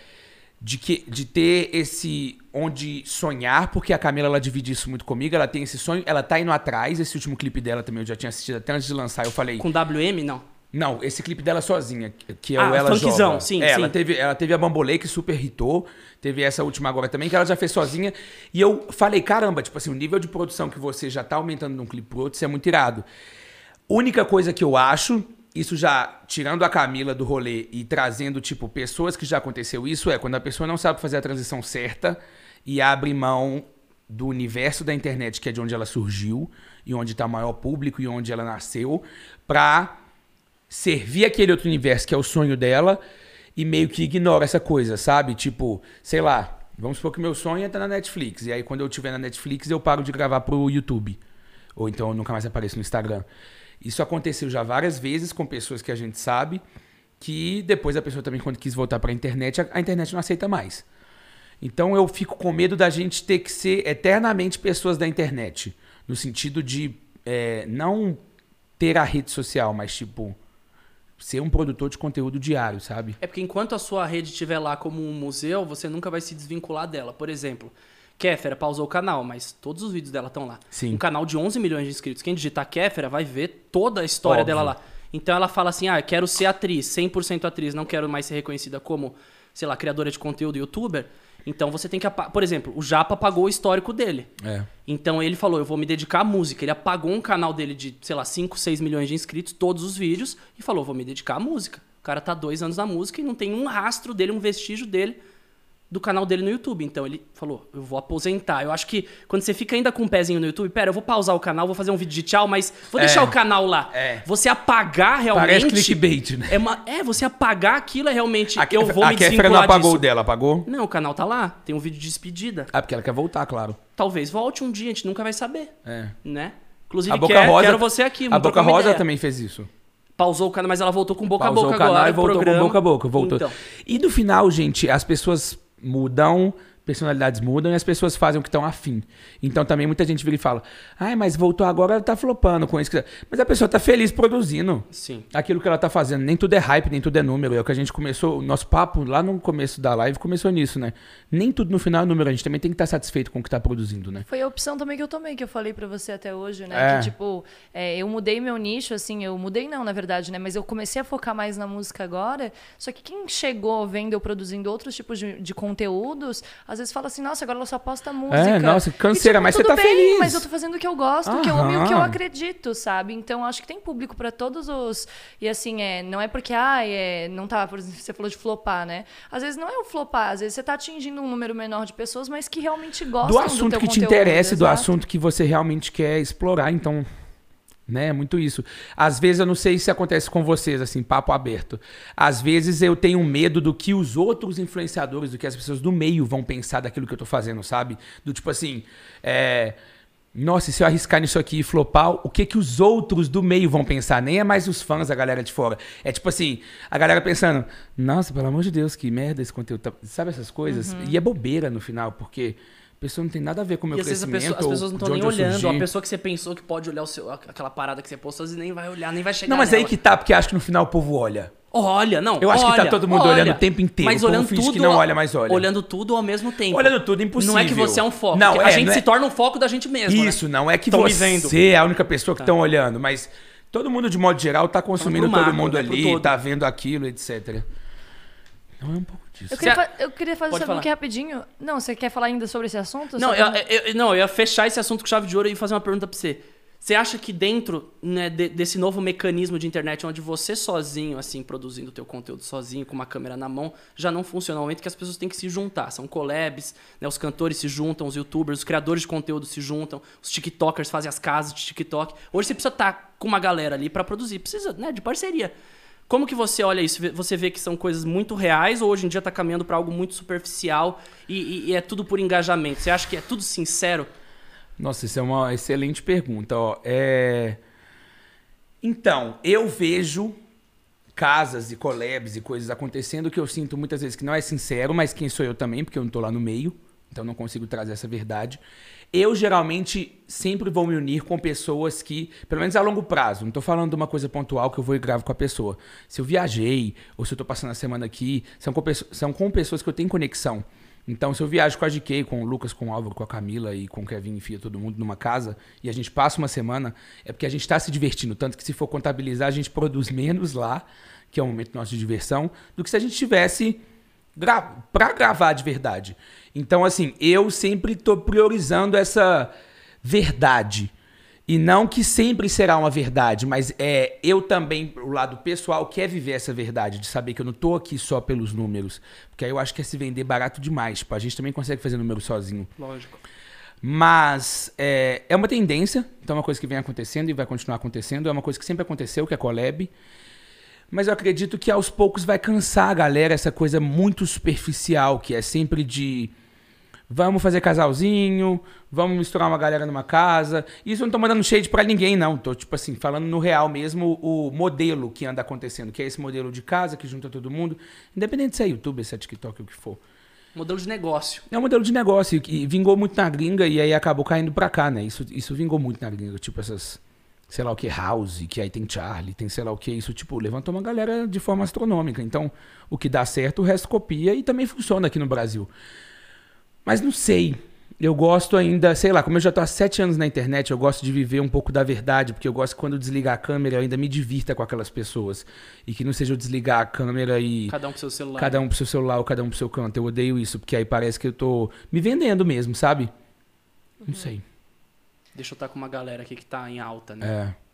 A: de que de ter esse onde sonhar, porque a Camila ela divide isso muito comigo, ela tem esse sonho, ela tá indo atrás, esse último clipe dela também eu já tinha assistido até antes de lançar, eu falei,
C: Com WM, não.
A: Não, esse clipe dela sozinha, que- que é o
C: Ah,
A: Ela
C: funkzão,
A: Joga.
C: sim,
A: É, Ela
C: sim.
A: teve, ela teve a Bambolê, que super hitou. Teve essa última agora também, que ela já fez sozinha. E eu falei, caramba, tipo assim, o nível de produção que você já tá aumentando de um clipe pro outro, isso é muito irado. Única coisa que eu acho, isso já tirando a Camila do rolê e trazendo, tipo, pessoas que já aconteceu isso, é quando a pessoa não sabe fazer a transição certa e abre mão do universo da internet, que é de onde ela surgiu e onde tá o maior público e onde ela nasceu, pra servir aquele outro universo que é o sonho dela e meio que ignora essa coisa, sabe? Tipo, sei lá, vamos supor que meu sonho é estar na Netflix. E aí quando eu estiver na Netflix, eu paro de gravar pro YouTube. Ou então eu nunca mais apareço no Instagram. Isso aconteceu já várias vezes com pessoas que a gente sabe que depois a pessoa também quando quis voltar pra internet, a- a internet não aceita mais. Então eu fico com medo da gente ter que ser eternamente pessoas da internet. No sentido de é, não ter a rede social, mas tipo ser um produtor de conteúdo diário, sabe?
C: É porque enquanto a sua rede estiver lá como um museu, você nunca vai se desvincular dela. Por exemplo, Kéfera pausou o canal, mas todos os vídeos dela estão lá.
A: Sim.
C: Um canal de 11 milhões de inscritos. Quem digitar Kéfera vai ver toda a história
A: Óbvio.
C: dela lá. Então ela fala assim: ah, eu quero ser atriz, 100% atriz, não quero mais ser reconhecida como, sei lá, criadora de conteúdo, youtuber. Então você tem que. apa- Por exemplo, o Japa apagou o histórico dele.
A: É.
C: Então ele falou, eu vou me dedicar à música. Ele apagou um canal dele de, sei lá, 5, 6 milhões de inscritos, todos os vídeos, e falou, vou me dedicar à música. O cara tá dois anos na música e não tem um rastro dele, um vestígio dele, do canal dele no YouTube. Então ele falou, eu vou aposentar. Eu acho que quando você fica ainda com um pezinho no YouTube, pera, eu vou pausar o canal, vou fazer um vídeo de tchau, mas vou deixar
A: É.
C: o canal lá.
A: É.
C: Você apagar realmente...
A: Então, Parece clickbait, né?
C: É, uma- é, você apagar aquilo é realmente,
A: A,
C: eu vou
A: a
C: me
A: Kéfera não
C: desvincular
A: é apagou o
C: disso.
A: dela, apagou?
C: Não, o canal tá lá, tem um vídeo de despedida.
A: Ah, porque ela quer voltar, claro.
C: Talvez volte um dia, a gente nunca vai saber
A: É.
C: né? Inclusive,
A: A Boca
C: quer-
A: Rosa,
C: quero você aqui.
A: A
C: vamos
A: Boca
C: trocar uma
A: Rosa
C: ideia.
A: também fez isso.
C: Pausou o canal, mas ela voltou com boca
A: Pausou
C: a boca
A: o canal
C: agora.
A: e voltou
C: programa.
A: com boca a boca, voltou.
C: Então,
A: E no final, gente, as pessoas mudam, personalidades mudam e as pessoas fazem o que estão afim. Então também muita gente vira e fala: "Ai, mas voltou agora, tá flopando com isso". que-". Mas a pessoa tá feliz produzindo.
C: sim.
A: aquilo que ela tá fazendo. Nem tudo é hype, nem tudo é número. É o que a gente começou, o nosso papo lá no começo da live começou nisso, né? Nem tudo no final é número. A gente também tem que estar satisfeito com o que tá produzindo, né?
D: Foi a opção também que eu tomei, que eu falei pra você até hoje,
A: É.
D: né? Que, tipo, é, eu mudei meu nicho, assim, eu mudei não, na verdade, né? Mas eu comecei a focar mais na música agora. Só que quem chegou vendo eu produzindo outros tipos de, de conteúdos, às vezes fala assim, nossa, agora ela só posta música.
A: É, nossa,
D: E, tipo,
A: canseira, mas você
D: tudo
A: tá
D: bem,
A: feliz.
D: Mas eu tô fazendo o que eu gosto, o que eu amo e o que eu
A: Aham.
D: acredito, sabe? Então, acho que tem público pra todos os... E assim, é, não é porque, ah, é, não tá... Por exemplo, você falou de flopar, né? Às vezes não é o flopar, às vezes você tá atingindo um número menor de pessoas, mas que realmente gostam
A: do
D: gostam
A: assunto
D: teu
A: que te
D: conteúdo,
A: interessa, do
D: exato.
A: assunto que você realmente quer explorar, então. Né? É muito isso. Às vezes, eu não sei se acontece com vocês, assim, papo aberto. Às vezes eu tenho medo do que os outros influenciadores, do que as pessoas do meio vão pensar daquilo que eu tô fazendo, sabe? Do tipo assim, é. Nossa, e se eu arriscar nisso aqui e flopar, o que que os outros do meio vão pensar? Nem é mais os fãs, a galera de fora. É tipo assim, a galera pensando, nossa, pelo amor de Deus, que merda esse conteúdo. tá-" Sabe essas coisas? E é bobeira no final, porque a pessoa não tem nada a ver com o meu
C: Uhum. E às vezes a
A: crescimento.
C: pessoa- as
A: ou
C: pessoas não estão
A: de
C: nem
A: onde eu
C: olhando.
A: surgi.
C: A pessoa que você pensou que pode olhar o seu, aquela parada que você postou, às vezes nem vai olhar, nem vai chegar
A: Não, mas aí
C: nela.
A: que tá, porque acho que no final o povo olha.
C: Olha, não.
A: Eu acho que tá
C: olha,
A: todo mundo
C: olha.
A: olhando o tempo inteiro,
C: Mas
A: o povo
C: olhando
A: finge que
C: tudo.
A: não
C: a-
A: olha, mas olha.
C: Olhando tudo ao mesmo tempo.
A: Olhando tudo, é impossível.
C: Não é que você é um foco.
A: Não,
C: porque
A: é,
C: a gente
A: não é-
C: se torna um foco da gente mesmo. né? Tá.
A: Isso, não é que
C: Tão me vendo.
A: você é a única pessoa que estão olhando, mas todo mundo, de modo geral, tá consumindo
C: pro
A: todo
C: macro,
A: mundo
C: né, pro
A: ali,
C: todo.
A: tá vendo aquilo, etc. Não é um pouco disso.
D: Eu queria,
C: Você-
D: fa- eu queria fazer
C: Pode
D: sabe o que
C: falar.
D: rapidinho. Não, você quer falar ainda sobre esse assunto? tá
C: Não,
D: Sobre-
C: eu, é- eu- eu- não, eu ia fechar esse assunto com chave de ouro e fazer uma pergunta pra você. Você acha que dentro né, de- desse novo mecanismo de internet, onde você sozinho, assim, produzindo o teu conteúdo sozinho, com uma câmera na mão, já não funciona? É um momento que as pessoas têm que se juntar. São collabs, né, os cantores se juntam, os youtubers, os criadores de conteúdo se juntam, os tiktokers fazem as casas de tiktok. Hoje você precisa estar com uma galera ali pra produzir. Precisa, né, de parceria. Como que você olha isso? Vê- Você vê que são coisas muito reais ou hoje em dia tá caminhando pra algo muito superficial e, e- e é tudo por engajamento? Você acha que é tudo sincero?
A: Nossa, isso é uma excelente pergunta. Ó. É... Então, eu vejo casas e collabs e coisas acontecendo que eu sinto muitas vezes que não é sincero, mas quem sou eu também, porque eu não tô lá no meio, então não consigo trazer essa verdade. Eu geralmente sempre vou me unir com pessoas que, pelo menos a longo prazo, não tô falando de uma coisa pontual que eu vou e gravo com a pessoa. Se eu viajei ou se eu tô passando a semana aqui, são com, pesso- são com pessoas que eu tenho conexão. Então, se eu viajo com a GK, com o Lucas, com o Álvaro, com a Camila e com o Kevin, enfia todo mundo numa casa, e a gente passa uma semana, é porque a gente está se divertindo. Tanto que se for contabilizar, a gente produz menos lá, que é um momento nosso de diversão, do que se a gente tivesse gra para gravar de verdade. Então, assim, eu sempre tô priorizando essa verdade. E não que sempre será uma verdade, mas é eu também, o lado pessoal, quer viver essa verdade, de saber que eu não tô aqui só pelos números. Porque aí eu acho que é se vender barato demais. Tipo, a gente também consegue fazer número sozinho.
C: Lógico.
A: Mas é, é uma tendência, então é uma coisa que vem acontecendo e vai continuar acontecendo. É uma coisa que sempre aconteceu, que é a collab. Mas eu acredito que aos poucos vai cansar a galera essa coisa muito superficial, que é sempre de vamos fazer casalzinho, vamos misturar uma galera numa casa. Isso eu não tô mandando shade pra ninguém, não. Tô, tipo assim, falando no real mesmo o modelo que anda acontecendo, que é esse modelo de casa que junta todo mundo, independente se é YouTube, se é TikTok, o que for.
C: Modelo de negócio.
A: É um modelo de negócio que vingou muito na gringa e aí acabou caindo pra cá, né? Isso, isso vingou muito na gringa, tipo essas, sei lá o que, House, que aí tem Charlie, tem sei lá o que, isso, tipo, levantou uma galera de forma astronômica. Então, o que dá certo, o resto copia e também funciona aqui no Brasil. Mas não sei. Eu gosto ainda, sei lá, como eu já tô há sete anos na internet, eu gosto de viver um pouco da verdade, porque eu gosto que quando eu desligar a câmera eu ainda me divirta com aquelas pessoas. E que não seja eu desligar a câmera e.
C: Cada um com seu celular.
A: Cada um pro seu celular ou cada um pro seu canto. Eu odeio isso, porque aí parece que eu tô me vendendo mesmo, sabe?
D: Uhum.
A: Não sei.
C: Deixa eu estar com uma galera aqui que tá em alta, né?
A: É.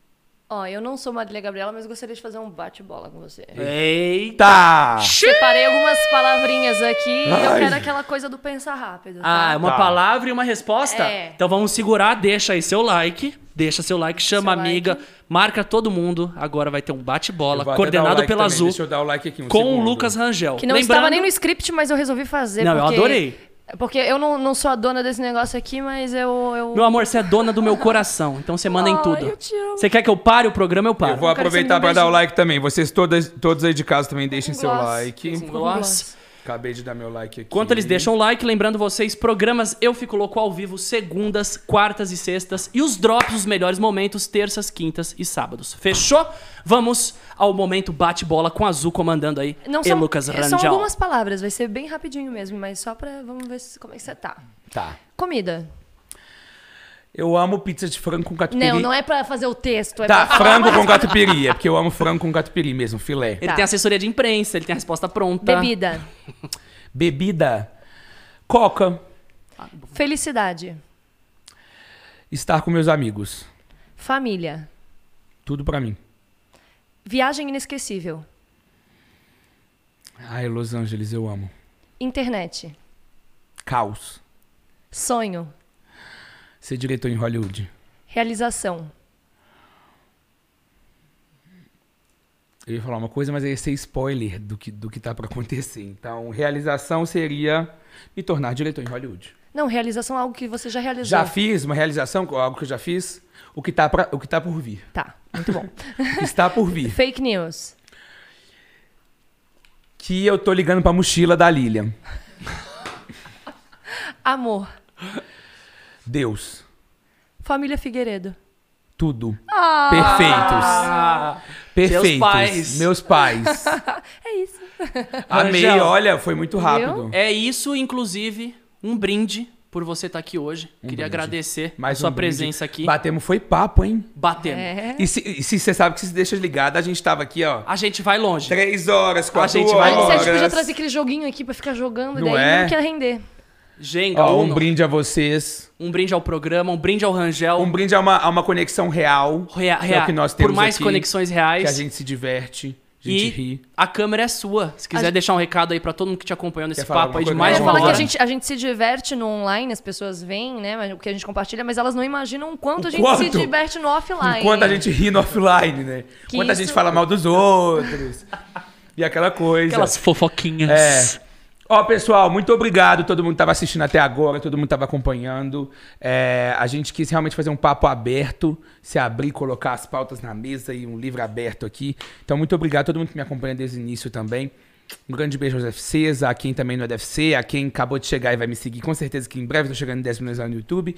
D: Ó, eu não sou Marília Gabriela, mas gostaria de fazer um bate-bola com você.
C: É.
A: É.
C: Eita!
A: Tá!
D: Separei algumas palavrinhas aqui e eu
E: Ai.
D: quero aquela coisa do pensar rápido.
C: Ah,
D: Tá?
C: é uma
A: Tá.
C: palavra e uma resposta?
D: É.
C: Então vamos segurar, deixa aí seu like. Deixa seu like, chama a
D: Seu
C: amiga,
D: like.
C: marca todo mundo. Agora vai ter um
A: Eu
C: bate-bola
A: vou até dar o
C: coordenado
A: like
C: pela
A: também.
C: Azul
A: Deixa eu dar o like aqui um
C: com o
A: segundo.
C: Lucas Rangel.
D: Que não estava nem no script, mas eu resolvi fazer.
C: Não, eu
D: porque-
C: adorei.
D: Porque eu não, não sou a dona desse negócio aqui, mas eu. um eu...
C: Meu amor, você é dona do meu coração, então você manda em
D: Ai,
C: tudo.
D: eu te amo.
C: Você quer que eu pare o programa, eu paro.
A: Eu vou
D: quero que você me
A: aproveitar pra
D: beije.
A: dar o like também. Vocês todas, todos aí de casa também deixem seu
D: Um Gloss. Assim,
A: like.
D: Com
C: Nossa.
A: Acabei de dar meu like aqui.
C: Enquanto eles deixam o like, lembrando vocês, programas Eu Fico Louco ao vivo, segundas, quartas e sextas, e os drops, os melhores momentos, terças, quintas e sábados. Fechou? Vamos ao momento bate-bola com Azul comandando aí
D: Não
C: e
D: são,
C: Lucas
D: são
C: Rangel.
D: algumas palavras, vai ser bem rapidinho mesmo, mas só pra. Vamos ver se- como é que você tá.
A: Tá.
D: Comida.
A: Eu amo pizza de frango com catupiry.
D: Não, não é pra fazer o texto. É
A: Tá,
D: pra...
A: frango com catupiry. É porque eu amo frango com catupiry mesmo, filé.
C: Ele
D: Tá.
C: tem assessoria de imprensa, ele tem a resposta pronta.
D: Bebida.
A: Bebida. Coca.
D: Felicidade.
A: Estar com meus amigos.
D: Família.
A: Tudo pra mim.
D: Viagem inesquecível.
A: Ai, Los Angeles, eu amo.
D: Internet.
A: Caos.
D: Sonho.
A: Ser diretor em Hollywood.
D: Realização.
A: Eu ia falar uma coisa, mas ia ser spoiler do que, do que tá pra acontecer. Então, realização seria me tornar diretor em Hollywood.
D: Não, realização é algo que você já realizou.
A: Já fiz uma realização, algo que eu já fiz. O que tá, pra, o que tá por vir.
D: Tá, muito bom.
A: Está por vir.
D: Fake news.
A: Que eu tô ligando pra mochila da Lilian.
D: Amor.
A: Deus.
D: Família Figueiredo.
A: Tudo. Perfeitos. Perfeitos.
C: Ah! seus pais.
A: Meus pais.
D: É isso.
A: Amei,
C: Rangel.
A: olha, foi muito rápido.
C: É isso, inclusive, um brinde por você estar aqui hoje. Queria
A: Um brinde.
C: agradecer
A: Mais
C: a sua
A: um brinde.
C: presença aqui.
A: Batemos, foi papo, hein?
C: Batemos.
D: É.
A: E se e se você sabe que se deixa ligado, a gente tava aqui, ó.
C: A gente vai longe.
A: Três horas, quatro
C: gente vai-
A: horas.
D: Olha, se é a gente
C: Horas.
D: podia trazer aquele joguinho aqui pra ficar jogando,
A: Não
D: daí
A: é?
D: não quer render.
C: Genga,
A: Ó, um
C: Uno.
A: brinde a vocês.
C: Um brinde ao programa, um brinde ao Rangel.
A: Um brinde a uma, a uma conexão real.
C: Rea-
A: que é
C: rea-
A: o que nós
C: por
A: temos
C: mais
A: aqui,
C: conexões reais.
A: Que a gente se diverte, a gente
C: e
A: ri.
C: a câmera é sua. Se quiser
D: gente-
C: deixar um recado aí pra todo mundo que te acompanhou nesse
A: Quer falar
C: papo aí de
A: alguma
C: mais
A: coisa?
C: de
D: eu ia
C: uma
D: falar que
C: hora.
D: a gente, a gente se diverte no online, as pessoas veem, né? mas O que a gente compartilha, mas elas não imaginam o quanto
A: O
D: a gente se
A: quanto?
D: diverte no offline.
A: Enquanto a gente ri no offline, né?
D: Que
A: Enquanto a
D: isso-
A: gente fala mal dos outros. e aquela coisa.
C: Aquelas fofoquinhas.
A: É. Ó, pessoal, muito obrigado. Todo mundo tava assistindo até agora, todo mundo tava acompanhando. É, a gente quis realmente fazer um papo aberto, se abrir, colocar as pautas na mesa e um livro aberto aqui. Então, muito obrigado a todo mundo que me acompanha desde o início também. Um grande beijo aos FCs, a quem também não é do FC, a quem acabou de chegar e vai me seguir, com certeza que em breve eu tô chegando em 10 milhões lá no YouTube.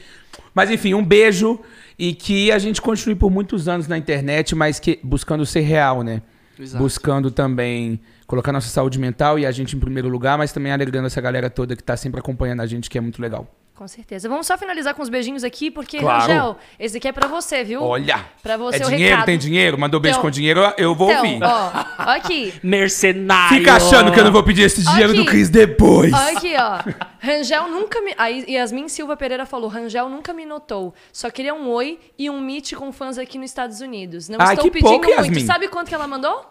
A: Mas enfim, um beijo e que a gente continue por muitos anos na internet, mas que buscando ser real, né?
C: Exato.
A: buscando também colocar nossa saúde mental e a gente em primeiro lugar, mas também alegrando essa galera toda que tá sempre acompanhando a gente, que é muito legal.
D: Com certeza. Vamos só finalizar com os beijinhos aqui, porque,
A: Claro.
D: Rangel, esse aqui é pra você, viu?
A: Olha!
D: Pra você
A: é
D: o
A: dinheiro,
D: recado.
A: tem dinheiro? Mandou beijo
D: Então-
A: com dinheiro, eu- eu vou
D: Então,
A: ouvir.
D: ó, ó aqui.
C: Mercenário!
A: Fica achando que eu não vou pedir esse dinheiro
D: Aqui.
A: do Cris depois.
D: Olha aqui, ó. Rangel nunca me. Aí Yasmin Silva Pereira falou: Rangel nunca me notou. Só queria um oi e um meet com fãs aqui nos Estados Unidos. Não
A: Ai, que
D: estou pedindo
A: pouco,
D: muito.
A: Yasmin.
D: Sabe quanto que ela mandou?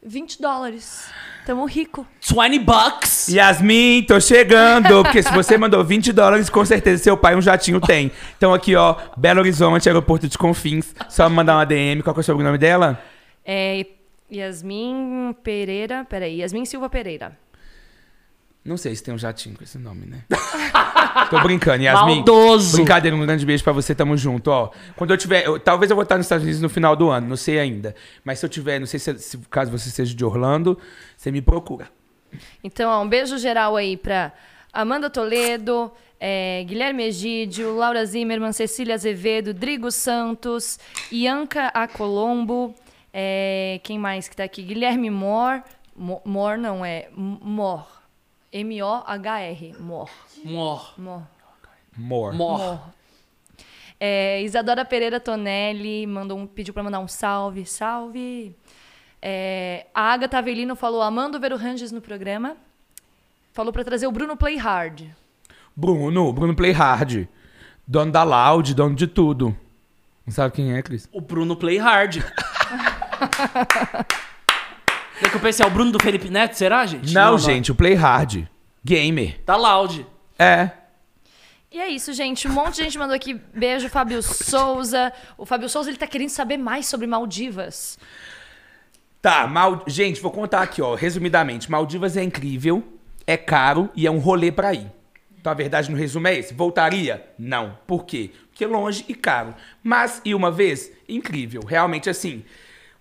D: 20 dólares. Tamo rico.
C: 20 bucks!
A: Yasmin, tô chegando, porque se você mandou 20 dólares, com certeza seu pai um jatinho tem. Então aqui, ó, Belo Horizonte, aeroporto de Confins, só me mandar uma DM, qual que é o sobrenome dela?
D: É. Yasmin Pereira. Peraí, Yasmin Silva Pereira.
A: Não sei se tem um jatinho com esse nome, né? Tô brincando, Yasmin.
C: Maldoso.
A: Brincadeira, um grande beijo pra você, tamo junto, ó. Quando eu tiver, eu- talvez eu vou estar nos Estados Unidos no final do ano, não sei ainda. Mas se eu tiver, não sei se, se- caso você seja de Orlando, você me procura.
D: Então, ó, um beijo geral aí pra Amanda Toledo, é, Guilherme Egídio, Laura Zimmermann, Cecília Azevedo, Drigo Santos, Ianca Acolombo, é, quem mais que tá aqui? Guilherme Mor, Mo- Mor não é, M- Mor, M-O-H-R, Mor,
C: Mor.
D: Mor,
A: More.
C: Mor.
D: Mor. É, Isadora Pereira Tonelli mandou um, pediu pra mandar um salve, salve. É, a Agatha Avelino falou, amando ver o Ranges no programa. Falou pra trazer o Bruno Play Hard.
A: Bruno, Bruno Playhard. Dono da Loud, dono de tudo. Não sabe quem é, Cris?
C: O Bruno Play Hard. Daí que eu pensei, é o Bruno do Felipe Neto, será, gente?
A: Não, gente, o Playhard. Gamer.
C: Tá loud.
A: É.
D: E é isso, gente. Um monte de gente mandou aqui beijo, Fábio Souza. O Fábio Souza, ele tá querendo saber mais sobre Maldivas.
A: Tá, Mal... gente, vou contar aqui, ó, resumidamente. Maldivas é incrível, é caro e é um rolê pra ir. Então a verdade no resumo é esse. Voltaria? Não. Por quê? Porque é longe e caro. Mas, e uma vez, incrível. Realmente assim,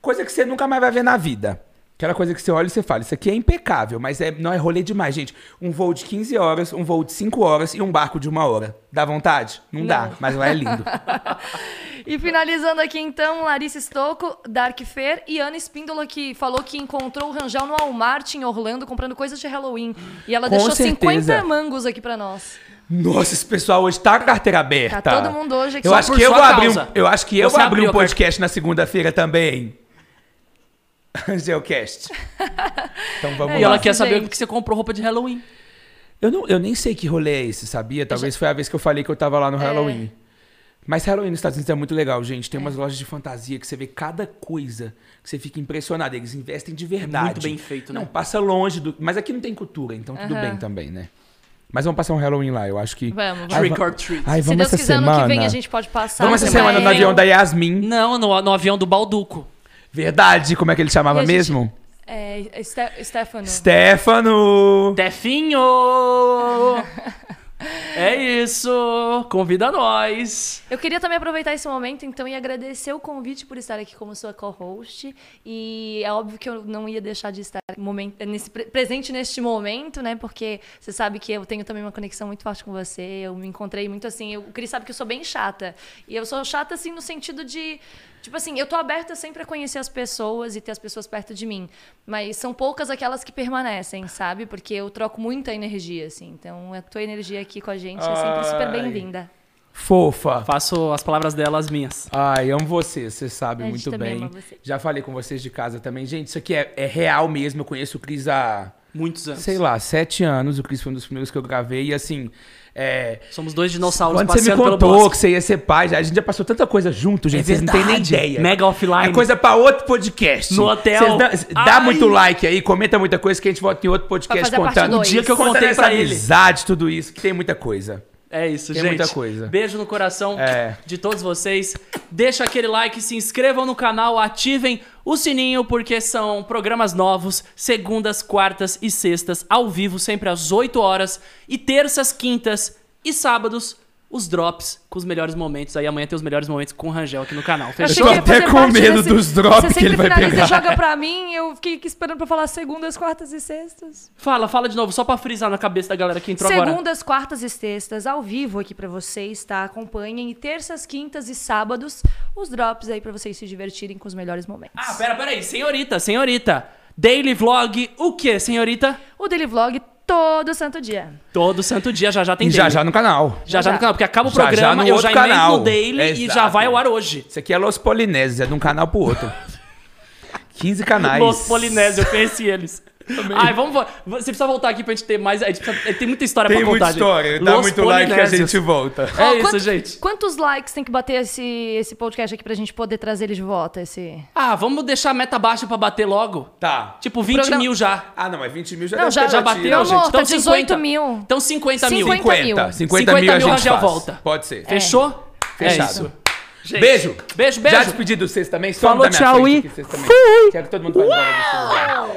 A: coisa que você nunca mais vai ver na vida. Aquela coisa que você olha e você fala, isso aqui é impecável, mas é, não é rolê demais, gente. Um voo de 15 horas, um voo de 5 horas e um barco de uma hora. Dá vontade? Não, dá, mas lá é lindo.
D: E finalizando aqui, então, Larissa Stocco, Dark Fair e Ana Espíndola, que falou que encontrou o Rangel no Walmart em Orlando comprando coisas de Halloween. E ela
A: Com
D: deixou
A: certeza.
D: 50 mangos aqui pra nós.
A: Nossa, esse pessoal hoje tá com a carteira aberta.
D: Tá todo mundo hoje aqui
A: Eu
D: só
A: acho
C: por
A: que eu
C: sua
A: vou abrir um,
C: causa.
A: eu acho que eu
C: Você
A: vou abrir
C: abriu
A: um
C: a carteira.
A: podcast na segunda-feira também. Angelcast. Então vamos
D: É
C: E
A: lá.
C: ela
D: isso,
C: quer saber
D: gente.
C: o que você comprou roupa de Halloween.
A: Eu, não, eu nem sei que rolê é esse, sabia? Talvez foi a vez que eu falei que eu tava
D: É.
A: lá no Halloween. Mas Halloween nos Estados Unidos é muito legal, gente. Tem umas lojas de fantasia que você vê cada coisa que você fica impressionado. Eles investem
D: É
A: de verdade.
C: muito bem feito, né?
A: Não, passa longe do. Mas aqui não tem cultura, então tudo
D: Aham.
A: bem também, né? Mas vamos passar um Halloween lá, eu acho que.
D: Vamos, vamos.
A: Ai,
C: Trick
A: va-
C: or treat.
A: Ai,
D: Se
A: vamos
D: Deus
A: essa
D: quiser,
A: semana.
D: ano que vem a gente é pode passar.
A: Vamos essa
D: também.
A: semana no
C: vem.
A: avião da Yasmin.
C: Não, no, no avião do Balduco.
A: Verdade, como é que ele chamava
D: E a gente-
A: mesmo?
D: É, é Ste- Stefano.
A: Stefano!
C: Tefinho! é isso! Convida nós!
D: Eu queria também aproveitar esse momento, então, e agradecer o convite por estar aqui como sua co-host. E é óbvio que eu não ia deixar de estar momen- nesse, pre- presente neste momento, né? Porque você sabe que eu tenho também uma conexão muito forte com você. Eu me encontrei muito assim. Eu, o Cris sabe que eu sou bem chata. E eu sou chata, assim, no sentido de. Tipo assim, eu tô aberta sempre a conhecer as pessoas e ter as pessoas perto de mim. Mas são poucas aquelas que permanecem, sabe? Porque eu troco muita energia, assim. Então, a tua energia aqui com a gente é sempre super
A: Ai.
D: bem-vinda.
A: Fofa!
C: Faço as palavras dela as minhas.
A: Ai, amo vocês, vocês sabem
D: A gente
A: muito
D: também
A: bem.
D: ama você.
A: Já falei com vocês de casa também. Gente, isso aqui é, é real mesmo. Eu conheço o Cris há,
C: Muitos anos.
A: sei lá, sete anos. O Cris foi um dos primeiros que eu gravei. E assim, é,
C: Somos dois dinossauros
A: quando você me
C: passeando pelo
A: contou
C: bosque. É
A: que você ia ser pai, já- a gente já passou tanta coisa junto, gente. vocês não têm nem
C: verdade.
A: ideia.
C: Mega offline.
A: É coisa pra outro podcast.
C: No hotel.
A: Vocês dá- dá
C: Ai.
A: muito like aí, comenta muita coisa que a gente volta em outro podcast
D: fazer a parte
A: contando.
D: dois. O dia
C: que eu
A: Contando
C: contei
A: essa
C: pra ele.
A: amizade, tudo isso, que tem muita coisa.
C: É isso,
A: Tem
C: gente.
A: muita coisa.
C: Beijo no coração
A: É.
C: de todos vocês. Deixa aquele like, se inscrevam no canal, ativem o sininho, porque são programas novos, segundas, quartas e sextas, ao vivo, sempre às 8 horas, e terças, quintas e sábados, os drops com os melhores momentos. Aí amanhã tem os melhores momentos com o Rangel aqui no canal. Fechou?
E: tô
D: achei que ia
E: até
D: fazer
E: com
D: parte
E: medo dos drops
D: Você
E: que
D: sempre
E: ele vai
D: finaliza
E: pegar.
D: e joga pra mim, eu fiquei esperando pra falar segundas, quartas e sextas.
C: Fala, fala de novo, só pra frisar na cabeça da galera que entrou agora.
D: Segundas, quartas e sextas, ao vivo aqui pra vocês, tá? Acompanhem. E terças, quintas e sábados, os drops aí pra vocês se divertirem com os melhores momentos.
C: Ah, pera, pera aí, senhorita, senhorita. Daily vlog, o quê, senhorita?
D: O Daily Vlog todo santo dia.
C: Todo santo dia, já já tem
A: E já
C: daily.
A: já no canal.
C: já, já no canal, porque acaba o
A: Já já
C: programa,
A: no
C: eu
A: outro
C: já emendo
A: canal.
C: no daily e
A: Exato.
C: já vai ao ar hoje.
A: Isso aqui é Los Polinésios, é de um canal pro outro. 15 canais.
C: Los Polinésios, eu conheci eles. Ai, vamos. vo- Você precisa voltar aqui pra gente ter mais. a gente precisa- tem muita história
A: Tem
C: pra contar.
A: muita história.
C: gente.
A: Dá
C: Los
A: muito like que a
C: Polinésios.
A: gente volta.
C: É
D: Ó,
C: isso,
D: quanto-
C: gente.
D: Quantos likes tem que bater esse, esse podcast aqui pra gente poder trazer ele de volta? Esse...
C: Ah, vamos deixar a meta baixa pra bater logo?
A: Tá.
C: Tipo, 20
D: Programa-
C: mil já.
A: Ah, não, mas 20 mil já,
D: Não,
A: deve
D: já-
A: ter
C: Já
D: Tira.
C: bateu,
D: Não,
C: gente?
D: amor, tá
C: 50.
D: 18 mil.
C: Então 50 mil.
D: 50.
A: 50. 50,
C: 50
A: mil a
C: mil,
A: gente
C: Rangel
A: faz.
C: volta.
A: Pode ser.
C: Fechou?
A: Fechado.
C: É isso. Gente,
A: Beijo.
C: Beijo, beijo.
A: Já despedi do vocês também. Só
C: Falou,
A: da minha
C: tchau
A: frente
C: e
A: aqui, vocês também. Quero que todo mundo vá embora do seu lugar.